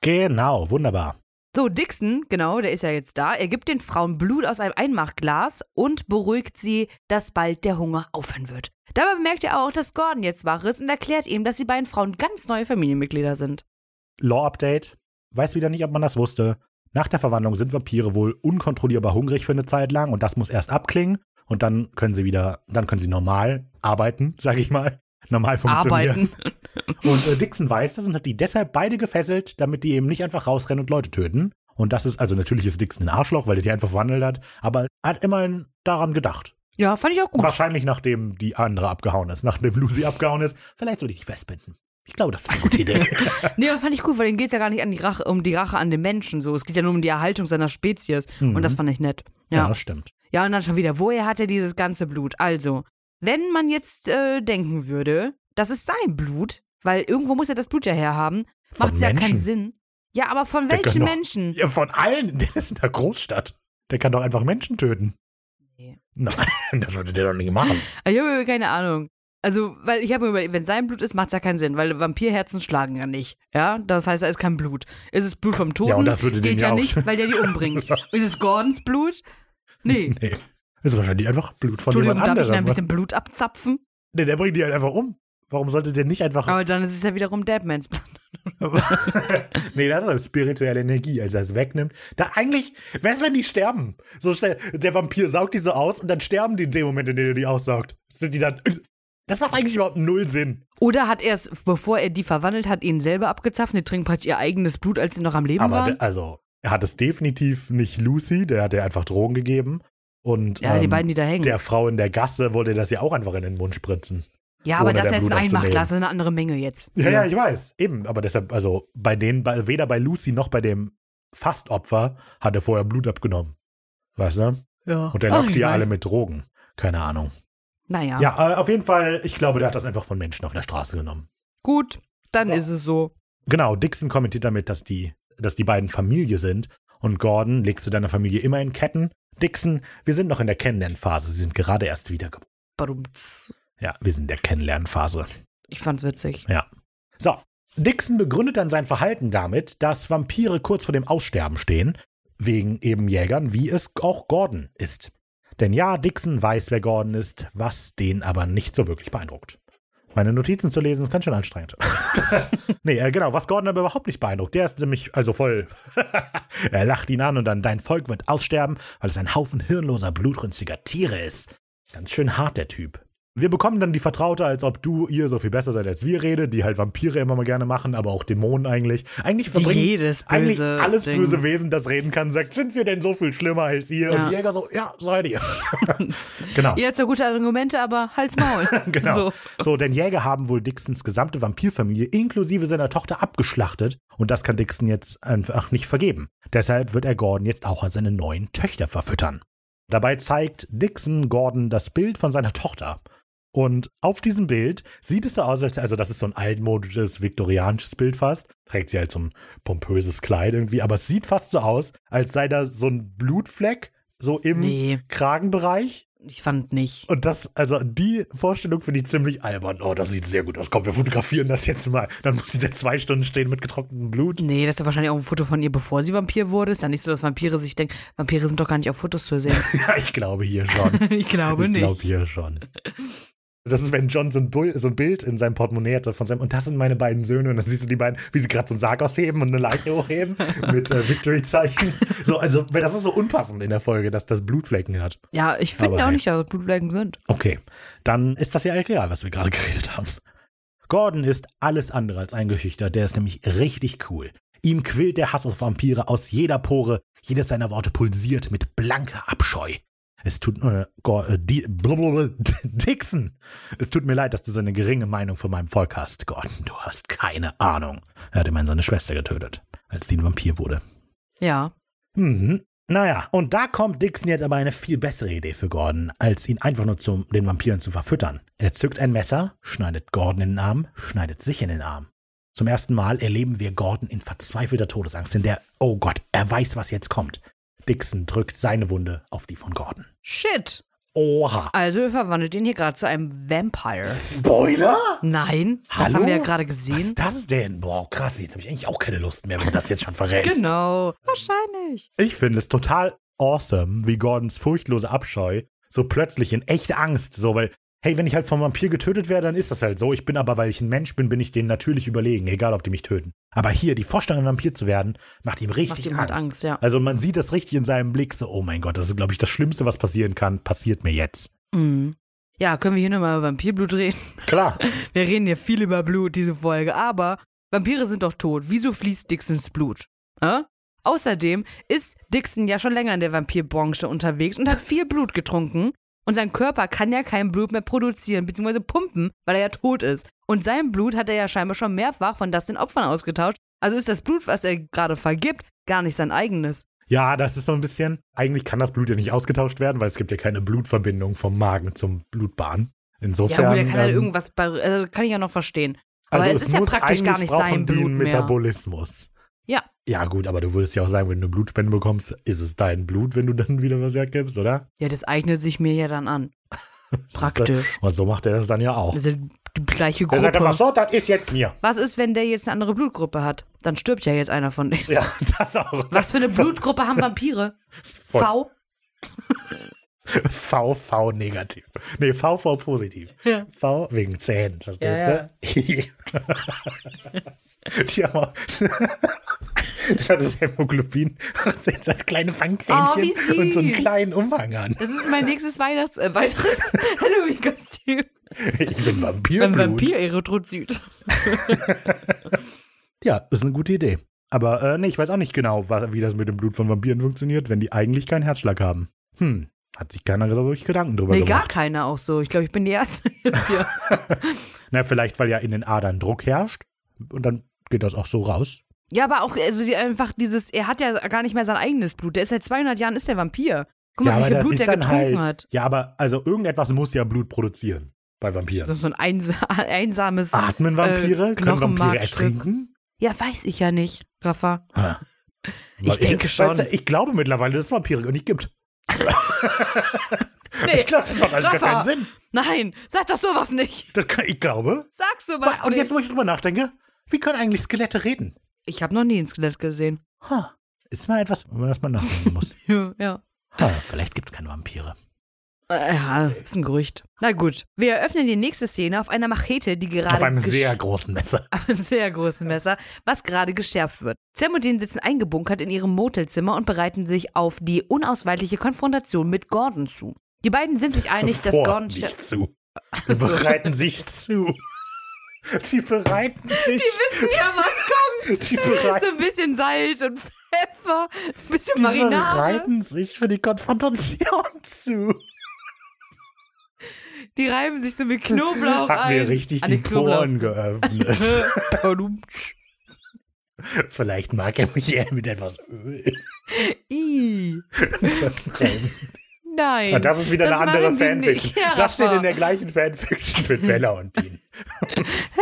S2: Genau, wunderbar.
S1: So, Dixon, genau, der ist ja jetzt da. Er gibt den Frauen Blut aus einem Einmachglas und beruhigt sie, dass bald der Hunger aufhören wird. Dabei bemerkt er auch, dass Gordon jetzt wach ist und erklärt ihm, dass die beiden Frauen ganz neue Familienmitglieder sind.
S2: Law Update. Weiß wieder nicht, ob man das wusste. Nach der Verwandlung sind Vampire wohl unkontrollierbar hungrig für eine Zeit lang und das muss erst abklingen und dann können sie wieder, dann können sie normal arbeiten, sage ich mal. Normal funktionieren.
S1: Arbeiten.
S2: Und äh, Dixon weiß das und hat die deshalb beide gefesselt, damit die eben nicht einfach rausrennen und Leute töten. Und das ist, also natürlich ist Dixon ein Arschloch, weil er die einfach verwandelt hat, aber er hat immerhin daran gedacht.
S1: Ja, fand ich auch gut.
S2: Wahrscheinlich nachdem die andere abgehauen ist, nachdem Lucy abgehauen ist. Vielleicht sollte ich die festbinden. Ich glaube, das ist eine gute Idee.
S1: Nee, aber fand ich gut, weil ihm geht es ja gar nicht an die Rache, um die Rache an den Menschen. So. Es geht ja nur um die Erhaltung seiner Spezies. (laughs)
S2: Mhm.
S1: Und das fand ich nett.
S2: ja,
S1: Ja.
S2: das stimmt.
S1: Ja, und dann schon wieder, woher hat er dieses ganze Blut? Also, wenn man jetzt äh, denken würde, das ist sein Blut, weil irgendwo muss er das Blut ja herhaben,
S2: Von
S1: macht es ja keinen
S2: Menschen.
S1: Sinn. Ja, aber von
S2: Der kann
S1: welchen
S2: doch-
S1: Menschen?
S2: Ja, von allen, (laughs) der ist in der Großstadt. Der kann doch einfach Menschen töten.
S1: Nee.
S2: Nein, (laughs) das sollte der doch nicht machen.
S1: Ich habe keine Ahnung. Also, weil ich habe mir überlegt, wenn sein Blut ist, macht es ja keinen Sinn, weil Vampirherzen schlagen ja nicht. Ja, das heißt, da ist kein Blut. Ist es Blut vom Toten?
S2: Ja, und das würde den
S1: Geht
S2: ja
S1: ja
S2: auch-
S1: nicht, weil der die
S2: (laughs)
S1: umbringt. ist es Gordons Blut? Nee.
S2: Nee. Das ist wahrscheinlich einfach Blut von
S1: Entschuldigung,
S2: jemand
S1: darf ich
S2: anderem.
S1: da ein bisschen Blut abzapfen?
S2: nee, der bringt die halt einfach um. Warum sollte der nicht einfach
S1: Aber dann ist es ja wiederum Deadmans Blut.
S2: (laughs) nee, das ist eine spirituelle Energie, als er es wegnimmt. Da eigentlich, was, wenn die sterben? So schnell, der Vampir saugt die so aus und dann sterben die in dem Moment, in dem er die aussaugt. Sind die dann. Das macht eigentlich überhaupt null Sinn.
S1: Oder hat er es, bevor er die verwandelt hat, ihn selber abgezapft? Die trinken praktisch ihr eigenes Blut, als sie noch am Leben
S2: Aber,
S1: waren?
S2: d- also, Er hat es definitiv nicht Lucy, der hat ihr einfach Drogen gegeben. Und
S1: Ja, die
S2: ähm,
S1: beiden, die da hängen.
S2: der Frau in der Gasse wollte das ja auch einfach in den Mund spritzen.
S1: ja, aber
S2: ohne
S1: das
S2: der
S1: ist jetzt
S2: Blut
S1: ein Einmachglas,
S2: abzunehmen.
S1: das ist eine andere Menge jetzt.
S2: Ja, ja, ich weiß. Eben, aber deshalb, also bei denen, bei, weder bei Lucy noch bei dem Fastopfer hat er vorher Blut abgenommen. Weißt du?
S1: Ja. Oh
S2: Und er
S1: Ach,
S2: lockt die ja
S1: nein.
S2: alle mit Drogen. Keine Ahnung.
S1: Naja,
S2: Ja, äh, auf jeden Fall, ich glaube, der hat das einfach von Menschen auf der Straße genommen.
S1: gut.
S12: Dann ist es so.
S2: Genau, Dixon kommentiert damit, dass die, dass die beiden Familie sind. Und Gordon, legst du deiner Familie immer in Ketten? Dixon, wir sind noch in der Kennenlernphase. Sie sind gerade erst wiedergeboren.
S1: Badumts.
S2: Ja, wir sind in der Kennenlernphase.
S1: Ich fand's witzig.
S2: So, Dixon begründet dann sein Verhalten damit, dass Vampire kurz vor dem Aussterben stehen, wegen eben Jägern, wie es auch Gordon ist. Denn ja, Dixon weiß, wer Gordon ist, was den aber nicht so wirklich beeindruckt. Meine Notizen zu lesen ist ganz schön anstrengend. nee, äh, genau, was Gordon aber überhaupt nicht beeindruckt. Der ist nämlich also voll. (laughs) er lacht ihn an und dann, dein Volk wird aussterben, weil es ein Haufen hirnloser, blutrünstiger Tiere ist. Ganz schön hart, der Typ. Wir bekommen dann die Vertraute, als ob du ihr so viel besser seid als wir rede, die halt Vampire immer mal gerne machen, aber auch Dämonen eigentlich. Eigentlich verbringen
S1: Jedes böse
S2: eigentlich alles
S1: Ding.
S2: böse Wesen, das reden kann, sagt, sind wir denn so viel schlimmer als ihr? Und
S1: Ja.
S2: die Jäger so, ja, seid ihr. (laughs) genau.
S1: Ihr habt so gute Argumente, aber halt's Maul.
S2: (laughs) Genau.
S1: So.
S2: So. denn Jäger haben wohl Dixons gesamte Vampirfamilie inklusive seiner Tochter abgeschlachtet und das kann Dixon jetzt einfach nicht vergeben. Deshalb wird er Gordon jetzt auch an seine neuen Töchter verfüttern. Dabei zeigt Dixon Gordon das Bild von seiner Tochter. Und auf diesem Bild sieht es so aus, als also das ist so ein altmodisches, viktorianisches Bild fast. Trägt sie halt so ein pompöses Kleid irgendwie, aber es sieht fast so aus, als sei da so ein Blutfleck so im
S1: Nee,
S2: Kragenbereich.
S1: ich fand nicht.
S2: Und das, also die Vorstellung finde ich ziemlich albern. Oh, das sieht sehr gut aus. Komm, wir fotografieren das jetzt mal. Dann muss sie da zwei Stunden stehen mit
S1: (laughs)
S2: getrocknetem Blut.
S1: Nee, das ist ja wahrscheinlich auch ein Foto von ihr, bevor sie Vampir wurde. Ist ja nicht so, dass Vampire sich denken, Vampire sind doch gar nicht auf Fotos zu
S2: (laughs)
S1: sehen.
S2: Ja, ich glaube hier schon.
S1: ich glaube
S2: ich
S1: nicht.
S2: glaube hier schon. Das ist, wenn John so ein, Bull, so ein Bild in seinem Portemonnaie hatte von seinem, und das sind meine beiden Söhne. Und dann siehst du die beiden, wie sie gerade so einen Sarg ausheben und eine Leiche
S1: (laughs)
S2: hochheben mit äh, Victory-Zeichen. So, also, weil das ist so unpassend in der Folge, dass das Blutflecken hat.
S1: Ja, ich
S2: Aber
S1: finde auch
S2: hey.
S1: nicht, dass Blutflecken sind.
S2: Okay, dann ist das ja egal, was wir gerade geredet haben. Gordon ist alles andere als eingeschüchtert, der ist nämlich richtig cool. Ihm quillt der Hass auf Vampire aus jeder Pore, jedes seiner Worte pulsiert mit blanker Abscheu. Es tut äh, Gor- äh, die, blablabla, (laughs) Dixon. Es tut mir leid, dass du so eine geringe Meinung von meinem Volk hast, Gordon. Du hast keine Ahnung. Er hat immerhin seine Schwester getötet, als die ein Vampir wurde.
S1: Ja.
S2: Mhm. Naja, und da kommt Dixon jetzt aber eine viel bessere Idee für Gordon, als ihn einfach nur zum den Vampiren zu verfüttern. Er zückt ein Messer, schneidet Gordon in den Arm, schneidet sich in den Arm. Zum ersten Mal erleben wir Gordon in verzweifelter Todesangst, in der, oh Gott, er weiß, was jetzt kommt. Dixon drückt seine Wunde auf die von Gordon.
S1: Shit.
S2: Oha.
S1: Also, ihr verwandelt ihn hier gerade zu einem Vampire.
S2: Spoiler?
S1: Nein, das
S2: Hallo?
S1: haben wir ja gerade
S2: Was
S1: gesehen.
S2: ist das denn? Boah, krass, jetzt habe ich eigentlich auch keine Lust mehr, wenn du das jetzt schon verrätst.
S1: Genau. Wahrscheinlich.
S2: Ich finde es total awesome, wie Gordons furchtlose Abscheu so plötzlich in echte Angst, so weil, hey, wenn ich halt vom Vampir getötet werde, dann ist das halt so. Ich bin aber, weil ich ein Mensch bin, bin ich denen natürlich überlegen, egal ob die mich töten. Aber hier, die Vorstellung, ein Vampir zu werden, macht ihm
S1: Macht
S2: richtig
S1: ihm halt
S2: Angst.
S1: Angst, ja.
S2: Also man sieht das richtig in seinem Blick, so, oh mein Gott, das ist, glaube ich, das Schlimmste, was passieren kann, passiert mir jetzt.
S1: Mhm. Ja, können wir hier nochmal über Vampirblut reden?
S2: Klar.
S1: Wir reden hier viel über Blut, diese Folge, aber Vampire sind doch tot. Wieso fließt Dixons Blut? Hä? Außerdem ist Dixon ja schon länger in der Vampirbranche unterwegs und hat viel Blut getrunken. Und sein Körper kann ja kein Blut mehr produzieren, beziehungsweise pumpen, weil er ja tot ist. Und sein Blut hat er ja scheinbar schon mehrfach von das den Opfern ausgetauscht. Also ist das Blut, was er gerade vergibt, gar nicht sein eigenes.
S2: (laughs) Ja, das ist so ein bisschen. Eigentlich kann das Blut ja nicht ausgetauscht werden, weil es gibt ja keine Blutverbindung vom Magen zum Blutbahn.
S1: Ja
S2: Insofern.
S1: gut, er kann halt
S2: ähm,
S1: irgendwas, bei, also kann ich ja noch verstehen. Aber es ist ja
S2: Also muss
S1: praktisch gar
S2: eigentlich
S1: nicht
S2: Frau
S1: sein
S2: von Dien
S1: Blut mehr.
S2: Metabolismus.
S1: Ja.
S2: Ja, gut, aber du würdest ja auch sagen, wenn du eine Blutspende bekommst, ist es dein Blut, wenn du dann wieder was hergibst, oder?
S1: Ja, das eignet sich mir ja dann an. Praktisch.
S2: Und so macht er das dann ja auch.
S1: Das ist die gleiche
S2: Er
S1: Gruppe.
S2: sagt einfach so, das ist jetzt mir.
S1: Was ist, wenn der jetzt eine andere Blutgruppe hat? Dann stirbt ja jetzt einer von denen.
S2: Ja, (laughs) das auch.
S1: Was für eine Blutgruppe haben
S2: (laughs)
S1: Vampire? V?
S2: VV negativ. Nee, VV positiv.
S1: Ja.
S2: V wegen Zähnen, verstehst du? (laughs) Die haben auch (laughs) das hat das Hämoglobin, das kleine
S1: Oh,
S2: Fangzähnchen
S1: wie
S2: und so einen
S1: süß.
S2: kleinen Umhang an.
S1: Das ist mein nächstes Weihnachts äh, Weihnachts (laughs) Halloween-Kostüm.
S2: Ich bin
S1: Ein
S2: Vampirblut.
S1: Vampir-Erythrozyt.
S2: Ja, ist eine gute Idee. Aber äh, nee, ich weiß auch nicht genau, wa- wie das mit dem Blut von Vampiren funktioniert, wenn die eigentlich keinen Herzschlag haben. Hm, hat sich keiner so wirklich Gedanken drüber
S1: Nee, gar
S2: gemacht.
S1: keiner auch so. Ich glaube, ich bin die Erste jetzt hier.
S2: Na, vielleicht, weil ja in den Adern Druck herrscht und dann geht das auch so raus.
S1: (laughs) Ja, aber auch also die, einfach dieses, er hat ja gar nicht mehr sein eigenes Blut. Der ist seit 200 Jahren ist der Vampir. Guck mal,
S2: ja,
S1: wie viel Blut der
S2: halt
S1: getrunken hat.
S2: Ja, aber also irgendetwas muss ja Blut produzieren bei Vampiren.
S1: Das ist so ein einsa (laughs) einsames.
S2: Atmen Vampire?
S1: äh,
S2: Können Vampire
S1: Knochenmarkstück.
S2: ertrinken?
S1: Ja, weiß ich ja nicht, Rafa. Ich
S2: Weil-
S1: denke schon.
S2: Weißt du, ich glaube mittlerweile, dass es Vampire nicht gibt.
S1: Nee.
S2: Ich glaube, das macht alles gar
S1: Rafa.
S2: keinen Sinn.
S1: (laughs) Nein, sag doch sowas nicht.
S2: Das kann, ich glaube.
S1: Sag sowas
S2: Und
S1: nicht.
S2: jetzt, wo ich drüber nachdenke, wie können eigentlich Skelette reden?
S1: ich habe noch nie ein Skelett gesehen.
S2: Ha, ist mal etwas, über das man nachdenken muss.
S1: Ja, ja.
S2: (laughs) Ha, vielleicht gibt es keine Vampire.
S1: Äh, Ja, ist ein Gerücht. Na gut. Wir eröffnen die nächste Szene auf einer Machete, die gerade
S2: Auf einem
S1: gesch- Ah,
S2: sehr großen Messer.
S1: (laughs) auf einem sehr großen Messer, was gerade geschärft wird. Sam und Dean sitzen eingebunkert in ihrem Motelzimmer und bereiten sich auf die unausweichliche Konfrontation mit Gordon zu. Die beiden sind sich einig, dass
S2: Vor
S1: Gordon
S2: sich (laughs)
S1: ster-
S2: zu. Sie
S1: So.
S2: bereiten sich zu. Sie bereiten sich.
S1: wissen ja, was kommt.
S2: Sie bereiten
S1: So ein bisschen Salz und Pfeffer, ein bisschen
S2: Die
S1: Marinade.
S2: bereiten sich für die Konfrontation zu.
S1: Die reiben sich so mit Knoblauch
S2: Hat
S1: ein.
S2: mir richtig
S1: An
S2: die
S1: den Knoblauch. (laughs)
S2: Poren geöffnet. Vielleicht mag er mich eher mit etwas Öl.
S1: (laughs) Ih,
S2: zertreiben.
S1: Nein.
S2: Na, das ist wieder
S1: Das
S2: eine andere
S1: machen die
S2: Fanfiction.
S1: nicht. Ja,
S2: das steht
S1: Rafa.
S2: in der gleichen Fanfiction mit Bella und Dean.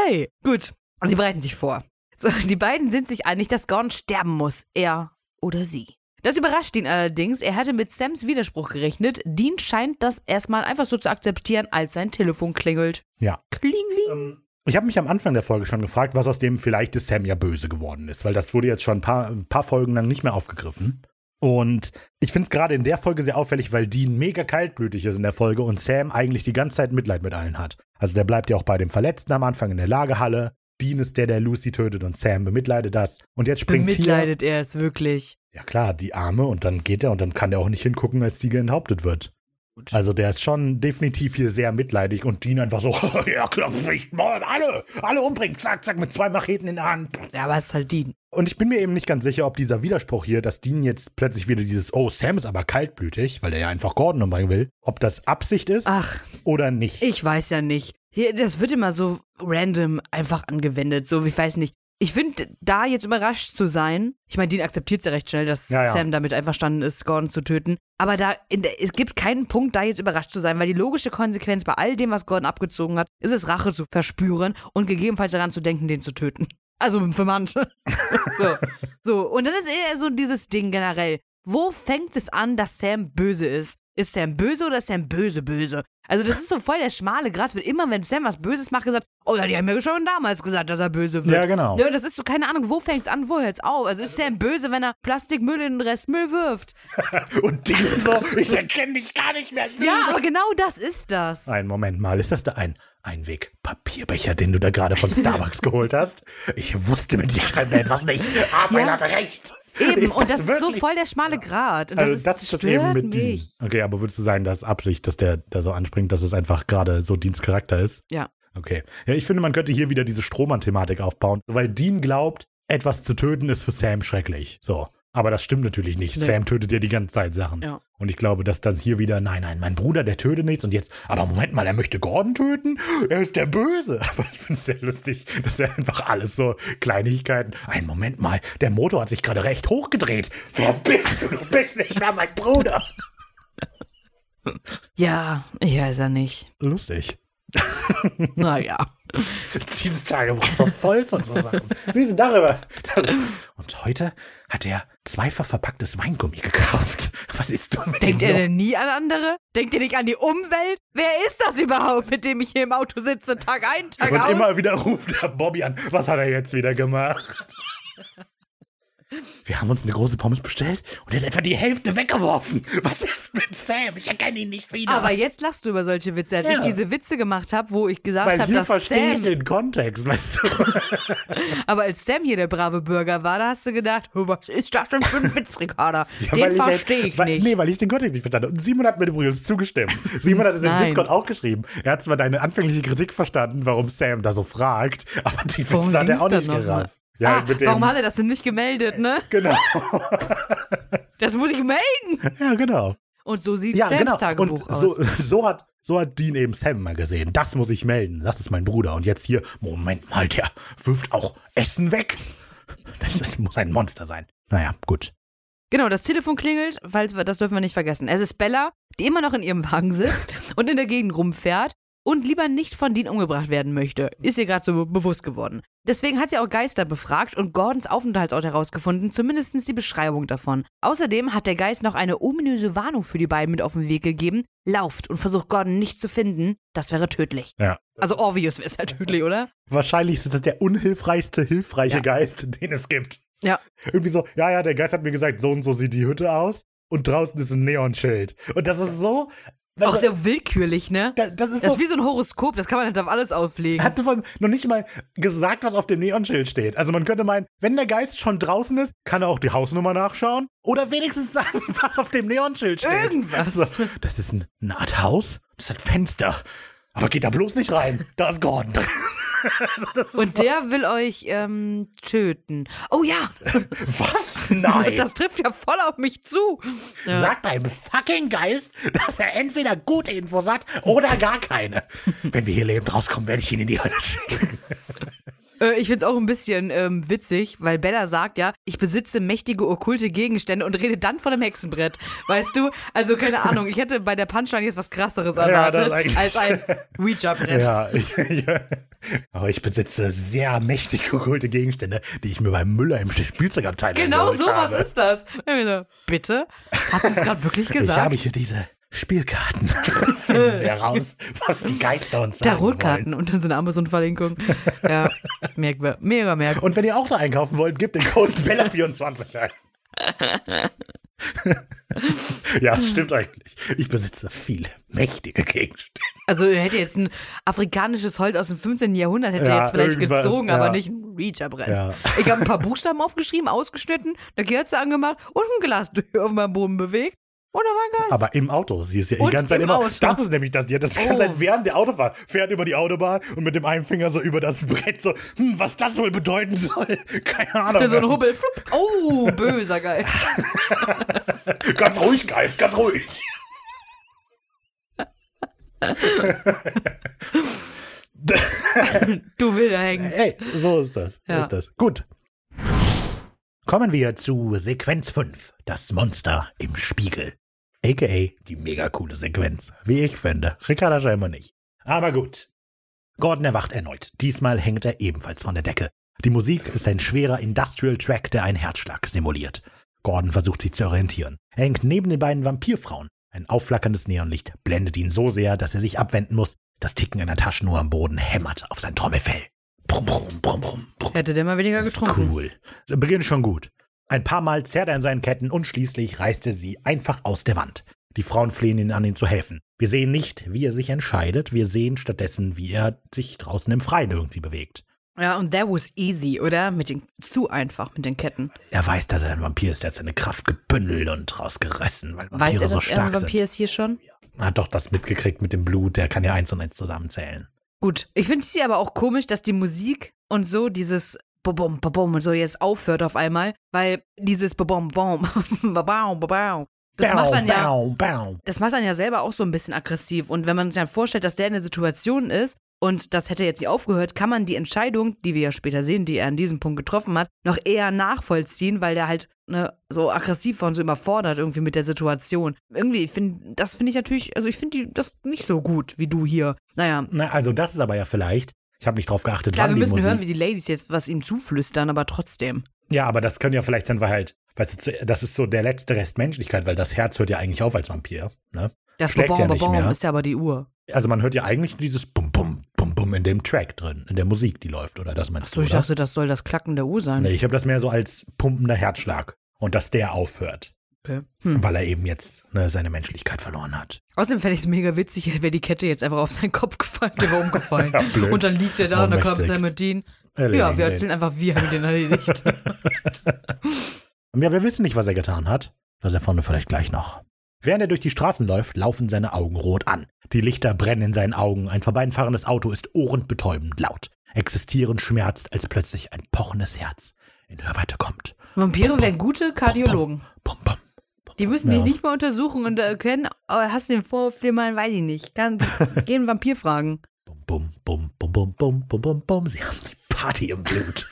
S1: Hey, gut. Sie bereiten sich vor. So, die beiden sind sich einig, dass Gordon sterben muss. Er oder sie. Das überrascht ihn allerdings. Er hatte mit Sams Widerspruch gerechnet. Dean scheint das erstmal einfach so zu akzeptieren, als sein Telefon klingelt.
S2: Ja.
S1: Klingling.
S2: Ähm, Ich habe mich am Anfang der Folge schon gefragt, was aus dem vielleicht ist Sam ja böse geworden ist, weil das wurde jetzt schon ein paar, ein paar Folgen lang nicht mehr aufgegriffen. Und ich finde es gerade in der Folge sehr auffällig, weil Dean mega kaltblütig ist in der Folge und Sam eigentlich die ganze Zeit Mitleid mit allen hat. Also der bleibt ja auch bei dem Verletzten am Anfang in der Lagerhalle. Dean ist der, der Lucy tötet und Sam bemitleidet das. Und jetzt springt hier
S1: Bemitleidet er es wirklich.
S2: Ja klar, die Arme und dann geht er und dann kann der auch nicht hingucken, als Tiger enthauptet wird. Also der ist schon definitiv hier sehr mitleidig und Dean einfach so, (laughs) ja klar, nicht mal alle, alle umbringen, zack, zack, mit zwei Macheten in der Hand.
S1: Ja, aber es ist halt Dean.
S2: Und ich bin mir eben nicht ganz sicher, ob dieser Widerspruch hier, dass Dean jetzt plötzlich wieder dieses, oh, Sam ist aber kaltblütig, weil er ja einfach Gordon umbringen will, ob das Absicht ist
S1: Ach,
S2: oder nicht.
S1: ich weiß ja nicht. Hier, das wird immer so random einfach angewendet. So, ich weiß nicht. Ich finde, da jetzt überrascht zu sein, ich meine, Dean akzeptiert es ja recht schnell, dass
S2: Ja, ja.
S1: Sam damit einverstanden ist, Gordon zu töten. Aber da in der, es gibt keinen Punkt, da jetzt überrascht zu sein, weil die logische Konsequenz bei all dem, was Gordon abgezogen hat, ist es, Rache zu verspüren und gegebenenfalls daran zu denken, den zu töten. Also für manche. so. so. Und dann ist eher so dieses Ding generell. Wo fängt es an, dass Sam böse ist? Ist Sam böse oder ist Sam böse, böse? Also, das ist so voll der schmale Grat. Wird immer, wenn Sam was Böses macht, gesagt, oh ja, die haben ja schon damals gesagt, dass er böse wird.
S2: Ja, genau.
S1: Ja, das ist so, keine Ahnung, wo fängt's an, wo hört's auf? Also ist Sam böse, wenn er Plastikmüll in den Restmüll wirft?
S2: Und Dean so, ich erkenne dich gar nicht mehr.
S1: Ja, aber genau das ist das.
S2: Ein Moment mal, ist das da ein Einweg-Papierbecher, den du da gerade von Starbucks (laughs) geholt hast? Ich wusste mit dir stand mir etwas nicht. Raphael
S1: Ja.
S2: hat recht.
S1: Eben,
S2: Ist
S1: und das ist so
S2: wirklich-
S1: voll der schmale Grat. Und
S2: also
S1: das ist,
S2: das ist das
S1: stört
S2: eben mit Dean.
S1: mich.
S2: Okay, aber würdest du sagen, dass Absicht, dass der da so anspringt, dass es einfach gerade so Deans Charakter ist?
S1: Ja.
S2: Okay. Ja, ich finde, man könnte hier wieder diese Strohmann-Thematik aufbauen, weil Dean glaubt, etwas zu töten ist für Sam schrecklich. So. Aber das stimmt natürlich nicht.
S1: Nee.
S2: Sam tötet ja die ganze Zeit Sachen.
S1: Ja.
S2: Und ich glaube, dass dann hier wieder, nein, nein, mein Bruder, der tötet nichts. Und jetzt, aber Moment mal, er möchte Gordon töten? Er ist der Böse. (laughs) Aber ich finde es sehr lustig, dass er einfach alles so Kleinigkeiten. Ein Moment mal, der Motor hat sich gerade recht hochgedreht. Wer bist du? Du bist nicht mehr mein Bruder.
S1: Ja, ich weiß ja nicht.
S2: Lustig.
S1: Naja.
S2: Dieses Tagebuch war voll von so Sachen. Siehst du darüber? Das. Und heute hat er zweifach verpacktes Weingummi gekauft. Was ist du mit
S1: Denkt er
S2: dem Jungen?
S1: denn nie an andere? Denkt er nicht an die Umwelt? Wer ist das überhaupt, mit dem ich hier im Auto sitze, Tag ein, Tag
S2: Und
S1: aus?
S2: immer wieder ruft er Bobby an. Was hat er jetzt wieder gemacht? Wir haben uns eine große Pommes bestellt und er hat etwa die Hälfte weggeworfen. Was ist mit Sam? Ich erkenne ihn nicht wieder.
S1: aber jetzt lachst du über solche Witze. Als
S2: Ja.
S1: ich diese Witze gemacht habe, wo ich gesagt
S2: Weil
S1: habe,
S2: hier
S1: dass
S2: verstehe ich
S1: Sam,
S2: den Kontext, weißt du?
S1: aber als Sam hier der brave Bürger war, da hast du gedacht, oh, was ist das denn für (laughs) ein Witz, Ricarda? Den
S2: halt-
S1: verstehe ich
S2: weil,
S1: nicht.
S2: Nee, weil ich den Kontext nicht verstanden habe. Und Simon hat mir übrigens zugestimmt. Simon hat es im
S1: Nein.
S2: Discord auch geschrieben. Er hat zwar deine anfängliche Kritik verstanden, warum Sam da so fragt, aber die
S1: Worum
S2: Witze hat er
S1: ging's
S2: auch
S1: denn
S2: nicht
S1: nochmal?
S2: gerafft. Ja,
S1: ah,
S2: mit dem.
S1: warum hat er das denn nicht gemeldet, ne?
S2: Genau.
S1: Das muss ich melden.
S2: ja, genau.
S1: Und so sieht
S2: Ja,
S1: Sams
S2: genau.
S1: Tagebuch
S2: Und
S1: aus.
S2: so, so, hat, so hat Dean eben Sam mal gesehen. Das muss ich melden. Das ist mein Bruder. Und jetzt hier, Moment mal, der wirft auch Essen weg. Das, das muss ein Monster sein. Naja, gut.
S1: Genau, das Telefon klingelt, falls wir, das dürfen wir nicht vergessen. Es ist Bella, die immer noch in ihrem Wagen
S2: (laughs)
S1: sitzt und in der Gegend rumfährt und lieber nicht von Dean umgebracht werden möchte. Ist ihr gerade so bewusst geworden. Deswegen hat sie auch Geister befragt und Gordons Aufenthaltsort herausgefunden, zumindest die Beschreibung davon. Außerdem hat der Geist noch eine ominöse Warnung für die beiden mit auf den Weg gegeben. Lauft und versucht Gordon nicht zu finden. Das wäre tödlich.
S2: Ja.
S1: Also obvious wäre es ja tödlich, oder?
S2: Wahrscheinlich ist das der unhilfreichste, hilfreiche
S1: Ja.
S2: Geist, den es gibt.
S1: Ja.
S2: Irgendwie so, ja, ja, der Geist hat mir gesagt, so und so sieht die Hütte aus. Und draußen ist ein Neonschild. Und das ist so.
S1: Auch
S2: also,
S1: sehr willkürlich, ne?
S2: da- das ist
S1: Das
S2: so.
S1: ist wie so ein Horoskop, das kann man halt auf alles
S2: Er
S1: auflegen.
S2: hat vor allem noch nicht mal gesagt, was auf dem Neonschild steht. Also man könnte meinen, wenn der Geist schon draußen ist, kann er auch die Hausnummer nachschauen oder wenigstens sagen, (laughs) was auf dem Neonschild steht.
S1: Irgendwas.
S2: Also, das ist ein, eine Art Haus, das hat Fenster. Aber geht da bloß nicht rein. Da ist
S1: (laughs)
S2: Gordon drin. Also das ist
S1: Und der will euch ähm, töten. Oh ja, (laughs)
S2: was? Nein.
S1: das trifft ja voll auf mich zu. Ja.
S2: Sagt einem fucking Geist, dass er entweder gute Infos hat oder gar (laughs) keine. Wenn wir hier lebend rauskommen, werde ich ihn in die Hölle schicken.
S1: Äh, ich find's auch ein bisschen ähm, witzig, weil Bella sagt ja, ich besitze mächtige okkulte Gegenstände und rede dann von einem Hexenbrett. Weißt du? Also keine Ahnung, ich hätte bei der Punchline jetzt was krasseres
S2: das
S1: erwartet
S2: eigentlich-
S1: als ein
S2: (laughs)
S1: Ouija-Brett.
S2: Ja, (laughs) ich, ja. Aber ich besitze sehr mächtig okkulte Gegenstände, die ich mir beim Müller im Spielzeugabteil
S1: Genau
S2: geholt
S1: sowas
S2: habe.
S1: ist das. Und ich so, Bitte? Hat sie es gerade wirklich
S2: ne? Ich habe
S1: gesagt?
S2: hier diese (laughs) Spielkarten. Finden wir raus, was die Geister uns
S1: Da
S2: sagen wollen.
S1: Rotkarten und dann so eine Amazon-Verlinkung. Ja, merkwür- mega merkwürdig.
S2: Und wenn ihr auch da einkaufen wollt, gebt den (laughs) Code Bella24 (laughs) ein. ja, stimmt eigentlich. Ich besitze viele mächtige Gegenstände.
S1: Also er hätte jetzt ein afrikanisches Holz aus dem 15. Jahrhundert hätte
S2: Ja,
S1: er jetzt vielleicht
S2: irgendwas,
S1: gezogen,
S2: ja.
S1: aber nicht ein Reacher-Brett.
S2: Ja.
S1: Ich habe ein paar Buchstaben aufgeschrieben, ausgeschnitten, eine Kerze angemacht und ein Glas auf meinem Boden bewegt. Und da war ein Geist.
S2: Aber im Auto, sie ist ja die
S1: Und
S2: ganze Zeit
S1: im
S2: immer.
S1: Auto.
S2: Das ist nämlich das, die hat das die ganze
S1: Oh.
S2: Zeit während der Autofahrt, fährt über die Autobahn und mit dem einen Finger so über das Brett so, hm, was das wohl bedeuten soll. (laughs) Keine Ahnung.
S1: Dann so ein Hubbel. flupp. Oh, böser Geist.
S2: ganz ruhig, Geist, ganz ruhig.
S1: Du wilder Hengst.
S2: Ey, so ist das. So
S1: Ja.
S2: ist das. Gut. Kommen wir zu Sequenz 5, das Monster im Spiegel. AKA die mega coole Sequenz. Wie ich finde. Ricarda scheinbar nicht. Aber gut. Gordon erwacht erneut. Diesmal hängt er ebenfalls von der Decke. Die Musik ist ein schwerer Industrial Track, der einen Herzschlag simuliert. Gordon versucht sich zu orientieren. Er hängt neben den beiden Vampirfrauen. Ein aufflackerndes Neonlicht blendet ihn so sehr, dass er sich abwenden muss. Das Ticken einer Taschenuhr am Boden hämmert auf sein Trommelfell. Brumm, brumm, brumm, brumm, brumm.
S1: Hätte der mal weniger
S2: Das
S1: getrunken.
S2: Ist cool. Das Beginnt schon gut. Ein paar Mal zerrt er an seinen Ketten und schließlich reißt er sie einfach aus der Wand. Die Frauen flehen ihn an, ihm zu helfen. Wir sehen nicht, wie er sich entscheidet. Wir sehen stattdessen, wie er sich draußen im Freien irgendwie bewegt.
S1: Ja, und that was easy, oder? Mit den, zu einfach mit den Ketten.
S2: Er weiß, dass er ein Vampir ist. Er hat seine Kraft gebündelt und rausgerissen, weil
S1: Weiß
S2: Vampire
S1: er, dass
S2: so
S1: er ein
S2: stark
S1: Vampir ist hier schon?
S2: sind. Er hat doch das mitgekriegt mit dem Blut. Der kann ja eins und eins zusammenzählen.
S1: Gut, ich finde es hier aber auch komisch, dass die Musik und so dieses Bobom, Bobom und so jetzt aufhört auf einmal, weil dieses Bobom, (laughs) Bom, Babau, Babau, das
S2: Bau,
S1: macht dann ja,
S2: bau, bau.
S1: das macht dann ja selber auch so ein bisschen aggressiv. Und wenn man sich dann vorstellt, dass der in der Situation ist und das hätte jetzt nicht aufgehört, kann man die Entscheidung, die wir ja später sehen, die er an diesem Punkt getroffen hat, noch eher nachvollziehen, weil der halt ne, so aggressiv war und so überfordert irgendwie mit der Situation. Irgendwie, find, das finde ich natürlich, also ich finde das nicht so gut wie du hier. Naja,
S2: Na, also das ist aber ja vielleicht. Ich habe nicht drauf geachtet,
S1: Klar,
S2: wann
S1: wir
S2: die
S1: müssen
S2: Musik
S1: hören, wie die Ladies jetzt was ihm zuflüstern, aber trotzdem.
S2: Ja, aber das können ja vielleicht sein, weil halt, weißt du, zu- das ist so der letzte Rest Menschlichkeit, weil das Herz hört ja eigentlich auf als Vampir. Ne?
S1: Das
S2: Schlägt
S1: Babom,
S2: ja nicht
S1: Babom
S2: mehr.
S1: ist ja aber die Uhr.
S2: Also man hört ja eigentlich dieses Bum, Bum, Bum, Bum in dem Track drin, in der Musik, die läuft, oder das meinst
S1: So,
S2: du?
S1: ich
S2: oder?
S1: dachte, das soll das Klacken der Uhr sein.
S2: nee, ich habe das mehr so als pumpender Herzschlag und dass der aufhört,
S1: Okay. Hm.
S2: weil er eben jetzt ne, seine Menschlichkeit verloren hat.
S1: Außerdem fände ich es mega witzig, wäre die Kette jetzt einfach auf seinen Kopf gefallen, der wäre umgefallen.
S2: (laughs) Ja, blöd.
S1: und dann liegt er da und dann kommt
S2: Ohnmächtig.
S1: Sam und Dean. Ja,
S2: Erledigen
S1: wir
S2: den.
S1: erzählen einfach, wir haben den
S2: (laughs)
S1: erledigt.
S2: Ja, wir wissen nicht, was er getan hat. Das erfahren wir vielleicht gleich noch. Während er durch die Straßen läuft, laufen seine Augen rot an. Die Lichter brennen in seinen Augen. Ein vorbeifahrendes Auto ist ohrenbetäubend laut. Existieren schmerzt, als plötzlich ein pochendes Herz in Hörweite kommt.
S1: Vampire wären gute Kardiologen.
S2: Bum, bum.
S1: Die müssen
S2: Ja.
S1: dich nicht mal untersuchen und erkennen, aber hast du den Vorflimmern, weiß ich nicht.
S2: (laughs)
S1: Kann, geh einen Vampir fragen.
S2: Bum, bum, bum, bum, bum, bum, bum, bum, bum. Sie haben die Party im
S1: (laughs)
S2: Blut.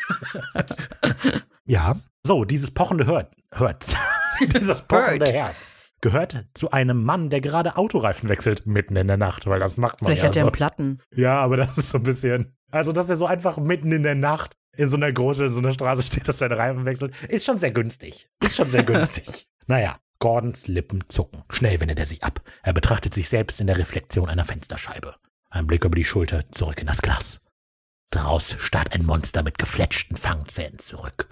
S2: ja. So, dieses pochende Hör-
S1: (laughs)
S2: Herz. dieses pochende
S1: Hört.
S2: Herz. Gehört zu einem Mann, der gerade Autoreifen wechselt, mitten in der Nacht, weil das macht man
S1: Vielleicht hat
S2: ja
S1: er
S2: so.
S1: einen Platten.
S2: Ja, aber das ist so ein bisschen. Also, dass er so einfach mitten in der Nacht in so einer Grote, in so einer Straße steht, dass seine Reifen wechselt, ist schon sehr günstig. Ist schon (laughs) sehr günstig. naja, Gordons Lippen zucken. Schnell wendet er sich ab. Er betrachtet sich selbst in der Reflexion einer Fensterscheibe. Ein Blick über die Schulter zurück in das Glas. Draus starrt ein Monster mit gefletschten Fangzähnen zurück.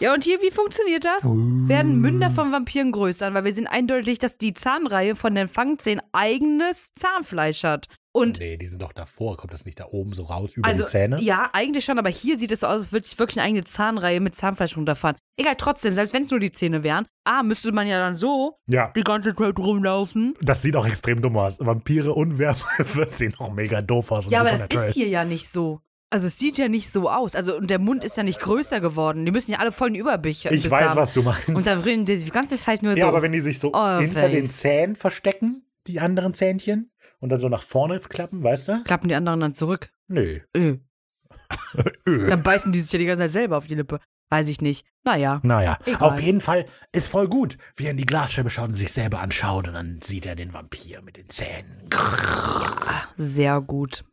S1: Ja, und hier, wie funktioniert das?
S2: Oh.
S1: Werden Münder von Vampiren größer, weil wir sehen eindeutig, dass die Zahnreihe von den Fangzähnen eigenes Zahnfleisch hat. Und
S2: Nee, die sind doch davor. Kommt das nicht da oben so raus über
S1: also,
S2: die Zähne?
S1: ja, eigentlich schon, aber hier sieht es so aus, als würde ich wirklich eine eigene Zahnreihe mit Zahnfleisch runterfahren. Egal, trotzdem, selbst wenn es nur die Zähne wären, ah, müsste man ja dann so
S2: ja.
S1: die ganze Zeit rumlaufen.
S2: Das sieht auch extrem dumm aus. Vampire und Werwölfe (laughs) sehen auch mega doof aus. und
S1: Ja, aber das
S2: supernatural.
S1: ist hier ja nicht so. Also es sieht ja nicht so aus. Also und der Mund ist ja nicht größer geworden. Die müssen ja alle vollen Überbiss
S2: Ich
S1: Biss
S2: weiß,
S1: haben.
S2: was du meinst.
S1: Und dann reden die die ganze Zeit nur
S2: ja,
S1: so.
S2: aber wenn die sich so
S1: Oh,
S2: hinter
S1: face.
S2: den Zähnen verstecken, die anderen Zähnchen, und dann so nach vorne klappen, weißt du?
S1: Klappen die anderen dann zurück.
S2: Nö. (laughs)
S1: Öh.
S2: Öh.
S1: Dann beißen die sich ja die ganze Zeit selber auf die Lippe. Weiß ich nicht. Naja.
S2: Naja,
S1: Egal.
S2: auf jeden Fall ist voll gut, wie er in die Glasscheibe schaut und sich selber anschaut und dann sieht er den Vampir mit den Zähnen.
S1: Sehr gut.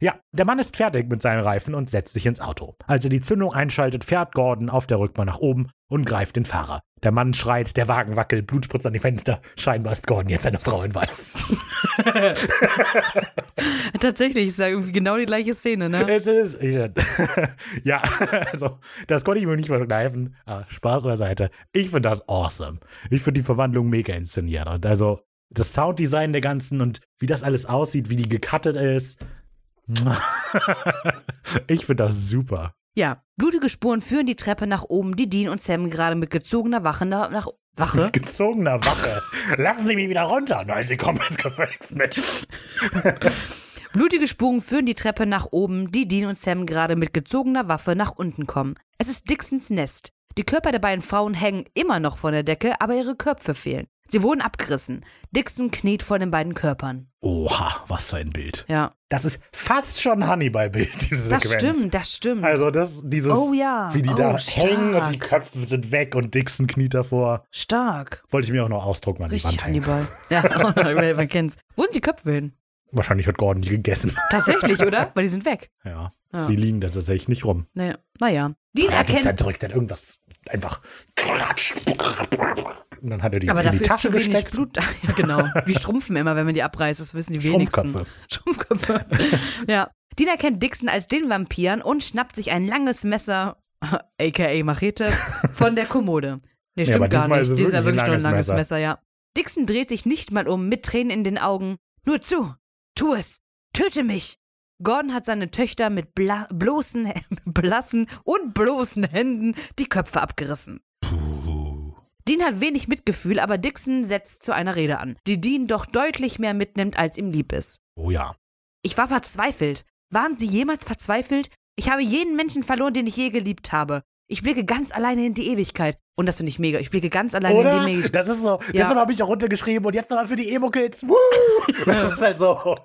S2: Ja, der Mann ist fertig mit seinen Reifen und setzt sich ins Auto. Als er die Zündung einschaltet, fährt Gordon auf der Rückbank nach oben und greift den Fahrer. Der Mann schreit, der Wagen wackelt, Blut spritzt an die Fenster. Scheinbar ist Gordon jetzt eine Frau in Weiß.
S1: Tatsächlich ist ja irgendwie genau die gleiche Szene, ne?
S2: (laughs) Es ist. Ich, ja, also, das konnte ich mir nicht verkneifen. Aber Spaß beiseite. Ich finde das awesome. Ich finde die Verwandlung mega inszeniert. Und also, das Sounddesign der ganzen und wie das alles aussieht, wie die gecuttet ist. (laughs) ich finde das super.
S1: (laughs) Ja. Blutige Spuren führen die Treppe nach oben, die Dean und Sam gerade mit gezogener Wache nach, nach (laughs) Wache
S2: Gezogener Wache. Lassen Sie mich wieder runter. Nein, Sie kommen ins Gefängnis mit.
S1: Blutige Spuren führen die Treppe nach oben, die Dean und Sam gerade mit gezogener Waffe nach unten kommen. Es ist Dixons Nest. Die Körper der beiden Frauen hängen immer noch von der Decke, aber ihre Köpfe fehlen. Sie wurden abgerissen. Dixon kniet vor den beiden Körpern.
S2: Oha, was für ein Bild.
S1: Ja.
S2: Das ist fast schon Hannibal-Bild, diese
S1: Das
S2: Sequenz.
S1: stimmt, das stimmt.
S2: Also das, dieses,
S1: Oh ja.
S2: wie die
S1: Oh,
S2: da
S1: stark.
S2: hängen und die Köpfe sind weg und Dixon kniet davor.
S1: Stark.
S2: Wollte ich mir auch noch ausdrucken an die
S1: Richtig
S2: Wand hängen. (laughs)
S1: Hannibal. Ja, (laughs) man kennt's. Wo sind die Köpfe hin?
S2: Wahrscheinlich hat Gordon die
S1: (laughs)
S2: gegessen.
S1: Tatsächlich, oder? Weil die sind weg.
S2: Ja,
S1: Ja.
S2: sie liegen da tatsächlich nicht rum.
S1: Naja. naja. Dean
S2: Er hat die
S1: erkennt.
S2: zerdrückt, hat irgendwas einfach klatscht. Und dann hat er die
S1: Aber
S2: in die
S1: dafür ist
S2: Tasche
S1: zu wenig
S2: gesteckt.
S1: Blut. Ja, genau. Wie schrumpfen immer, wenn man die abreißt. Das wissen die wenigsten.
S2: Schrumpfköpfe. (laughs)
S1: Sturmköpfe. ja. Dean erkennt Dixon als den Vampiren und schnappt sich ein langes Messer, (laughs) aka Machete, von der Kommode. Nee,
S2: aber
S1: stimmt gar
S2: diesmal
S1: nicht.
S2: ist es
S1: Dies ist ja
S2: wirklich
S1: wirklich
S2: ein
S1: nur ein
S2: langes
S1: langes Messer. ja. Dixon dreht sich nicht mal um, mit Tränen in den Augen. Nur zu! Tu es! Töte mich! Gordon hat seine Töchter mit bla bloßen, (laughs) blassen und bloßen Händen die Köpfe abgerissen. Dean hat wenig Mitgefühl, aber Dixon setzt zu einer Rede an, die Dean doch deutlich mehr mitnimmt, als ihm lieb ist.
S2: Oh ja.
S1: Ich war verzweifelt. Waren Sie jemals verzweifelt? Ich habe jeden Menschen verloren, den ich je geliebt habe. Ich blicke ganz alleine in die Ewigkeit. Und das finde ich mega. Ich blicke ganz alleine in
S2: Oder?
S1: die Ewigkeit.
S2: Das ist so.
S1: Ja.
S2: Deshalb habe ich auch runtergeschrieben und jetzt nochmal für die Emo-Kids. Woo! (laughs) Das ist
S1: (laughs)
S2: halt so.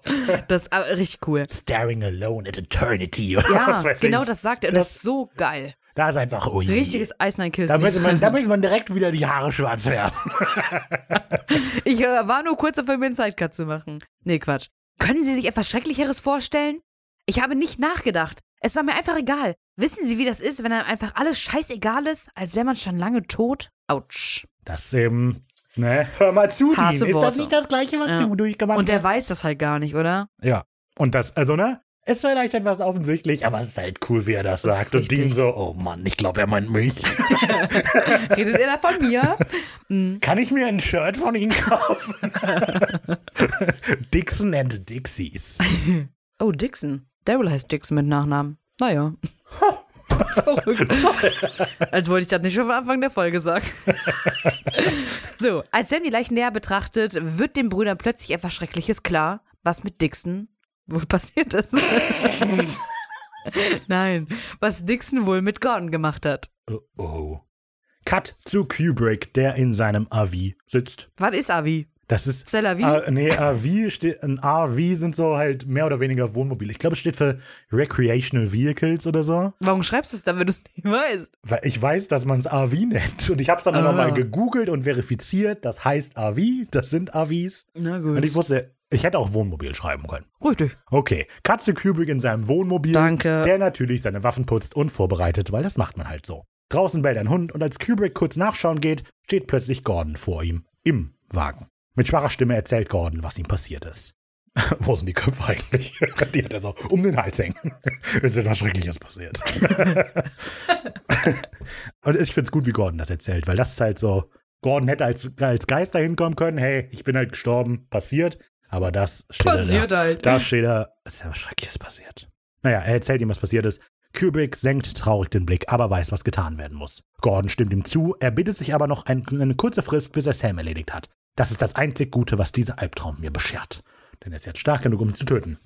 S1: Das ist aber richtig cool.
S2: Staring alone at eternity. (laughs) Oder
S1: Ja,
S2: (laughs) was weiß
S1: genau
S2: ich.
S1: das sagt er. Und das ist so geil.
S2: Da ist einfach, oh je.
S1: Richtiges Eisnein Kills.
S2: Da möchte, man, da möchte man direkt wieder die Haare schwarz färben.
S1: Ich äh, war nur kurz davor, mir einen Sidecut zu machen. Nee, Quatsch. Können Sie sich etwas Schrecklicheres vorstellen? Ich habe nicht nachgedacht. Es war mir einfach egal. Wissen Sie, wie das ist, wenn einem einfach alles scheißegal ist, als wäre man schon lange tot? Autsch.
S2: Das, ähm, ne? Hör mal zu, Dean.
S1: Harte
S2: Ist das
S1: Worte.
S2: nicht das Gleiche, was
S1: Ja.
S2: du durchgemacht
S1: Und der
S2: hast?
S1: weiß das halt gar nicht, oder?
S2: (laughs) Ja. Und das, also, ne? Ist vielleicht etwas offensichtlich, aber es ist Mhm. halt cool, wie er das
S1: Das ist
S2: sagt. Und Dean
S1: richtig.
S2: so, oh Mann, ich glaube, er meint mich.
S1: Redet er da von mir?
S2: Kann ich mir ein Shirt von Ihnen (laughs) kaufen? Dixon and the Dixies.
S1: Oh, Dixon. Daryl heißt Dixon mit Nachnamen.
S2: (laughs)
S1: Naja. Verrückt. als wollte ich das nicht schon am Anfang der Folge
S2: (laughs)
S1: sagen. so, als Sam die Leichen näher betrachtet, wird den Brüdern plötzlich etwas Schreckliches klar, was mit Dixon wohl passiert
S2: (laughs)
S1: ist. Nein, was Dixon wohl mit Gordon gemacht hat.
S2: Oh, oh. Cut zu Kubrick, der in seinem AV sitzt.
S1: Was ist Avi?
S2: Das ist.
S1: C'est la vie?
S2: Ah, nee, AV steht. Ein AV sind so halt mehr oder weniger Wohnmobile. Ich glaube, es steht für Recreational Vehicles oder so.
S1: Warum schreibst du es dann, wenn du es nicht weißt?
S2: Weil ich weiß, dass man es AV nennt. Und ich habe es dann
S1: Ah.
S2: nochmal gegoogelt und verifiziert. Das heißt AV, das sind AVs.
S1: Na
S2: Und
S1: gut.
S2: ich wusste, ich hätte auch Wohnmobil schreiben können.
S1: Richtig.
S2: Okay, Katze Kubrick in seinem Wohnmobil,
S1: Danke.
S2: der natürlich seine Waffen putzt und vorbereitet, weil das macht man halt so. Draußen bellt ein Hund und als Kubrick kurz nachschauen geht, steht plötzlich Gordon vor ihm im Wagen. Mit schwacher Stimme erzählt Gordon, was ihm passiert ist. (laughs) Wo sind die Köpfe eigentlich? (laughs) Die hat er so um den Hals hängen. (laughs) Es ist etwas Schreckliches passiert. (laughs) und ich finde es gut, wie Gordon das erzählt, weil das ist halt so. Gordon hätte als, als Geist da hinkommen können: hey, ich bin halt gestorben, passiert. Aber das steht er da.
S1: Passiert halt.
S2: Da steht er, es ist ja was Schreckliches passiert. Naja, er erzählt ihm, was passiert ist. Kubrick senkt traurig den Blick, aber weiß, was getan werden muss. Gordon stimmt ihm zu, er bittet sich aber noch ein, eine kurze Frist, bis er Sam erledigt hat. Das ist das einzig Gute, was dieser Albtraum mir beschert. Denn er ist jetzt stark genug, um ihn zu töten.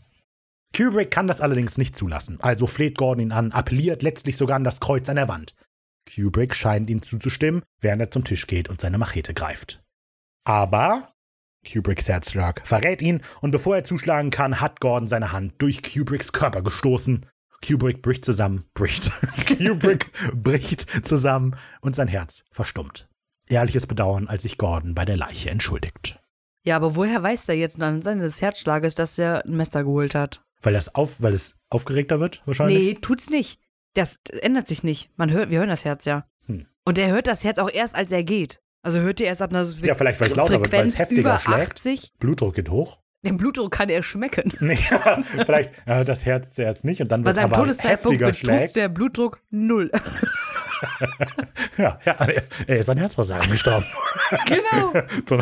S2: Kubrick kann das allerdings nicht zulassen, also fleht Gordon ihn an, appelliert letztlich sogar an das Kreuz an der Wand. Kubrick scheint ihm zuzustimmen, während er zum Tisch geht und seine Machete greift. Aber Kubricks Herzschlag verrät ihn und bevor er zuschlagen kann, hat Gordon seine Hand durch Kubricks Körper gestoßen. Kubrick bricht zusammen, bricht. (laughs) Kubrick bricht zusammen und sein Herz verstummt. Ehrliches Bedauern, als sich Gordon bei der Leiche entschuldigt.
S1: Ja, aber woher weiß der jetzt an seines Herzschlages, dass er ein Messer geholt hat?
S2: Weil das auf, weil es aufgeregter wird, wahrscheinlich?
S1: Nee, tut's nicht. Das ändert sich nicht. Man hört, wir hören das Herz ja.
S2: Hm.
S1: Und er hört das Herz auch erst, als er geht. Also hört er erst ab einer
S2: Ja, vielleicht, weil es lauter wird, weil
S1: Frequenz
S2: es heftiger
S1: über
S2: schlägt.
S1: 80.
S2: Blutdruck geht hoch. (laughs)
S1: Den Blutdruck kann er schmecken.
S2: Nee, (laughs) vielleicht äh, das Herz zuerst nicht und dann
S1: Bei
S2: wird es
S1: seinem
S2: aber
S1: Todeszeitpunkt
S2: heftiger
S1: betrug
S2: schlägt.
S1: der Blutdruck
S2: (laughs)
S1: null.
S2: Ja, ja, er- er ist an Herzversagen gestorben. (laughs)
S1: genau.
S2: So, (laughs)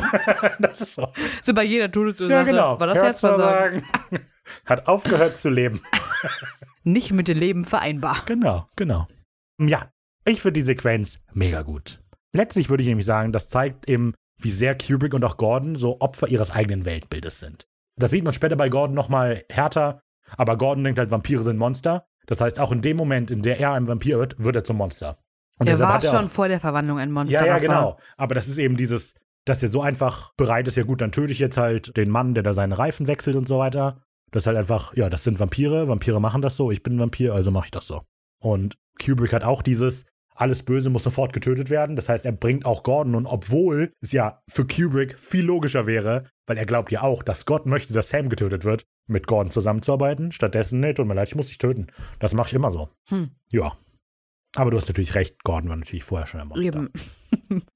S2: das ist so.
S1: So bei jeder Todesursache
S2: Ja, genau.
S1: war das Herzversagen
S2: Herzversagen. (laughs) Hat aufgehört zu leben.
S1: nicht mit dem Leben vereinbar.
S2: (laughs) Genau, genau. Ja, ich finde die Sequenz mega gut. Letztlich würde ich nämlich sagen, das zeigt eben, wie sehr Kubrick und auch Gordon so Opfer ihres eigenen Weltbildes sind. Das sieht man später bei Gordon nochmal härter, aber Gordon denkt halt, Vampire sind Monster. Das heißt, auch in dem Moment, in der er ein Vampir wird, wird er zum Monster. Und
S1: Er
S2: deshalb
S1: war
S2: hat
S1: schon
S2: auch-
S1: vor der Verwandlung ein Monster.
S2: Ja, ja,
S1: Rafa.
S2: genau. Aber das ist eben dieses, dass er so einfach bereit ist, ja gut, dann töte ich jetzt halt den Mann, der da seine Reifen wechselt und so weiter. Das ist halt einfach, ja, das sind Vampire, Vampire machen das so, ich bin ein Vampir, also mache ich das so. Und Kubrick hat auch dieses, alles Böse muss sofort getötet werden. Das heißt, er bringt auch Gordon und obwohl es ja für Kubrick viel logischer wäre, weil er glaubt ja auch, dass Gott möchte, dass Sam getötet wird, mit Gordon zusammenzuarbeiten. Stattdessen, nee, tut mir leid, ich muss dich töten. Das mache ich immer so.
S1: Hm.
S2: Ja. Aber du hast natürlich recht, Gordon war natürlich vorher schon ein Monster.
S1: Eben.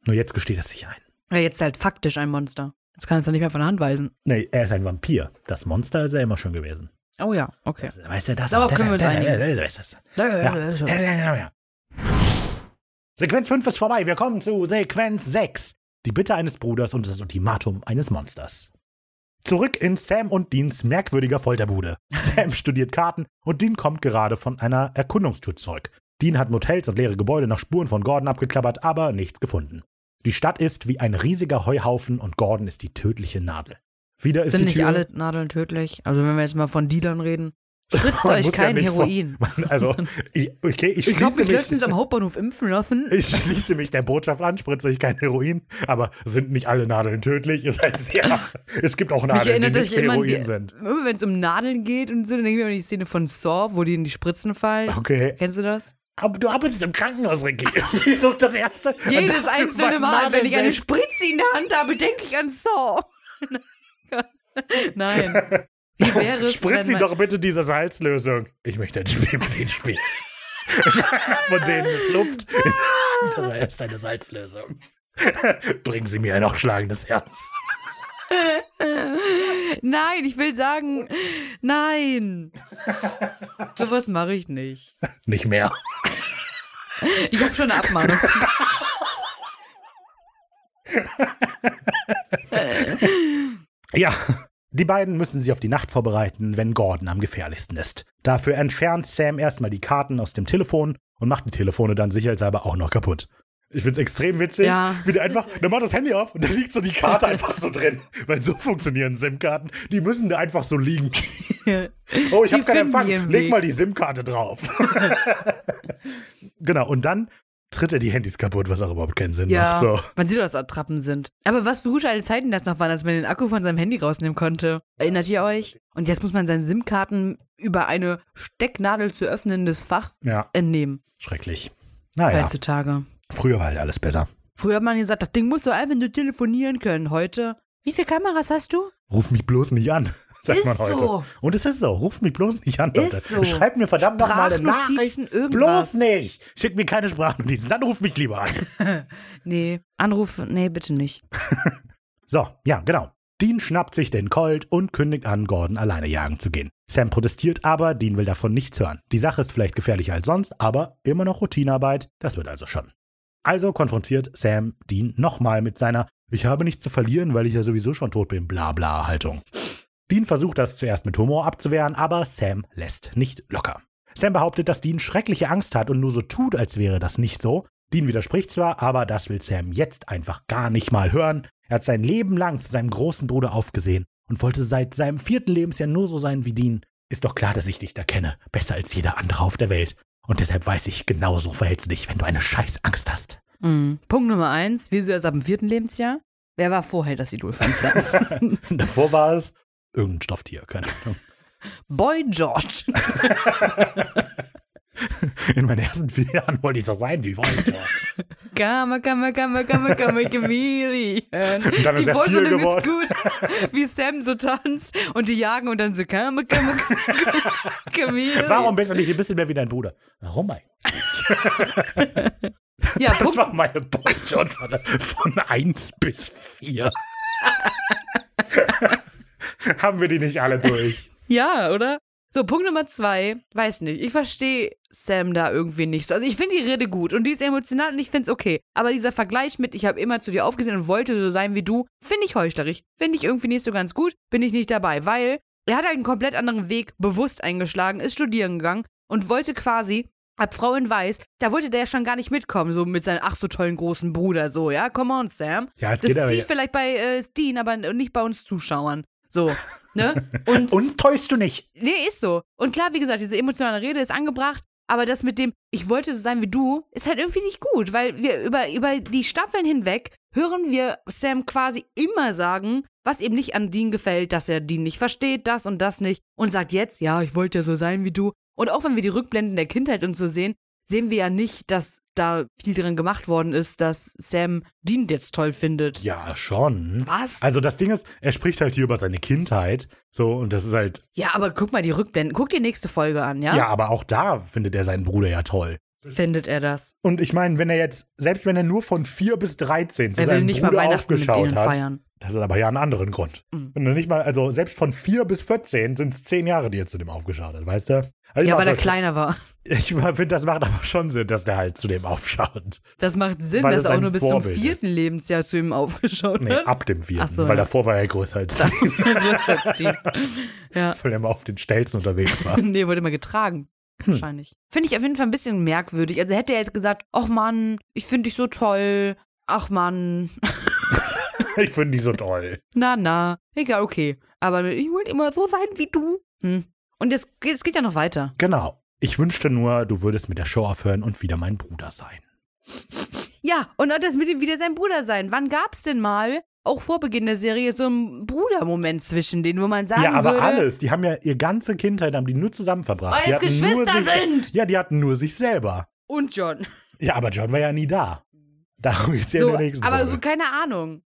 S2: Nur jetzt gesteht es sich ein.
S1: Ja, jetzt halt faktisch ein Monster. Jetzt kann es ja nicht mehr von der Hand weisen.
S2: Nee, er ist ein Vampir. Das Monster ist er immer schon gewesen.
S1: Oh ja, okay.
S2: Weißt du das?
S1: Darauf
S2: das
S1: können wir uns
S2: das-
S1: einigen.
S2: das- das- das-
S1: (laughs) Ja.
S2: Ja, ja, ja, ja. Sequenz 5 ist vorbei. Wir kommen zu Sequenz 6. Die Bitte eines Bruders und das Ultimatum eines Monsters. Zurück in Sam und Deans
S1: (laughs)
S2: merkwürdiger Folterbude. Sam studiert Karten und Dean kommt gerade von einer Erkundungstour zurück. Dean hat Motels und leere Gebäude nach Spuren von Gordon abgeklappert, aber nichts gefunden. Die Stadt ist wie ein riesiger Heuhaufen und Gordon ist die tödliche Nadel. Wieder ist
S1: Sind
S2: die
S1: nicht
S2: Tür
S1: alle Nadeln tödlich? Also wenn wir jetzt mal von Dealern (laughs) reden. Spritzt
S2: Man
S1: euch
S2: muss ja
S1: kein
S2: nicht
S1: (laughs)
S2: von-
S1: Heroin.
S2: (laughs) Also, ich, okay, ich
S1: Ich habe
S2: schließe
S1: mich
S2: mich
S1: letztens am Hauptbahnhof impfen lassen.
S2: Ich schließe mich der Botschaft an, spritze ich kein Heroin, aber sind nicht alle Nadeln tödlich? Ist
S1: (laughs)
S2: halt sehr. Es gibt auch
S1: Mich
S2: Nadeln, die
S1: erinnert
S2: nicht
S1: euch
S2: für
S1: immer,
S2: Heroin
S1: die-
S2: sind.
S1: immer wenn es um Nadeln geht und so, dann denke ich mir an die Szene von Saw, wo die in die Spritzen fallen.
S2: Okay.
S1: Kennst du das?
S2: Aber du arbeitest im Krankenhaus, Ricky. (laughs) Wie ist das erste?
S1: Jedes
S2: Das stimmt,
S1: einzelne
S2: mein
S1: Mal, wenn ich eine
S2: Nadeln-
S1: Spritze in der Hand habe, denke ich an Saw. (laughs) Nein. Wie wäre es,
S2: Spritz
S1: wenn
S2: ihm
S1: man,
S2: doch bitte diese Salzlösung. Ich möchte ein Spiel mit denen spielen. (laughs) Von denen ist
S1: (laughs)
S2: Luft. Das war erst eine Salzlösung. (laughs) Bringen Sie mir ein aufschlagendes Herz.
S1: Nein, ich will sagen, nein. Sowas mache ich nicht.
S2: Nicht mehr.
S1: Ich habe schon eine
S2: (laughs)
S1: Abmahnung.
S2: Ja, (laughs) die beiden müssen sich auf die Nacht vorbereiten, wenn Gordon am gefährlichsten ist. Dafür entfernt Sam erstmal die Karten aus dem Telefon und macht die Telefone dann sicherheitshalber auch noch kaputt. Ich find's extrem witzig,
S1: Ja.
S2: wie der einfach, der macht das Handy auf und da
S1: (laughs) (laughs)
S2: liegt so die Karte einfach so drin. Weil so funktionieren SIM-Karten, die müssen da einfach so liegen. Oh, ich habe keinen
S1: finden
S2: Empfang.
S1: ihren
S2: Leg
S1: Weg.
S2: mal die
S1: (laughs)
S2: SIM-Karte drauf. (laughs) genau, und dann tritt er die Handys kaputt, was auch überhaupt keinen Sinn
S1: Ja.
S2: macht. So.
S1: Man sieht, dass Attrappen sind. Aber was für gute alte Zeiten das noch waren, als man den Akku von seinem Handy rausnehmen konnte. Erinnert ihr euch? Und jetzt muss man seine SIM-Karten über eine Stecknadel zu öffnendes Fach
S2: Ja,
S1: entnehmen.
S2: schrecklich. Naja,
S1: Heutzutage.
S2: früher war halt alles besser.
S1: Früher hat man gesagt, das Ding musst du einfach nur telefonieren können. Heute. Wie viele Kameras hast du?
S2: Ruf mich bloß nicht an, (laughs) sagt
S1: Ist
S2: man heute.
S1: so.
S2: Und es ist so. Ruf mich bloß nicht an, Leute.
S1: so.
S2: Schreib mir verdammt nochmal eine Nachricht.
S1: Sprachnotizen, irgendwas.
S2: Bloß nicht. Schick mir keine Sprachnotizen. Dann ruf mich lieber an.
S1: Nee, Anruf, nee, bitte nicht.
S2: So, ja, genau. Dean schnappt sich den Colt und kündigt an, Gordon alleine jagen zu gehen. Sam protestiert aber, Dean will davon nichts hören. Die Sache ist vielleicht gefährlicher als sonst, aber immer noch Routinearbeit, das wird also schon. Also konfrontiert Sam Dean nochmal mit seiner Ich habe nichts zu verlieren, weil ich ja sowieso schon tot bin, bla bla Haltung. Dean versucht das zuerst mit Humor abzuwehren, aber Sam lässt nicht locker. Sam behauptet, dass Dean schreckliche Angst hat und nur so tut, als wäre das nicht so. Dean widerspricht zwar, aber das will Sam jetzt einfach gar nicht mal hören. Er hat sein Leben lang zu seinem großen Bruder aufgesehen und wollte seit seinem vierten Lebensjahr nur so sein wie Dean. Ist doch klar, dass ich dich da kenne, besser als jeder andere auf der Welt. Und deshalb weiß ich, genau so verhältst du dich, wenn du eine Scheißangst hast.
S1: Mhm. Punkt Nummer eins. Wieso erst ab dem vierten Lebensjahr? Wer war vorher das Idol von Sam?
S2: (laughs) (laughs) Davor war es irgendein Stofftier, keine Ahnung.
S1: Boy George.
S2: In meinen ersten vier Jahren wollte ich so sein wie Walter.
S1: Gamma, gamma, gamma, gamma, gamma,
S2: (laughs)
S1: Chameleon.
S2: dann ist
S1: die
S2: er
S1: Vorstellung
S2: viel
S1: ist
S2: (laughs)
S1: gut, wie Sam so tanzt und die jagen und dann so gamma, gamma,
S2: (laughs)
S1: gamma, Chameleon.
S2: Warum bist du nicht ein bisschen mehr wie dein Bruder? Warum eigentlich?
S1: Ja,
S2: Das
S1: Punkt,
S2: war meine Boyshot von 1 bis (laughs) 4. Haben wir die nicht alle durch?
S1: ja, oder? So, Punkt Nummer zwei. Weiß nicht. Ich verstehe Sam da irgendwie nicht so. Also, ich finde die Rede gut und die ist emotional und ich finde es okay. Aber dieser Vergleich mit, ich habe immer zu dir aufgesehen und wollte so sein wie du, finde ich heuchlerisch. Finde ich irgendwie nicht so ganz gut, bin ich nicht dabei, weil Er hat halt einen komplett anderen Weg bewusst eingeschlagen, ist studieren gegangen und wollte quasi ab Frau in Weiß, da wollte der ja schon gar nicht mitkommen, so mit seinem ach so tollen großen Bruder, so, ja, come on, Sam.
S2: Ja, es
S1: das
S2: geht aber
S1: zieht
S2: ja-
S1: vielleicht bei äh, Dean, aber nicht bei uns Zuschauern. So,
S2: (laughs)
S1: ne? Und,
S2: Uns täuschst du nicht.
S1: nee, ist so. Und klar, wie gesagt, diese emotionale Rede ist angebracht, aber das mit dem, ich wollte so sein wie du, ist halt irgendwie nicht gut, weil wir über, über die Staffeln hinweg hören wir Sam quasi immer sagen, was ihm nicht an Dean gefällt, dass er Dean nicht versteht, das und das nicht und sagt jetzt, ja, ich wollte ja so sein wie du. Und auch wenn wir die Rückblenden der Kindheit und so sehen, sehen wir ja nicht, dass da viel drin gemacht worden ist, dass Sam Dean jetzt toll findet.
S2: Ja, schon.
S1: Was?
S2: Also das Ding ist, er spricht halt hier über seine Kindheit. So, und das ist halt.
S1: Ja, aber guck mal die Rückblenden, guck die nächste Folge an,
S2: Ja,
S1: ja?
S2: aber auch da findet er seinen Bruder ja toll.
S1: Findet er das?
S2: Und ich meine, wenn er jetzt, selbst wenn er nur von 4 bis 13 zu
S1: Er will
S2: seinem
S1: nicht mal
S2: Bruder
S1: Weihnachten mit
S2: aufgeschaut
S1: denen
S2: hat,
S1: feiern. Mhm.
S2: das hat aber ja einen anderen Grund. Wenn du nicht mal, also selbst von 4 bis 14 sind es 10 Jahre, die er zu dem aufgeschaut hat, weißt du? Also ich
S1: Ja,
S2: mach
S1: weil er
S2: das-
S1: kleiner war.
S2: (laughs) Ich finde, das macht aber schon Sinn, dass der halt zu dem aufschaut.
S1: Das macht Sinn,
S2: Weil
S1: dass
S2: es
S1: er auch
S2: ein
S1: nur bis
S2: Vorbild
S1: zum vierten Lebensjahr zu ihm aufgeschaut
S2: Nee,
S1: (laughs) hat.
S2: ab dem vierten,
S1: Ach so,
S2: weil
S1: ja.
S2: davor war er größer
S1: (laughs)
S2: als die,
S1: Größer als die. ja.
S2: weil er immer auf den Stelzen unterwegs war. (laughs)
S1: Nee, wurde immer getragen.
S2: Hm.
S1: Wahrscheinlich. Finde ich auf jeden Fall ein bisschen merkwürdig. Also hätte er jetzt gesagt, ach Mann, ich finde dich so toll. Ach Mann, (laughs)
S2: ich finde die so toll.
S1: na na. Egal, okay. Aber ich will immer so sein wie du. Hm. Und es geht, es geht ja noch weiter.
S2: Genau. Ich wünschte nur, du würdest mit der Show aufhören und wieder mein Bruder sein.
S1: Ja, und auch das mit dem wieder sein Bruder sein. Wann gab's denn mal, auch vor Beginn der Serie, so einen Brudermoment zwischen denen, wo man sagen
S2: Ja, aber
S1: würde,
S2: alles. Die haben ja ihre ganze Kindheit, haben die nur zusammen verbracht.
S1: Weil
S2: die
S1: es
S2: hatten
S1: Geschwister
S2: nur sich,
S1: sind.
S2: Ja, die hatten nur sich selber.
S1: und John.
S2: Ja, aber John war ja nie da. Darum geht's ja in
S1: So,
S2: der nächsten
S1: aber so
S2: Folge.
S1: keine Ahnung.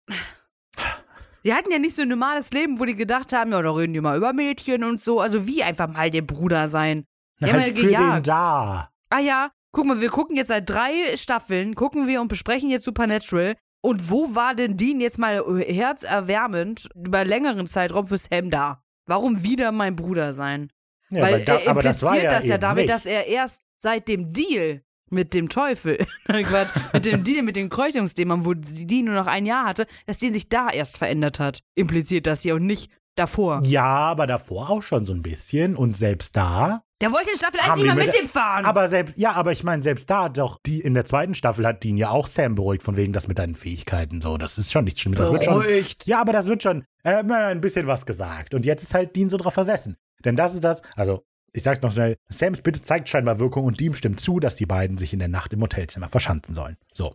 S1: Die hatten ja nicht so ein normales Leben, wo die gedacht haben, ja, da reden die mal über Mädchen und so. Also wie einfach mal der Bruder sein. Die
S2: Na,
S1: haben
S2: halt
S1: ja
S2: für den
S1: gejagt.
S2: da.
S1: Ah ja, guck mal, wir gucken jetzt seit drei Staffeln, gucken wir und besprechen jetzt Supernatural. Und wo war denn Dean jetzt mal äh, herzerwärmend über längeren Zeitraum für Sam da? Warum wieder mein Bruder sein?
S2: Ja,
S1: Weil
S2: aber da-
S1: er
S2: aber das war
S1: impliziert
S2: ja
S1: das ja
S2: eben
S1: damit,
S2: nicht.
S1: dass er erst seit dem Deal mit dem Teufel, (laughs) Nein, Quatsch, mit dem Deal mit den Kreuzungsdämon, wo die nur noch ein Jahr hatte, dass den sich da erst verändert hat. Impliziert das hier und nicht davor.
S2: Ja, aber davor auch schon so ein bisschen. Und selbst da
S1: Der wollte in Staffel 1
S2: Haben
S1: nicht
S2: die
S1: mal
S2: mit-
S1: mit dem fahren.
S2: Aber selbst, ja, aber ich meine, selbst da hat doch, die in der zweiten Staffel hat Dean ja auch Sam beruhigt, von wegen das mit deinen Fähigkeiten. So, das ist schon nicht schlimm. Das wird schon, ja, aber das wird schon äh, immer ein bisschen was gesagt. Und jetzt ist halt Dean so drauf versessen. Denn das ist das, also ich sag's noch schnell, Sams Bitte zeigt scheinbar Wirkung und Dean stimmt zu, dass die beiden sich in der Nacht im Hotelzimmer verschanzen sollen. So.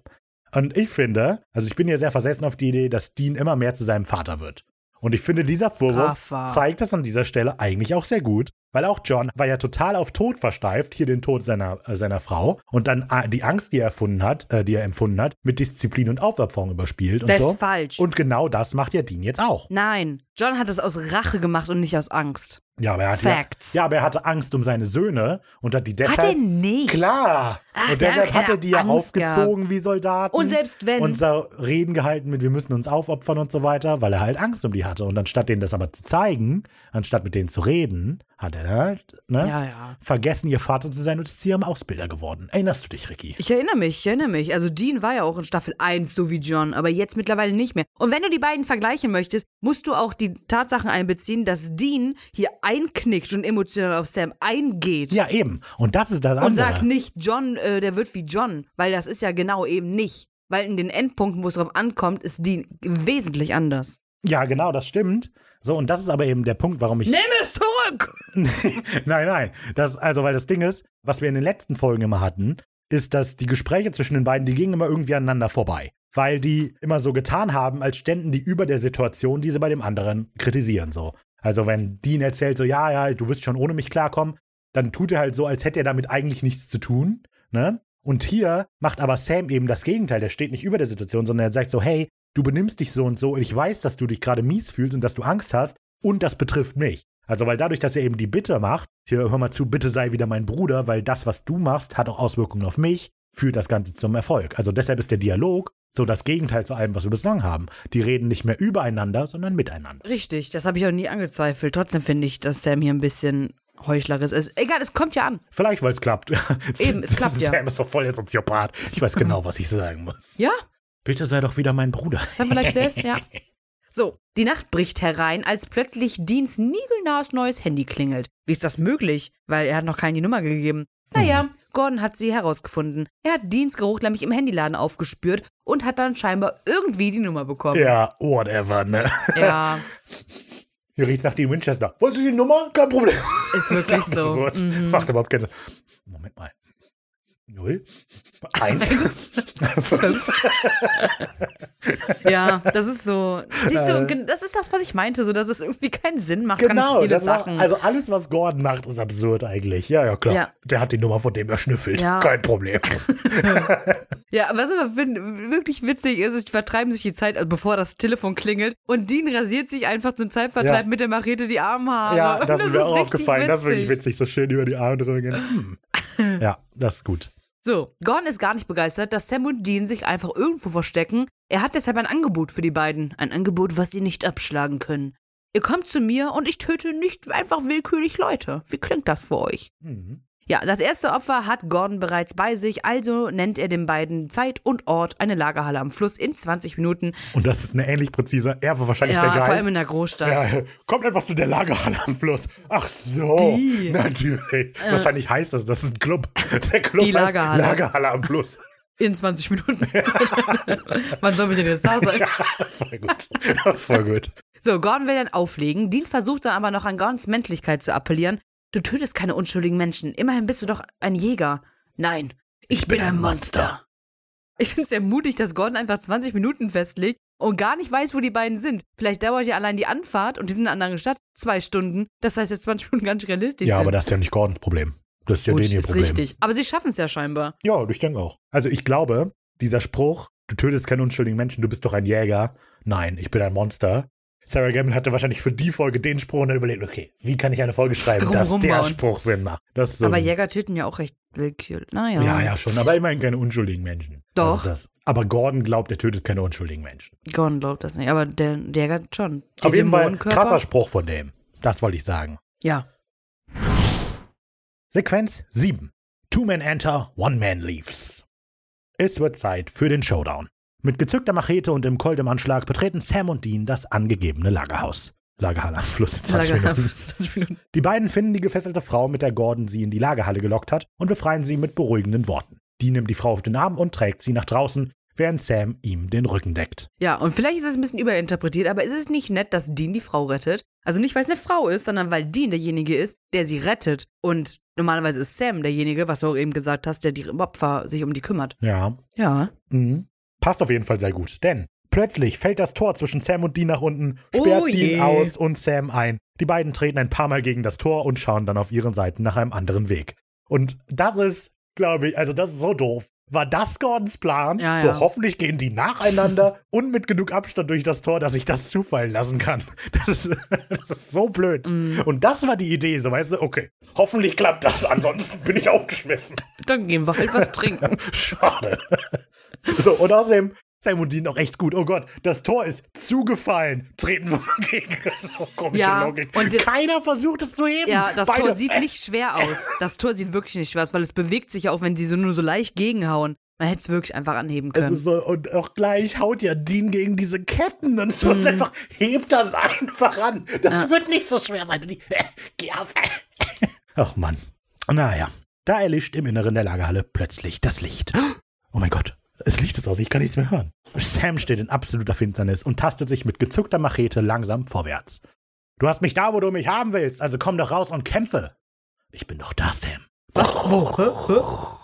S2: Und ich finde, also ich bin hier sehr versessen auf die Idee, dass Dean immer mehr zu seinem Vater wird. Und ich finde, dieser Vorwurf
S13: Rafa.
S2: zeigt das an dieser Stelle eigentlich auch sehr gut, weil auch John war ja total auf Tod versteift, hier den Tod seiner, äh, seiner Frau und dann äh, die Angst, die er erfunden hat, äh, die er empfunden hat, mit Disziplin und Aufopferung überspielt und
S1: Das
S2: so.
S1: ist falsch.
S2: Und genau das macht ja Dean jetzt auch.
S1: Nein, John hat es aus Rache gemacht und nicht aus Angst.
S2: Ja, aber er hatte,
S1: Facts.
S2: Ja, ja, aber er hatte Angst um seine Söhne und hat die deshalb.
S1: Hat er nicht.
S2: Klar.
S1: Ach,
S2: und
S1: der
S2: deshalb
S1: hat
S2: hat er
S1: keine
S2: die ja
S1: Angst
S2: aufgezogen wie Soldaten.
S1: Und selbst wenn-
S2: Und da Reden gehalten mit, wir müssen uns aufopfern und so weiter, weil er halt Angst um die hatte. Und anstatt denen das aber zu zeigen, anstatt mit denen zu reden, hat er halt, ne?
S1: Ja, ja.
S2: Vergessen, ihr Vater zu sein und ist zu ihrem Ausbilder geworden. Erinnerst du dich, Ricky?
S1: Ich erinnere mich, ich erinnere mich. Also Dean war ja auch in Staffel 1, so wie John, aber jetzt mittlerweile nicht mehr. Und wenn du die beiden vergleichen möchtest, musst du auch die Tatsachen einbeziehen, dass Dean hier einknickt und emotional auf Sam eingeht.
S2: Ja, eben. Und das ist das
S1: und
S2: andere.
S1: sagt nicht, John, äh, der wird wie John, weil das ist ja genau eben nicht. Weil in den Endpunkten, wo es drauf ankommt, ist Dean wesentlich anders.
S2: ja, genau, das stimmt. So, und das ist aber eben der Punkt, warum ich
S1: Nimm es zurück!
S2: (laughs) nein, nein. Das, also, weil das Ding ist, was wir in den letzten Folgen immer hatten, ist, dass die Gespräche zwischen den beiden, die gingen immer irgendwie aneinander vorbei. Weil die immer so getan haben, als ständen die über der Situation, die sie bei dem anderen kritisieren. So. Also, wenn Dean erzählt, so, ja, ja, du wirst schon ohne mich klarkommen, dann tut er halt so, als hätte er damit eigentlich nichts zu tun. Ne? Und hier macht aber Sam eben das Gegenteil. Der steht nicht über der Situation, sondern er sagt so, hey, du benimmst dich so und so und ich weiß, dass du dich gerade mies fühlst und dass du Angst hast und das betrifft mich. Also, weil dadurch, dass er eben die Bitte macht, hier hör mal zu, bitte sei wieder mein Bruder, weil das, was du machst, hat auch Auswirkungen auf mich, führt das Ganze zum Erfolg. Also deshalb ist der Dialog so das Gegenteil zu allem, was wir bislang haben. Die reden nicht mehr übereinander, sondern miteinander.
S1: Richtig, das habe ich auch nie angezweifelt. Trotzdem finde ich, dass Sam hier ein bisschen heuchlerisch ist. Egal, es kommt ja an.
S2: Vielleicht, weil es klappt. (laughs)
S1: Eben, es klappt ja.
S2: Sam ist doch voll der Soziopath. Ich weiß genau, was ich sagen muss.
S1: Ja?
S2: Bitte sei doch wieder mein Bruder.
S1: Something like this, ja. (laughs) So, die Nacht bricht herein, als plötzlich Deans niegelnahes neues Handy klingelt. Wie ist das möglich? Weil er hat noch keine die Nummer gegeben. Naja, Gordon hat sie herausgefunden. Er hat Deans Geruch nämlich im Handyladen aufgespürt und hat dann scheinbar irgendwie die Nummer bekommen.
S2: Ja, whatever, ne?
S1: Ja,
S2: Hier riecht nach die Winchester. Wolltest du die Nummer? Kein Problem. (laughs)
S1: ist wirklich so.
S2: Absurd. Macht überhaupt keinen Sinn. Moment mal. Null. (laughs) Eins. (laughs) Fünf.
S1: Ja, das ist so. Siehst du, gen- das ist das, was ich meinte, so dass es irgendwie keinen Sinn macht. ganz
S2: Äh. Genau,
S1: viele
S2: das war,
S1: Sachen.
S2: also alles, was Gordon macht, ist absurd eigentlich. Ja, ja, klar.
S1: Ja.
S2: Der hat die Nummer, von dem er schnüffelt.
S1: Ja.
S2: Kein Problem.
S1: Ja, was aber win- wirklich witzig ist, ist, die vertreiben sich die Zeit, also bevor das Telefon klingelt und Dean rasiert sich einfach zum Zeitvertreib
S2: Ja.
S1: mit der Machete die Armhaare.
S2: (laughs) ja, das, ist mir auch
S1: richtig
S2: aufgefallen. Das ist wirklich witzig. So schön über die Arme drüber gehen. (laughs) Hm. Ja, das ist gut.
S1: So, Gordon ist gar nicht begeistert, dass Sam und Dean sich einfach irgendwo verstecken. Er hat deshalb ein Angebot für die beiden. Ein Angebot, was sie nicht abschlagen können. Ihr kommt zu mir und ich töte nicht einfach willkürlich Leute. Wie klingt das für euch?
S2: Mhm.
S1: Ja, das erste Opfer hat Gordon bereits bei sich, also nennt er den beiden Zeit und Ort eine Lagerhalle am Fluss in 20 Minuten.
S2: Und das ist eine ähnlich präzise. Er war wahrscheinlich der
S1: Ja, vor
S2: Geist.
S1: allem in der Großstadt.
S2: Ja, (laughs) kommt einfach zu der Lagerhalle am Fluss. Ach so, (laughs) natürlich. Wahrscheinlich heißt das, das ist ein Club. (laughs) Der Club
S1: Die Lagerhalle.
S2: heißt Äh. Lagerhalle am Fluss.
S1: In 20
S2: (laughs)
S1: Minuten. Wann sollen wir denn jetzt da sein?
S2: Ja, (laughs) voll gut. voll gut.
S1: So, Gordon will dann auflegen. Dean versucht dann aber noch an Gordons Menschlichkeit zu appellieren. Du tötest keine unschuldigen Menschen. Immerhin bist du doch ein Jäger. Nein, ich bin ein Monster. Ich finde es sehr mutig, dass Gordon einfach 20 Minuten festlegt und gar nicht weiß, wo die beiden sind. Vielleicht dauert ja allein die Anfahrt und die sind in einer anderen Stadt zwei Stunden. Das heißt, jetzt 20 Minuten ganz realistisch
S2: Ja,
S1: sind.
S2: aber das ist ja nicht Gordons Problem. Das ist ja
S1: Gut,
S2: den ihr
S1: ist
S2: Problem.
S1: richtig. Aber sie schaffen es ja scheinbar.
S2: Ja, ich denke auch. Also ich glaube, dieser Spruch, du tötest keinen unschuldigen Menschen, du bist doch ein Jäger. Nein, ich bin ein Monster. Sarah Gemmon hatte wahrscheinlich für die Folge den Spruch und dann überlegt, okay, wie kann ich eine Folge schreiben,
S1: Drum
S2: dass der
S1: rumbauen.
S2: Spruch Sinn macht. Das ist so
S1: Aber
S2: ein-
S1: Jäger töten ja auch recht willkürlich. Naja.
S2: Ja, ja, schon, aber immerhin keine unschuldigen Menschen.
S1: Doch.
S2: Das ist das. Aber Gordon glaubt, er tötet keine unschuldigen Menschen.
S1: Gordon glaubt das nicht, aber der Jäger schon.
S2: Auf jeden Fall krasser
S1: krasser
S2: Spruch von dem. Das wollte ich sagen.
S1: Ja.
S2: Sequenz 7. Two men enter, one man leaves. Es wird Zeit für den Showdown. Mit gezückter Machete und im Colt im Anschlag betreten Sam und Dean das angegebene Lagerhaus. Lagerhalle am Fluss. 20
S1: Lager- (laughs)
S2: Minuten.
S1: 20 Minuten.
S2: Die beiden finden die gefesselte Frau, mit der Gordon sie in die Lagerhalle gelockt hat, und befreien sie mit beruhigenden Worten. Die nimmt die Frau auf den Arm und trägt sie nach draußen, während Sam ihm den Rücken deckt.
S1: Ja, und vielleicht ist es ein bisschen überinterpretiert, aber ist es nicht nett, dass Dean die Frau rettet? Also nicht, weil es eine Frau ist, sondern weil Dean derjenige ist, der sie rettet. Und normalerweise ist Sam derjenige, was du auch eben gesagt hast, der die Opfer sich um die kümmert.
S2: Ja.
S1: Ja.
S2: Mhm. Passt auf jeden Fall sehr gut, denn plötzlich fällt das Tor zwischen Sam und Dean nach unten,
S1: Oh
S2: sperrt Dean
S1: je.
S2: aus und Sam ein. Die beiden treten ein paar Mal gegen das Tor und schauen dann auf ihren Seiten nach einem anderen Weg. Und das ist, glaube ich, also das ist so doof. War das Gordons Plan?
S1: Ja,
S2: so
S1: ja.
S2: hoffentlich gehen
S1: (laughs)
S2: die nacheinander und mit genug Abstand durch das Tor, dass ich das zufallen lassen kann. (laughs) Das ist, das ist so blöd.
S1: Mm.
S2: Und das war die Idee, so weißt du, okay, hoffentlich klappt das, ansonsten bin ich aufgeschmissen.
S1: Dann gehen wir halt
S2: (laughs)
S1: was trinken.
S2: Schade. So, und außerdem, Sam und Dean auch echt gut. Oh Gott, das Tor ist zugefallen. Treten wir mal gegen. Das ist so komische
S1: Ja,
S2: Logik.
S1: und das-
S2: Keiner versucht es zu heben.
S1: Ja, das
S2: Beide-
S1: Tor sieht nicht schwer aus. Das Tor sieht wirklich nicht schwer aus, weil es bewegt sich ja auch, wenn sie so nur so leicht gegenhauen. Man hätte es wirklich einfach anheben
S2: Es
S1: können.
S2: ist so, und auch gleich haut ja Dean gegen diese Ketten und so ist einfach, hebt das einfach an. Das wird nicht so schwer sein. Und die, äh, geh auf. Ach Mann. Naja. Da erlischt im Inneren der Lagerhalle plötzlich das Licht. Oh mein Gott, das Licht ist aus, ich kann nichts mehr hören. Sam steht in absoluter Finsternis und tastet sich mit gezückter Machete langsam vorwärts. Du hast mich da, wo du mich haben willst, also komm doch raus und kämpfe. Ich bin doch da, Sam. Was? Wo?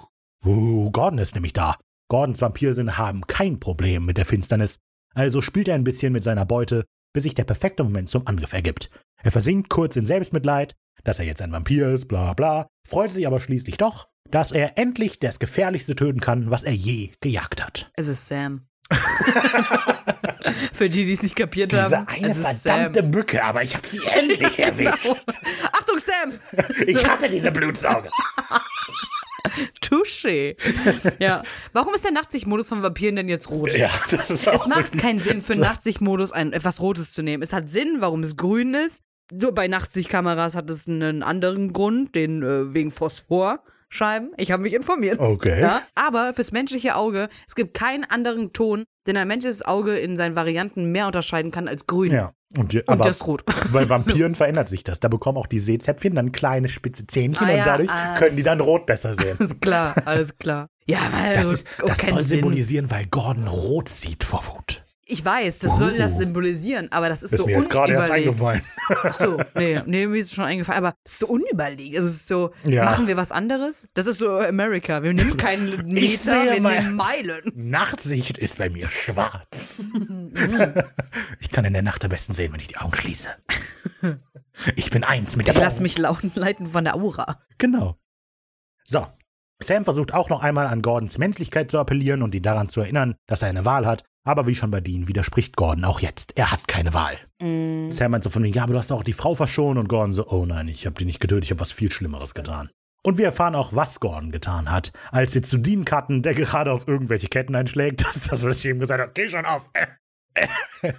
S2: Uh, Gordon ist nämlich da. Gordons Vampirsinn haben kein Problem mit der Finsternis, also spielt er ein bisschen mit seiner Beute, bis sich der perfekte Moment zum Angriff ergibt. Er versinkt kurz in Selbstmitleid, dass er jetzt ein Vampir ist, bla bla, freut sich aber schließlich doch, dass er endlich das Gefährlichste töten kann, was er je gejagt hat.
S1: Es ist
S2: (laughs)
S1: Sam. Für die, die es nicht kapiert
S2: Ähm,
S1: haben. es ist
S2: Mücke, aber ich habe (laughs) sie endlich erwischt.
S1: Sam. Achtung,
S2: (laughs)
S1: Sam!
S2: Ich hasse diese Blutsauger.
S1: Touché. Ja. Warum ist der Nachtsichtmodus von Vampiren denn jetzt rot?
S2: Ja, (laughs) das ist auch
S1: Es macht keinen Sinn, für Nachtsichtmodus ein, etwas Rotes zu nehmen. Es hat Sinn, warum es grün ist. Nur bei Nachtsichtkameras hat es einen anderen Grund, den äh, wegen Phosphorscheiben. Ich habe mich informiert.
S2: Okay.
S1: Ja, aber fürs menschliche Auge, es gibt keinen anderen Ton, den ein menschliches Auge in seinen Varianten mehr unterscheiden kann als grün.
S2: Ja. Und,
S1: Und
S2: aber
S1: das ist rot. (laughs)
S2: Bei Vampiren verändert sich das. Da bekommen auch die Seezäpfchen dann kleine spitze Zähnchen
S1: Ah
S2: und
S1: ja,
S2: dadurch
S1: ah,
S2: können die dann rot
S1: (laughs)
S2: besser sehen.
S1: Alles klar, alles klar. Ja, weil
S2: Das, ist,
S1: oh,
S2: das
S1: keinen
S2: soll
S1: Sinn.
S2: symbolisieren, weil Gordon rot sieht vor Wut.
S1: Ich weiß, das soll
S2: Uh.
S1: das symbolisieren, aber das ist,
S2: Ist
S1: so
S2: mir jetzt gerade erst
S1: unüberlegt.
S2: eingefallen.
S1: Ach so, nee, nee, mir ist schon eingefallen, aber es ist so unüberlegt. Es ist so,
S2: Ja.
S1: machen wir was anderes? Das ist so America. Wir nehmen keinen
S2: Ich
S1: Meter,
S2: sehe
S1: wir
S2: mal-
S1: nehmen Meilen.
S2: Nachtsicht ist bei
S1: (laughs)
S2: mir schwarz. ich kann in der Nacht am besten sehen, wenn ich die
S1: (laughs)
S2: Augen schließe. Ich bin eins mit der
S1: Ich lass
S2: Frau.
S1: mich lauten leiten von der Aura.
S2: Genau. So. Sam versucht auch noch einmal an Gordons Menschlichkeit zu appellieren und ihn daran zu erinnern, dass er eine Wahl hat. Aber wie schon bei Dean widerspricht Gordon auch jetzt. Er hat keine Wahl. Sam meint so von wegen, ja, aber du hast doch auch die Frau verschont. Und Gordon so, oh nein, ich habe die nicht getötet, ich habe was viel Schlimmeres getan. Und wir erfahren auch, was Gordon getan hat, als wir zu Dean cutten, der gerade auf irgendwelche Ketten einschlägt. (laughs) Das ist das, was ich ihm gesagt habe. Geh schon auf. (laughs) Äh, äh.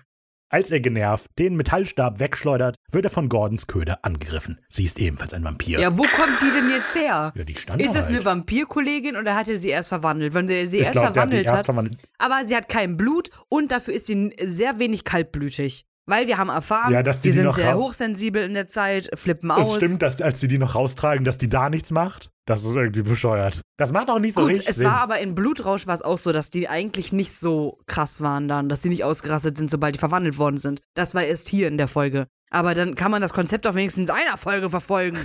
S2: Als er genervt den Metallstab wegschleudert, wird er von Gordons Köder angegriffen. Sie ist ebenfalls ein Vampir.
S1: Ja, wo kommt die denn jetzt her?
S2: Ja, die stand
S1: Ist
S2: da
S1: es
S2: halt.
S1: eine Vampirkollegin oder hat er sie erst verwandelt? Wenn er sie erst
S2: glaub, der hat die
S1: verwandelt
S2: erst
S1: hat,
S2: verwandelt.
S1: aber sie hat kein Blut und dafür ist sie n- sehr wenig kaltblütig. Weil wir haben erfahren,
S2: Ja, dass die die
S1: sind
S2: noch
S1: sehr
S2: haben.
S1: hochsensibel in der Zeit, flippen aus.
S2: Es stimmt, dass als sie die noch raustragen, dass die da nichts macht. Das ist irgendwie bescheuert. Das macht auch nicht so
S1: Gut,
S2: richtig
S1: es
S2: Sinn.
S1: war aber in Blutrausch war es auch so, dass die eigentlich nicht so krass waren dann, dass sie nicht ausgerastet sind, sobald die verwandelt worden sind. Das war erst hier in der Folge. Aber dann kann man das Konzept auch wenigstens in einer Folge
S2: (laughs)
S1: verfolgen.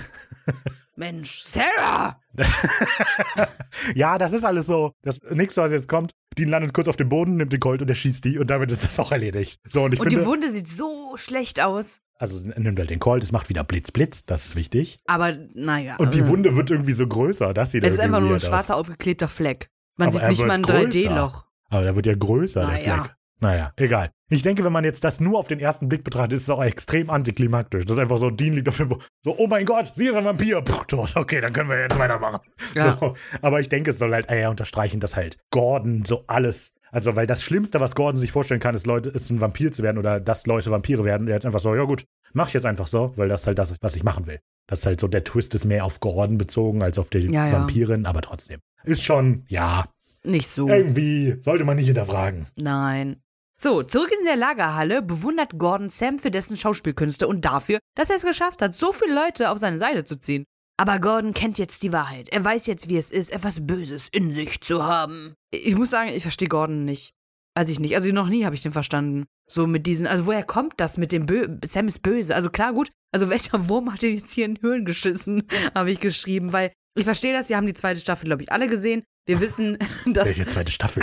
S1: Mensch, Sarah!
S2: ja, das ist alles so. Das nächste, was jetzt kommt, die landet kurz auf dem Boden, nimmt den Colt und er schießt die und damit ist das auch erledigt. So, und ich
S1: Und die
S2: finde,
S1: Wunde sieht so schlecht aus.
S2: also nimmt halt den Colt, es macht wieder Blitz, Blitz, das ist wichtig.
S1: Aber naja.
S2: Und die
S1: äh.
S2: Wunde wird irgendwie so größer, dass sie da
S1: Es ist
S2: irgendwie
S1: einfach nur ein
S2: weird aus.
S1: schwarzer aufgeklebter Fleck. Man
S2: Aber
S1: sieht
S2: er
S1: nicht
S2: wird
S1: mal ein
S2: größer.
S1: 3D-Loch.
S2: Aber der wird ja größer, der
S1: Naja.
S2: Fleck. Naja, egal. Ich denke, wenn man jetzt das nur auf den ersten Blick betrachtet, ist es auch extrem antiklimaktisch. Das ist einfach so, Dean liegt auf dem Boden. So, oh mein Gott, sie ist ein Vampir. Puh, tot. Okay, dann können wir jetzt weitermachen.
S1: Ja.
S2: So, aber ich denke, es soll halt eher unterstreichen, dass halt Gordon so alles. Also, weil das Schlimmste, was Gordon sich vorstellen kann, ist, Leute, ist ein Vampir zu werden oder dass Leute Vampire werden. Und er ist einfach so, ja gut, mach ich jetzt einfach so, weil das ist halt das, was ich machen will. Das ist halt so, der Twist ist mehr auf Gordon bezogen als auf die
S1: Ja, ja.
S2: Vampirin, aber trotzdem. Ist schon, ja,
S1: Nicht so.
S2: irgendwie sollte man nicht hinterfragen.
S1: Nein. So, zurück in der Lagerhalle bewundert Gordon Sam für dessen Schauspielkünste und dafür, dass er es geschafft hat, so viele Leute auf seine Seite zu ziehen.
S9: Aber Gordon kennt jetzt die Wahrheit. Er weiß jetzt, wie es ist, etwas Böses in sich zu haben.
S1: Ich muss sagen, ich verstehe Gordon nicht. Weiß ich nicht. Also noch nie habe ich den verstanden. So mit diesen, also woher kommt das mit dem Bö Sam ist böse? Also klar, gut, also welcher (laughs) Wurm hat den jetzt hier in den Höhlen geschissen, (laughs) habe ich geschrieben, weil ich verstehe das, wir haben die zweite Staffel, glaube ich, alle gesehen. Wir wissen, (laughs) dass
S2: Welche zweite Staffel?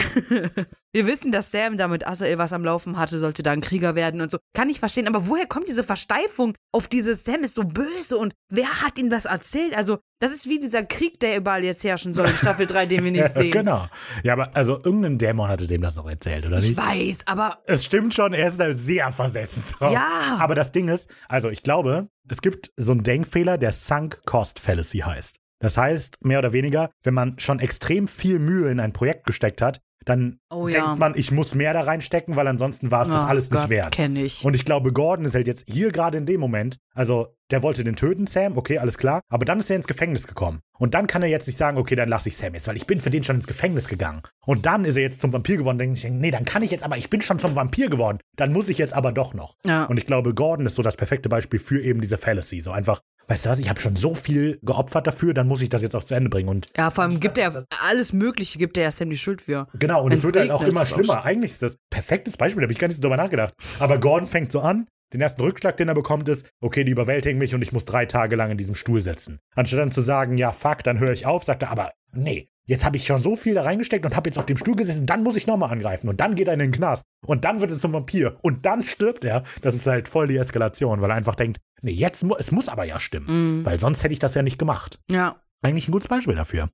S1: wir wissen, dass Sam damit Asael was am Laufen hatte, sollte da ein Krieger werden und so. Kann ich verstehen, aber woher kommt diese Versteifung auf dieses Sam ist so böse und wer hat ihm das erzählt? Also, das ist wie dieser Krieg, der überall jetzt herrschen soll in Staffel 3,
S2: (laughs)
S1: den wir (laughs) nicht sehen.
S2: genau. Ja, aber also irgendein Dämon hatte dem das noch erzählt, oder
S1: Ich
S2: nicht?
S1: weiß, aber
S2: Es stimmt schon, er ist da sehr versessen drauf.
S1: Ja.
S2: Aber das Ding ist, also ich glaube, es gibt so einen Denkfehler, der Sunk Cost Fallacy heißt. Das heißt, mehr oder weniger, wenn man schon extrem viel Mühe in ein Projekt gesteckt hat, dann
S1: Oh
S2: denkt
S1: ja.
S2: man, ich muss mehr da reinstecken, weil ansonsten war es das
S1: Ach
S2: alles
S1: Oh Gott,
S2: nicht wert.
S1: Kenne ich.
S2: Und ich glaube, Gordon ist halt jetzt hier gerade in dem Moment, also der wollte den töten, Sam, okay, alles klar, aber dann ist er ins Gefängnis gekommen. Und dann kann er jetzt nicht sagen, okay, dann lasse ich Sam jetzt, weil ich bin für den schon ins Gefängnis gegangen. Und dann ist er jetzt zum Vampir geworden, denke ich, nee, dann kann ich jetzt aber, ich bin schon zum Vampir geworden, dann muss ich jetzt aber doch noch.
S1: Ja.
S2: Und ich glaube, Gordon ist so das perfekte Beispiel für eben diese Fallacy, so einfach, weißt du was, ich habe schon so viel geopfert dafür, dann muss ich das jetzt auch zu Ende bringen und
S1: Ja, vor allem gibt er alles Mögliche, gibt er ja Sam die Schuld für.
S2: Genau, und
S1: Wenn's
S2: es wird halt auch
S1: regnet,
S2: immer
S1: glaubst du?
S2: schlimmer. Eigentlich ist das perfektes Beispiel, da habe ich gar nicht so drüber nachgedacht. Aber Gordon fängt so an, den ersten Rückschlag, den er bekommt, ist, okay, die überwältigen mich und ich muss drei Tage lang in diesem Stuhl sitzen. Anstatt dann zu sagen, ja, fuck, dann höre ich auf, sagt er, aber nee, jetzt habe ich schon so viel da reingesteckt und habe jetzt auf dem Stuhl gesessen, dann muss ich nochmal angreifen und dann geht er in den Knast und dann wird er zum Vampir und dann stirbt er. Das ist halt voll die Eskalation, weil er einfach denkt, nee, jetzt, mu es muss aber ja
S1: Mhm.
S2: stimmen, weil sonst hätte ich das ja nicht gemacht
S1: Ja.
S2: eigentlich ein gutes Beispiel dafür.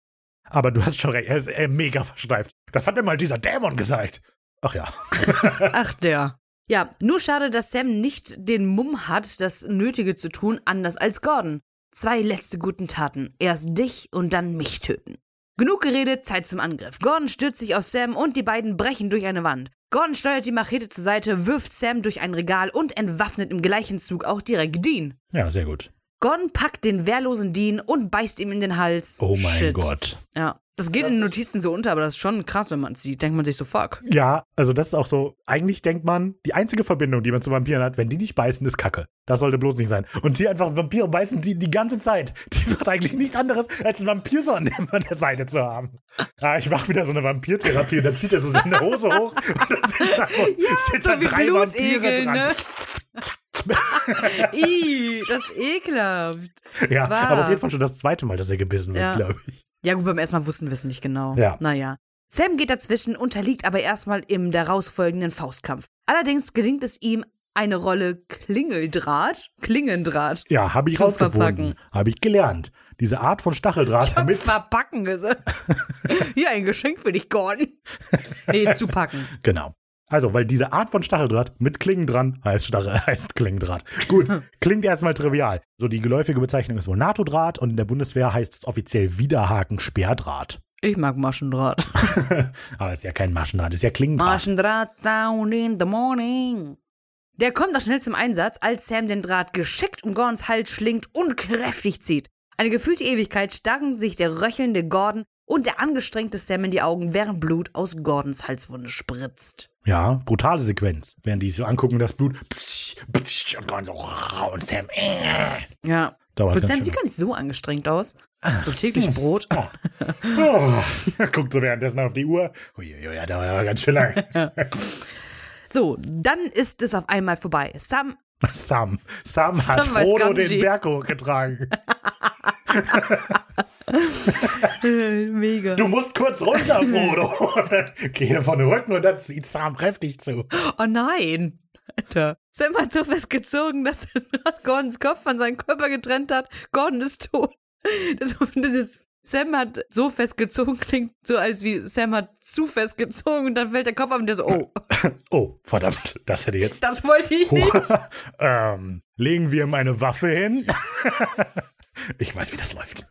S2: Aber du hast schon recht, er ist äh, mega versteift. Das hat mir mal dieser Dämon gesagt. Ach ja.
S1: Ach, der.
S9: Ja, nur schade, dass Sam nicht den Mumm hat, das Nötige zu tun, anders als Gordon. Zwei letzte guten Taten. Erst dich und dann mich töten. Genug geredet, Zeit zum Angriff. Gordon stürzt sich auf Sam und die beiden brechen durch eine Wand. Gordon steuert die Machete zur Seite, wirft Sam durch ein Regal und entwaffnet im gleichen Zug auch direkt Dean.
S2: Ja, sehr gut.
S9: Gordon packt den wehrlosen Dean und beißt ihm in den Hals.
S2: Oh mein
S9: Shit.
S2: Gott.
S1: Ja. Das geht in den Notizen so unter, aber das ist schon krass, wenn man es sieht. Denkt man sich so, fuck.
S2: Ja, also das ist auch so, eigentlich denkt man, die einzige Verbindung, die man zu Vampiren hat, wenn die dich beißen, ist Kacke. Das sollte bloß nicht sein. Und hier einfach Vampire beißen die die ganze Zeit. Die macht eigentlich nichts anderes, als einen Vampirsonnen an der Seite zu haben. Ah, ich mache wieder so eine Vampirtherapie und dann zieht er so seine Hose hoch und dann sind da so, sind da
S1: so wie
S2: drei Vampire
S1: Blutegel,
S2: dran.
S1: ne? Ih, das ist ekelhaft.
S2: Ja,
S1: Wahr.
S2: aber auf jeden Fall schon das zweite Mal, dass er gebissen wird,
S1: Ja.
S2: glaube ich.
S1: Ja, gut, beim ersten Mal wussten wir es nicht genau.
S2: Ja.
S1: Naja.
S9: Sam geht dazwischen, unterliegt aber erstmal im darausfolgenden Faustkampf. Allerdings gelingt es ihm, eine Rolle Klingeldraht, Klingendraht,
S2: Ja, habe ich
S1: Zum
S2: rausgefunden. Habe ich gelernt. Diese Art
S1: (laughs)
S2: von Stacheldraht, damit
S1: Verpacken ist
S2: (laughs)
S1: er. Hier ein Geschenk für dich, Gordon. Nee, zupacken.
S2: Genau. Also, weil diese Art von Stacheldraht mit Klingen dran heißt, Stachel, (laughs) heißt Klingendraht. Gut, klingt erstmal trivial. So, die geläufige Bezeichnung ist wohl NATO-Draht und in der Bundeswehr heißt es offiziell Widerhaken-Sperrdraht.
S1: Ich mag Maschendraht.
S2: Aber ist ja kein Maschendraht, ist ja Klingendraht.
S1: Maschendraht down in the morning.
S9: Der kommt auch schnell zum Einsatz, als Sam den Draht geschickt um Gordons Hals schlingt und kräftig zieht. Eine gefühlte Ewigkeit starren sich der röchelnde Gordon und der angestrengte Sam in die Augen, während Blut aus Gordons Halswunde spritzt.
S2: ja, brutale Sequenz. Während die sich so angucken, das Blut. Psch, psch, und dann so. rau Und Sam. Äh,
S1: Ja.
S2: dauert
S1: Und
S2: ganz
S1: Sam
S2: schön.
S1: sieht gar nicht so angestrengt
S2: (laughs)
S1: aus. So täglich Brot.
S2: Oh, (laughs) guckt so währenddessen auf die Uhr. Uiuiui, ja, dauert aber ganz schön lang.
S9: So, dann ist es auf einmal vorbei. Sam
S2: Sam. Sam hat
S1: Sam weiß
S2: Frodo
S1: Ganji.
S2: den Berg hochgetragen.
S1: Mega.
S2: Du musst kurz runter, Frodo. (laughs) Und dann geht er von den Rücken und dann zieht Sam kräftig zu.
S1: Oh nein. Alter. Sam hat so festgezogen, dass er (laughs) Gordons Kopf von seinem Körper getrennt hat. Gordon ist tot. Das, das ist, Sam hat so festgezogen, klingt so, als wie Sam hat zu festgezogen und dann fällt der Kopf ab und der so, oh,
S2: (laughs) Oh, verdammt, das hätte jetzt.
S1: das wollte ich nicht.
S2: (laughs) ähm, legen wir ihm eine Waffe hin. (laughs) ich weiß, wie das läuft.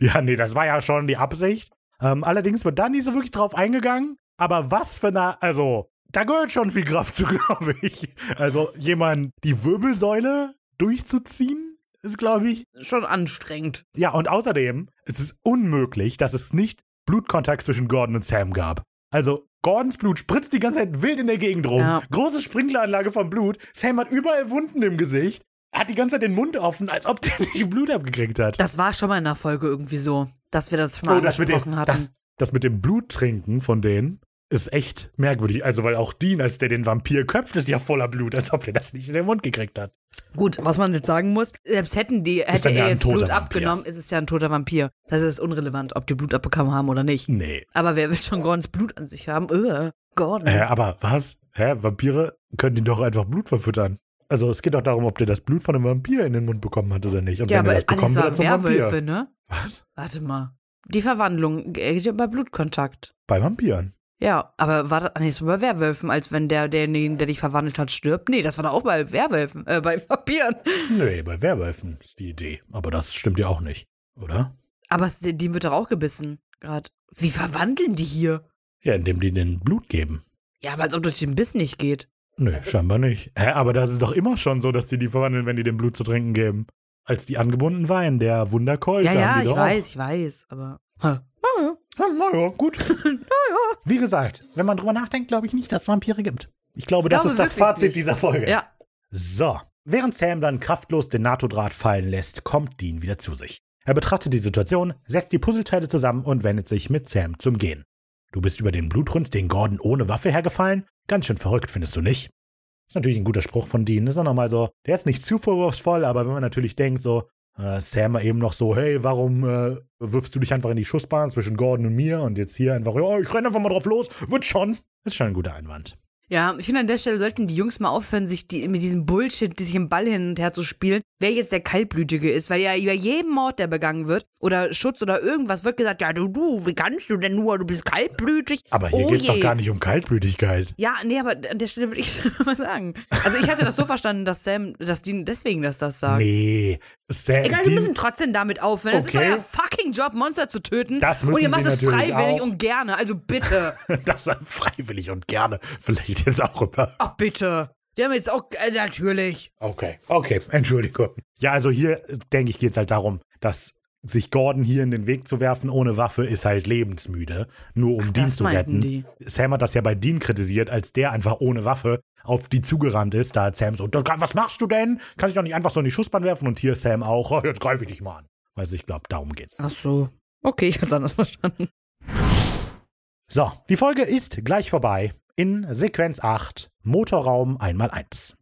S2: ja, nee, das war ja schon die Absicht. Ähm, allerdings wird da nie so wirklich drauf eingegangen. Aber was für eine. Also, da gehört schon viel Kraft zu, (laughs) glaube ich. Also, jemand die Wirbelsäule durchzuziehen, ist, glaube ich,
S1: Schon anstrengend.
S2: Ja, und außerdem, es ist unmöglich, dass es nicht Blutkontakt zwischen Gordon und Sam gab. Also, Gordons Blut spritzt die ganze Zeit wild in der Gegend rum.
S1: Ja.
S2: Große Sprinkleranlage vom Blut. Sam hat überall Wunden im Gesicht. hat die ganze Zeit den Mund offen, als ob (laughs) der nicht Blut abgekriegt hat.
S1: Das war schon mal in der Folge irgendwie so, dass wir das schon mal
S2: Oh, das mit,
S1: angesprochen
S2: dem,
S1: hatten.
S2: das, das mit dem Bluttrinken von denen ist echt merkwürdig. Also, weil auch Dean, als der den Vampir köpft, ist ja voller Blut, als ob der das nicht in den Mund gekriegt hat.
S1: Gut, was man jetzt sagen muss, selbst hätten die, hätte
S2: dann ja
S1: er
S2: ein
S1: jetzt
S2: toter
S1: Blut
S2: Vampir.
S1: abgenommen, ist es ja ein toter Vampir. Das ist unrelevant, ob die Blut abbekommen haben oder nicht.
S2: Nee.
S1: Aber wer will schon Gordons Blut an sich haben? Ugh, Gordon.
S2: Äh, aber was? Hä? Vampire können ihn doch einfach Blut verfüttern. Also, es geht doch darum, ob der das Blut von einem Vampir in den Mund bekommen hat oder nicht. Und
S1: ja,
S2: wenn er
S1: aber
S2: das
S1: Anis
S2: bekommen wird, er
S1: waren
S2: zum Vampir.
S1: Werwölfe, ne?
S2: Was?
S1: Warte mal. Die Verwandlung äh, geht ja bei Blutkontakt.
S2: Bei Vampiren.
S1: Ja, aber war das ah, nee, das war bei Werwölfen, als wenn der, derjenige, der dich verwandelt hat, stirbt? Nee, das war doch auch bei Werwölfen, äh, bei Vampiren.
S2: Nee, bei Werwölfen ist die Idee. Aber das stimmt ja auch nicht, oder?
S1: Aber es, die wird doch auch gebissen, gerade. Wie verwandeln die hier?
S2: Ja, indem die den Blut geben.
S1: Ja, aber als ob durch den Biss nicht geht.
S2: Nö,
S1: Also
S2: scheinbar nicht. Hä, aber das ist doch immer schon so, dass die die verwandeln, wenn die dem Blut zu trinken geben. Als die angebundenen Wein, der Wunderkolter.
S1: Ja, ja,
S2: haben die
S1: ich
S2: doch
S1: weiß, ich weiß, aber. Hä?
S2: Auch. Ja, na ja,
S1: (laughs)
S2: gut. Wie gesagt, wenn man drüber nachdenkt, glaube ich nicht, dass es Vampire gibt. Ich glaube, das
S1: glaube
S2: ist das
S1: wirklich
S2: Fazit
S1: nicht.
S2: dieser Folge.
S1: Ja.
S2: So. Während Sam dann kraftlos den NATO-Draht fallen lässt, kommt Dean wieder zu sich. Er betrachtet die Situation, setzt die Puzzleteile zusammen und wendet sich mit Sam zum Gehen. Du bist über den Blutrunst, den Gordon ohne Waffe hergefallen? Ganz schön verrückt, findest du nicht? Ist natürlich ein guter Spruch von Dean, ist auch nochmal so, der ist nicht zu vorwurfsvoll, aber wenn man natürlich denkt, so, äh, Sam war eben noch so, hey, warum äh, wirfst du dich einfach in die Schussbahn zwischen Gordon und mir und jetzt hier einfach, ja, ich renne einfach mal drauf los, wird schon. Ist schon ein guter Einwand.
S1: Ja, ich finde an der Stelle sollten die Jungs mal aufhören, sich die, mit diesem Bullshit, die sich im Ball hin und her zu spielen, wer jetzt der Kaltblütige ist, weil ja über jeden Mord, der begangen wird, oder Schutz oder irgendwas, wird gesagt, ja du, du, wie kannst du denn nur, du bist kaltblütig.
S2: Aber hier
S1: oh
S2: geht's
S1: je.
S2: doch gar nicht um Kaltblütigkeit.
S1: Ja, nee, aber an der Stelle würde ich (laughs) mal sagen. Also ich hatte das so verstanden, dass Sam, dass Dean deswegen das das sagt.
S2: Nee, Sam,
S1: Egal, wir
S2: Dean,
S1: müssen trotzdem damit aufhören. Es
S2: Okay.
S1: ist euer fucking Job, Monster zu töten.
S2: Das müssen
S1: und ihr
S2: sie
S1: macht es
S2: natürlich
S1: freiwillig
S2: auch.
S1: und gerne. Also bitte.
S2: (laughs) das war freiwillig und gerne. Vielleicht jetzt auch über.
S1: Ach bitte. Die haben jetzt auch. Äh, natürlich.
S2: Okay, okay, Entschuldigung. Ja, also hier, äh, denke ich, geht's halt darum, dass sich Gordon hier in den Weg zu werfen ohne Waffe ist halt lebensmüde, nur um Dean
S1: das
S2: zu
S1: meinten
S2: retten.
S1: die.
S2: Sam hat das ja bei Dean kritisiert, als der einfach ohne Waffe auf die zugerannt ist. Da hat Sam so, "Das- was machst du denn? Kann ich doch nicht einfach so in die Schussbahn werfen? Und hier Sam auch, (laughs) "Oh, jetzt greife ich dich mal an. Also ich glaube, darum geht's.
S1: Ach so. Okay, ich hab's anders (laughs) verstanden.
S2: So, die Folge ist gleich vorbei. In Sequenz 8, Motorraum einmal eins.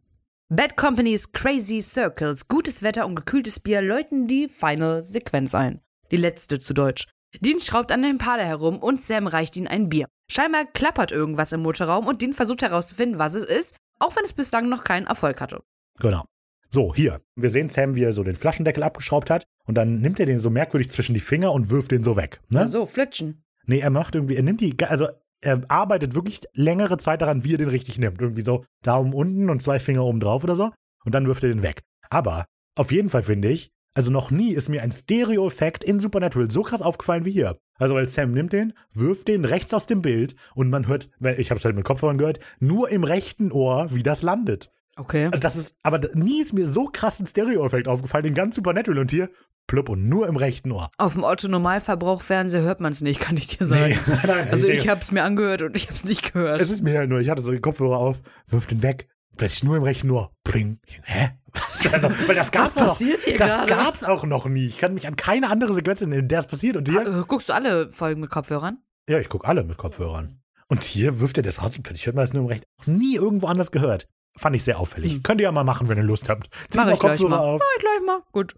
S1: Bad Companies, Crazy Circles, gutes Wetter und gekühltes Bier läuten die Final Sequenz ein. Die letzte zu Deutsch. Dean schraubt an dem Pader herum und Sam reicht ihm ein Bier. Scheinbar klappert irgendwas im Motorraum und Dean versucht herauszufinden, was es ist, auch wenn es bislang noch keinen Erfolg hatte.
S2: Genau. So, hier. Wir sehen Sam, wie er so den Flaschendeckel abgeschraubt hat und dann nimmt er den so merkwürdig zwischen die Finger und wirft den so weg. Ne?
S1: So, flitschen.
S2: Nee, er macht irgendwie, er nimmt die, ga- also er arbeitet wirklich längere Zeit daran, wie er den richtig nimmt. Irgendwie so Daumen unten und zwei Finger oben drauf oder so. Und dann wirft er den weg. Aber auf jeden Fall finde ich, also noch nie ist mir ein Stereo-Effekt in Supernatural so krass aufgefallen wie hier. Also weil Sam nimmt den, wirft den rechts aus dem Bild und man hört, weil ich habe es halt mit Kopfhörern gehört, nur im rechten Ohr, wie das landet.
S1: Okay.
S2: Das ist, aber d- nie ist mir so krass ein Stereo-Effekt aufgefallen, in ganz Supernatural und hier, plupp und nur im rechten Ohr.
S1: Auf dem Otto-Normalverbrauch-Fernseher hört man es nicht, kann ich dir sagen. (laughs)
S2: nein, nein.
S1: also
S2: denke-
S1: ich hab's mir angehört und ich hab's nicht gehört.
S2: Es ist mir halt nur, ich hatte so den Kopfhörer auf, wirf den weg, plötzlich nur im rechten Ohr. Pling. Hä? (laughs) Was? Also, weil das gab's
S1: Was
S2: doch noch,
S1: passiert hier
S2: Das
S1: gerade?
S2: gab's auch noch nie. Ich kann mich an keine andere Sequenz erinnern, in der es passiert. Und hier.
S1: Äh, Guckst du alle Folgen mit Kopfhörern?
S2: Ja, ich gucke alle mit Kopfhörern. Und hier wirft er das raus und plötzlich hört man das nur im rechten. Noch Nie irgendwo anders gehört. Fand ich sehr auffällig. Könnt ihr ja mal machen, wenn ihr Lust habt.
S1: Hm.
S2: Zieht
S1: Mach
S2: mal
S1: ich gleich
S2: Kopfhörer
S1: mal.
S2: auf.
S1: Mach ich gleich mal. Gut.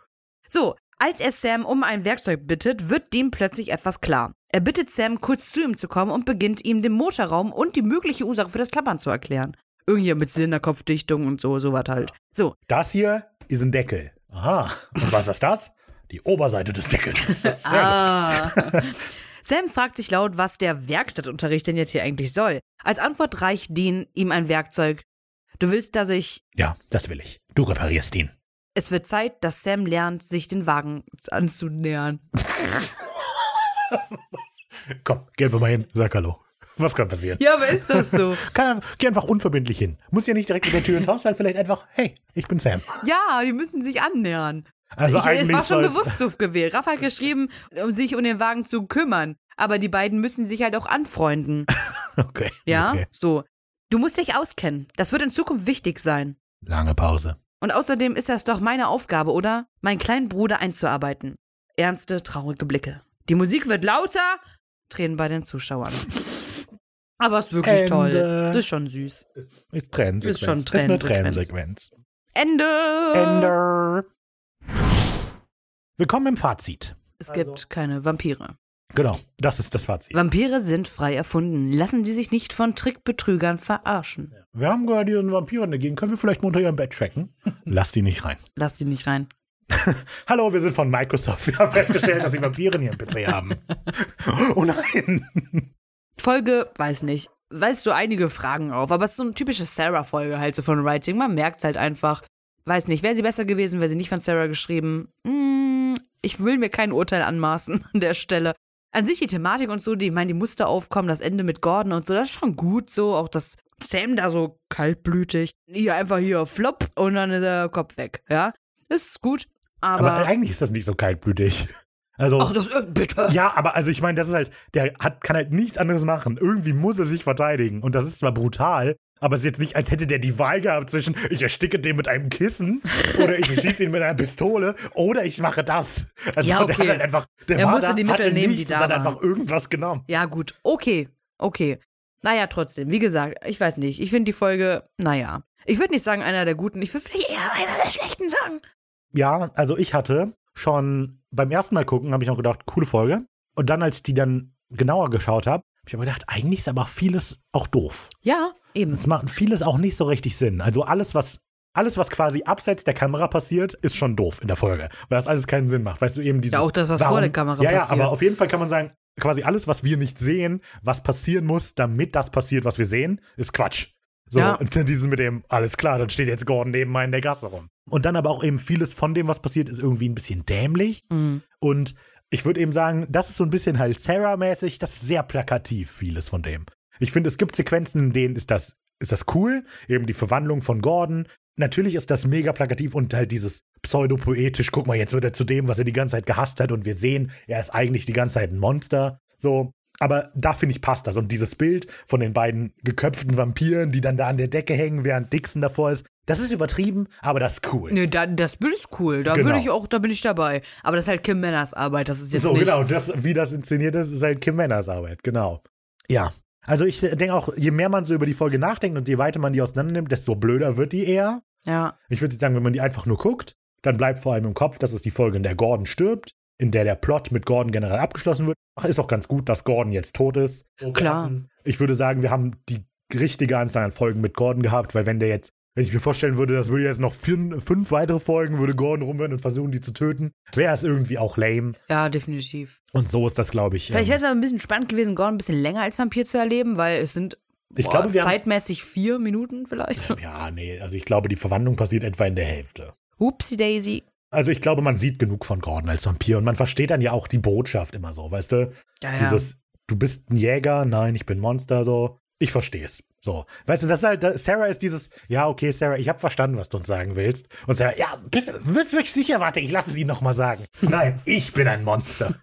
S1: So, als er Sam um ein Werkzeug bittet, wird dem plötzlich etwas klar. Er bittet Sam, kurz zu ihm zu kommen und beginnt ihm den Motorraum und die mögliche Ursache für das Klappern zu erklären. Irgendwie mit Zylinderkopfdichtung und so, sowas halt. So,
S2: Das hier ist ein Deckel. Aha. Und was ist das? Die Oberseite des (laughs) Deckels. Sehr gut.
S1: Ah. (laughs) Sam fragt sich laut, was der Werkstattunterricht denn jetzt hier eigentlich soll. Als Antwort reicht Dean ihm ein Werkzeug. Du willst, dass ich.
S2: Ja, das will ich. Du reparierst ihn.
S1: Es wird Zeit, dass Sam lernt, sich den Wagen anzunähern.
S2: Komm, geh einfach mal hin, sag Hallo. Was kann passieren?
S1: Ja, aber ist das so?
S2: Kann, geh einfach unverbindlich hin. Muss ja nicht direkt mit der Tür ins Haus, sondern vielleicht einfach, hey, ich bin Sam.
S1: (laughs) ja, die müssen sich annähern.
S2: Also
S1: ich, es
S2: eigentlich
S1: war schon
S2: soll's-
S1: bewusst so gewählt. Raff hat geschrieben, um sich um den Wagen zu kümmern. Aber die beiden müssen sich halt auch anfreunden.
S2: Okay.
S1: Ja,
S2: (laughs) Okay.
S1: so. Du musst dich auskennen. Das wird in Zukunft wichtig sein.
S2: Lange Pause.
S1: Und außerdem ist das doch meine Aufgabe, oder? Meinen kleinen Bruder einzuarbeiten. Ernste, traurige Blicke. Die Musik wird lauter, Tränen bei den Zuschauern.
S2: (laughs)
S1: Aber ist wirklich
S2: Ende.
S1: toll. Das ist schon süß.
S2: Ist, ist Tränensequenz.
S1: Ist schon
S2: eine
S1: Tränensequenz.
S2: Tränensequenz.
S1: Ende!
S2: Ender. Willkommen im Fazit.
S1: Es
S2: Also.
S1: gibt keine Vampire.
S2: Genau, das ist das Fazit.
S1: Vampire sind frei erfunden. Lassen Sie sich nicht von Trickbetrügern verarschen.
S2: Wir haben gerade diesen Vampiren dagegen. Können wir vielleicht mal unter ihrem Bett checken? Lass die nicht rein.
S1: Lass sie nicht rein.
S2: Hallo, wir sind von Microsoft. Wir haben festgestellt, dass sie Vampire in ihrem PC haben. (laughs) Oh nein.
S1: Folge, weiß nicht, weißt du einige Fragen auf, aber es ist so eine typische Sarah-Folge halt so von Writing. Man merkt halt einfach, weiß nicht, wäre sie besser gewesen, wäre sie nicht von Sarah geschrieben. Hm, ich will mir kein Urteil anmaßen an der Stelle. An sich die Thematik und so, die, ich meine, die Muster aufkommen, das Ende mit Gordon und so, das ist schon gut so, auch das Sam da so kaltblütig, hier einfach hier flop und dann ist der Kopf weg, ja. Das ist gut,
S2: Aber,
S1: aber.
S2: eigentlich ist das nicht so kaltblütig. Also,
S1: Ach, das, äh, bitte.
S2: ja, aber also ich meine, das ist halt, der hat, kann halt nichts anderes machen. Irgendwie muss er sich verteidigen. Und das ist zwar brutal, aber es ist jetzt nicht, als hätte der die Wahl gehabt zwischen, ich ersticke den mit einem Kissen oder ich schieße ihn mit einer Pistole oder ich mache das. Also
S1: Ja,
S2: der
S1: okay.
S2: hat halt einfach, der
S1: Er
S2: war
S1: musste
S2: da,
S1: die Mittel
S2: hatte
S1: nehmen, die
S2: nichts
S1: da
S2: und hat
S1: waren.
S2: einfach irgendwas genommen.
S1: Ja, gut. Okay. Okay. Naja, trotzdem. Wie gesagt, ich weiß nicht. Ich finde die Folge, naja. Ich würde nicht sagen, einer der guten. Ich würde vielleicht eher einer der schlechten sagen.
S2: Ja, also ich hatte schon beim ersten Mal gucken, habe ich noch gedacht, coole Folge. Und dann, als ich die dann genauer geschaut habe, habe ich aber gedacht, eigentlich ist aber vieles auch doof.
S1: Ja, eben.
S2: Es macht vieles auch nicht so richtig Sinn. Also alles, was, alles, was quasi abseits der Kamera passiert, ist schon doof in der Folge, weil das alles keinen Sinn macht. Weißt du, eben dieses,
S1: Ja, auch das, was vor der Kamera
S2: ja,
S1: passiert.
S2: Ja, aber auf jeden Fall kann man sagen, quasi alles, was wir nicht sehen, was passieren muss, damit das passiert, was wir sehen, ist Quatsch. So,
S1: Ja.
S2: und dann dieses mit dem, alles klar, dann steht jetzt Gordon nebenbei in der Gasse rum. Und dann aber auch eben vieles von dem, was passiert, ist irgendwie ein bisschen dämlich.
S1: Mhm.
S2: Und ich würde eben sagen, das ist so ein bisschen halt Sarah-mäßig, das ist sehr plakativ, vieles von dem. Ich finde, es gibt Sequenzen, in denen ist das, ist das cool, eben die Verwandlung von Gordon. Natürlich ist das mega plakativ und halt dieses pseudopoetisch, guck mal, jetzt wird er zu dem, was er die ganze Zeit gehasst hat und wir sehen, er ist eigentlich die ganze Zeit ein Monster. So, aber da finde ich passt das. Und dieses Bild von den beiden geköpften Vampiren, die dann da an der Decke hängen, während Dixon davor ist, das ist übertrieben, aber das ist cool.
S1: Nee, da, das Bild ist cool. Da
S2: Genau.
S1: würde ich auch, da bin ich dabei. Aber das ist halt Kim Manners Arbeit. Das ist jetzt
S2: so,
S1: nicht.
S2: genau, das, wie das inszeniert ist, ist halt Kim Manners Arbeit, genau. Ja. Also ich denke auch, je mehr man so über die Folge nachdenkt und je weiter man die auseinander nimmt, desto blöder wird die eher.
S1: Ja.
S2: Ich würde jetzt sagen, wenn man die einfach nur guckt, dann bleibt vor allem im Kopf, das ist die Folge, in der Gordon stirbt, in der der Plot mit Gordon generell abgeschlossen wird. Ach, ist auch ganz gut, dass Gordon jetzt tot ist.
S1: Klar.
S2: Ich würde sagen, wir haben die richtige Anzahl an Folgen mit Gordon gehabt, weil wenn der jetzt, wenn ich mir vorstellen würde, das würde jetzt noch vier, fünf weitere Folgen, würde Gordon rumhören und versuchen, die zu töten, wäre es irgendwie auch lame.
S1: Ja, definitiv.
S2: Und so ist das, glaube ich.
S1: Vielleicht wäre
S2: ähm,
S1: es aber ein bisschen spannend gewesen, Gordon ein bisschen länger als Vampir zu erleben, weil es sind
S2: ich
S1: boah,
S2: glaube, wir
S1: zeitmäßig vier Minuten vielleicht.
S2: haben. (laughs) Ja, nee, also ich glaube, die Verwandlung passiert etwa in der Hälfte.
S1: Upsi Daisy.
S2: Also ich glaube, man sieht genug von Gordon als Vampir und man versteht dann ja auch die Botschaft immer so, weißt du?
S1: Ja, ja.
S2: Dieses, du bist ein Jäger, nein, ich bin Monster, so. Ich versteh's. So. Weißt du, das ist halt, das- Sarah ist dieses, ja, okay, Sarah, ich hab verstanden, was du uns sagen willst. Und Sarah, ja, bist, willst du wirklich sicher? Warte, ich lass es ihnen nochmal
S1: (laughs)
S2: sagen. Nein, ich bin ein Monster.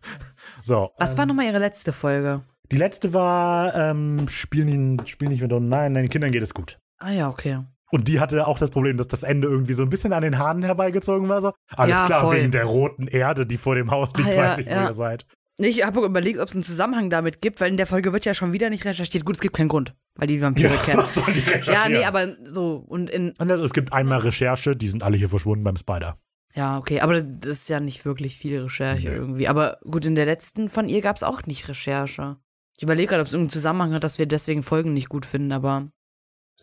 S2: So.
S1: Was war nochmal ihre letzte Folge?
S2: Die letzte war, ähm, spiel nicht, spiel nicht mit uns. Nein, deinen Kindern geht es gut.
S1: Ah ja, okay.
S2: Und die hatte auch das Problem, dass das Ende irgendwie so ein bisschen an den Haaren herbeigezogen war. So, alles
S1: Ja,
S2: klar,
S1: voll.
S2: wegen der roten Erde, die vor dem Haus liegt,
S1: Ah, ja,
S2: weiß ich, wo
S1: ja.
S2: ihr seid.
S1: Ich habe überlegt, ob es einen Zusammenhang damit gibt, weil in der Folge wird ja schon wieder nicht recherchiert. Gut, es gibt keinen Grund, weil die Vampire kennen.
S2: was soll die
S1: Ja,
S2: recherchieren?
S1: nee, aber so und in
S2: Und also, es gibt einmal Recherche, die sind alle hier verschwunden beim Spider.
S1: ja, okay, aber das ist ja nicht wirklich viel Recherche irgendwie. Aber gut, in der letzten von ihr gab es auch nicht Recherche. Ich überlege gerade, ob es irgendeinen Zusammenhang hat, dass wir deswegen Folgen nicht gut finden, aber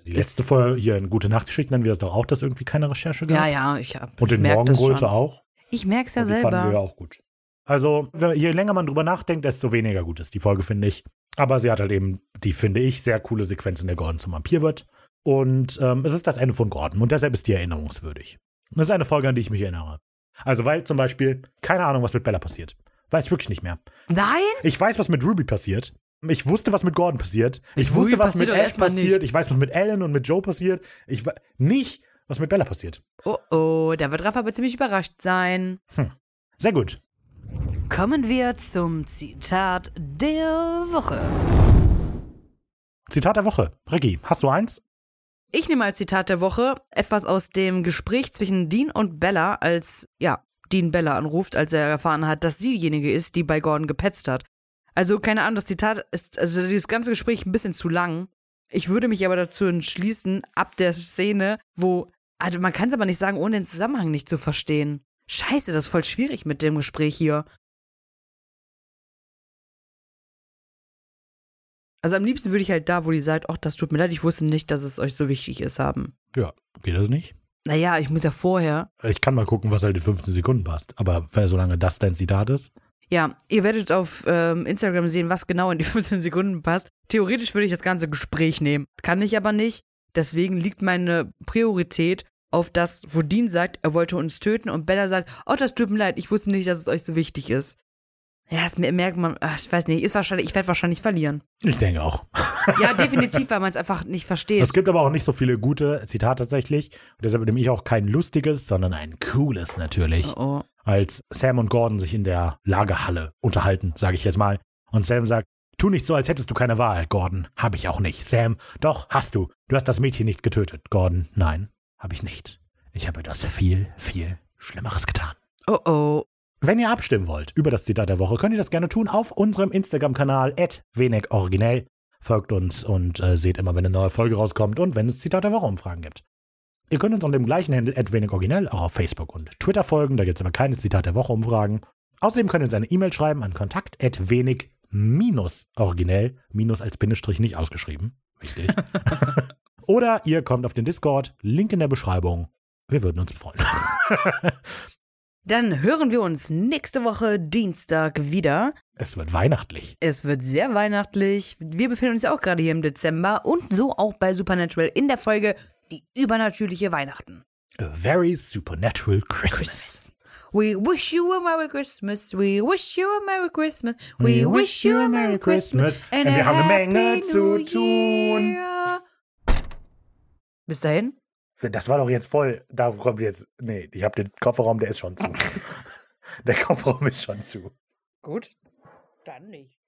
S2: Die letzte Folge hier in Gute Nacht schicken, dann wir das doch auch, dass irgendwie keine Recherche gab.
S1: ja, ja, ich hab,
S2: Und
S1: ich
S2: den
S1: merk das
S2: Morgenröte
S1: schon.
S2: auch.
S1: Ich merk's ja
S2: Und die fanden wir ja
S1: selber.
S2: auch gut. Also, wenn- je länger man drüber nachdenkt, desto weniger gut ist die Folge, finde ich. Aber sie hat halt eben die, finde ich, sehr coole Sequenz, in der Gordon zum Vampir wird. Und ähm, es ist das Ende von Gordon und deshalb ist die erinnerungswürdig. Das ist eine Folge, an die ich mich erinnere. Also, weil zum Beispiel, keine Ahnung, was mit Bella passiert. Weiß ich wirklich nicht mehr.
S1: Nein?
S2: Ich weiß, was mit Ruby passiert. Ich wusste, was mit Gordon passiert. Ich
S1: Ruby
S2: wusste, was
S1: passiert
S2: mit
S1: doch
S2: Ash
S1: erstmal
S2: passiert.
S1: nichts.
S2: Ich weiß, was mit Ellen und mit Joe passiert. Ich weiß nicht, was mit Bella passiert.
S1: Oh oh, da wird Raff aber ziemlich überrascht sein.
S2: Sehr gut.
S1: Kommen wir zum Zitat der Woche.
S2: Zitat der Woche. Reggie, hast du eins?
S1: Ich nehme als Zitat der Woche etwas aus dem Gespräch zwischen Dean und Bella, als, ja, Dean Bella anruft, als er erfahren hat, dass sie diejenige ist, die bei Gordon gepetzt hat. Also, keine Ahnung, das Zitat ist, also dieses ganze Gespräch ein bisschen zu lang. Ich würde mich aber dazu entschließen, ab der Szene, wo, also man kann es aber nicht sagen, ohne den Zusammenhang nicht zu verstehen. Scheiße, das ist voll schwierig mit dem Gespräch hier. Also am liebsten würde ich halt da, wo die sagt, ach, das tut mir leid, ich wusste nicht, dass es euch so wichtig ist, haben.
S2: Ja, geht das nicht?
S1: Naja, ich muss ja vorher.
S2: Ich kann mal gucken, was halt in 15 Sekunden passt. Aber weil- solange das dein Zitat ist,
S1: Ja, ihr werdet auf ähm, Instagram sehen, was genau in die (laughs) 15 Sekunden passt. Theoretisch würde ich das ganze Gespräch nehmen. Kann ich aber nicht. Deswegen liegt meine Priorität auf das, wo Dean sagt, er wollte uns töten und Bella sagt, oh, das tut mir leid, ich wusste nicht, dass es euch so wichtig ist. Ja, das mer- merkt man, ach, ich weiß nicht, ist wahrscheinlich, ich werde wahrscheinlich verlieren.
S2: ich denke auch.
S1: Ja, definitiv, weil man es einfach nicht versteht.
S2: Es gibt aber auch nicht so viele gute Zitate tatsächlich. Und deshalb nehme ich auch kein lustiges, sondern ein cooles natürlich.
S1: oh, oh.
S2: Als Sam und Gordon sich in der Lagerhalle unterhalten, sage ich jetzt mal. Und Sam sagt, tu nicht so, als hättest du keine Wahl, Gordon. Habe ich auch nicht. Sam, doch, hast du. Du hast das Mädchen nicht getötet. Gordon, nein, habe ich nicht. Ich habe etwas viel, viel Schlimmeres getan.
S1: Oh oh.
S2: Wenn ihr abstimmen wollt über das Zitat der Woche, könnt ihr das gerne tun auf unserem Instagram-Kanal @wenigoriginell. Folgt uns und äh, seht immer, wenn eine neue Folge rauskommt und wenn es Zitat der Woche Umfragen gibt. Ihr könnt uns unter dem gleichen Handel @wenigoriginell auch auf Facebook und Twitter folgen, da gibt es aber keine Zitat der Woche Umfragen. Außerdem könnt ihr uns eine E-Mail schreiben an kontakt@wenig originell minus als Bindestrich nicht ausgeschrieben. Wichtig. Oder ihr kommt auf den Discord, Link in der Beschreibung. Wir würden uns freuen.
S1: Dann hören wir uns nächste Woche Dienstag wieder.
S2: Es wird weihnachtlich.
S1: Es wird sehr weihnachtlich. Wir befinden uns ja auch gerade hier im Dezember und so auch bei Supernatural in der Folge Die übernatürliche Weihnachten.
S2: A very supernatural Christmas.
S1: We wish you a Merry Christmas. We wish you a Merry Christmas. We wish you a Merry Christmas.
S2: And wir haben eine
S1: Happy
S2: Menge zu
S1: New
S2: tun.
S1: Year. Bis dahin.
S2: Das war doch jetzt voll. Da kommt jetzt. Nee, ich habe den
S1: (laughs)
S2: Kofferraum, der ist schon zu. der Kofferraum ist schon zu.
S1: Gut. Dann nicht.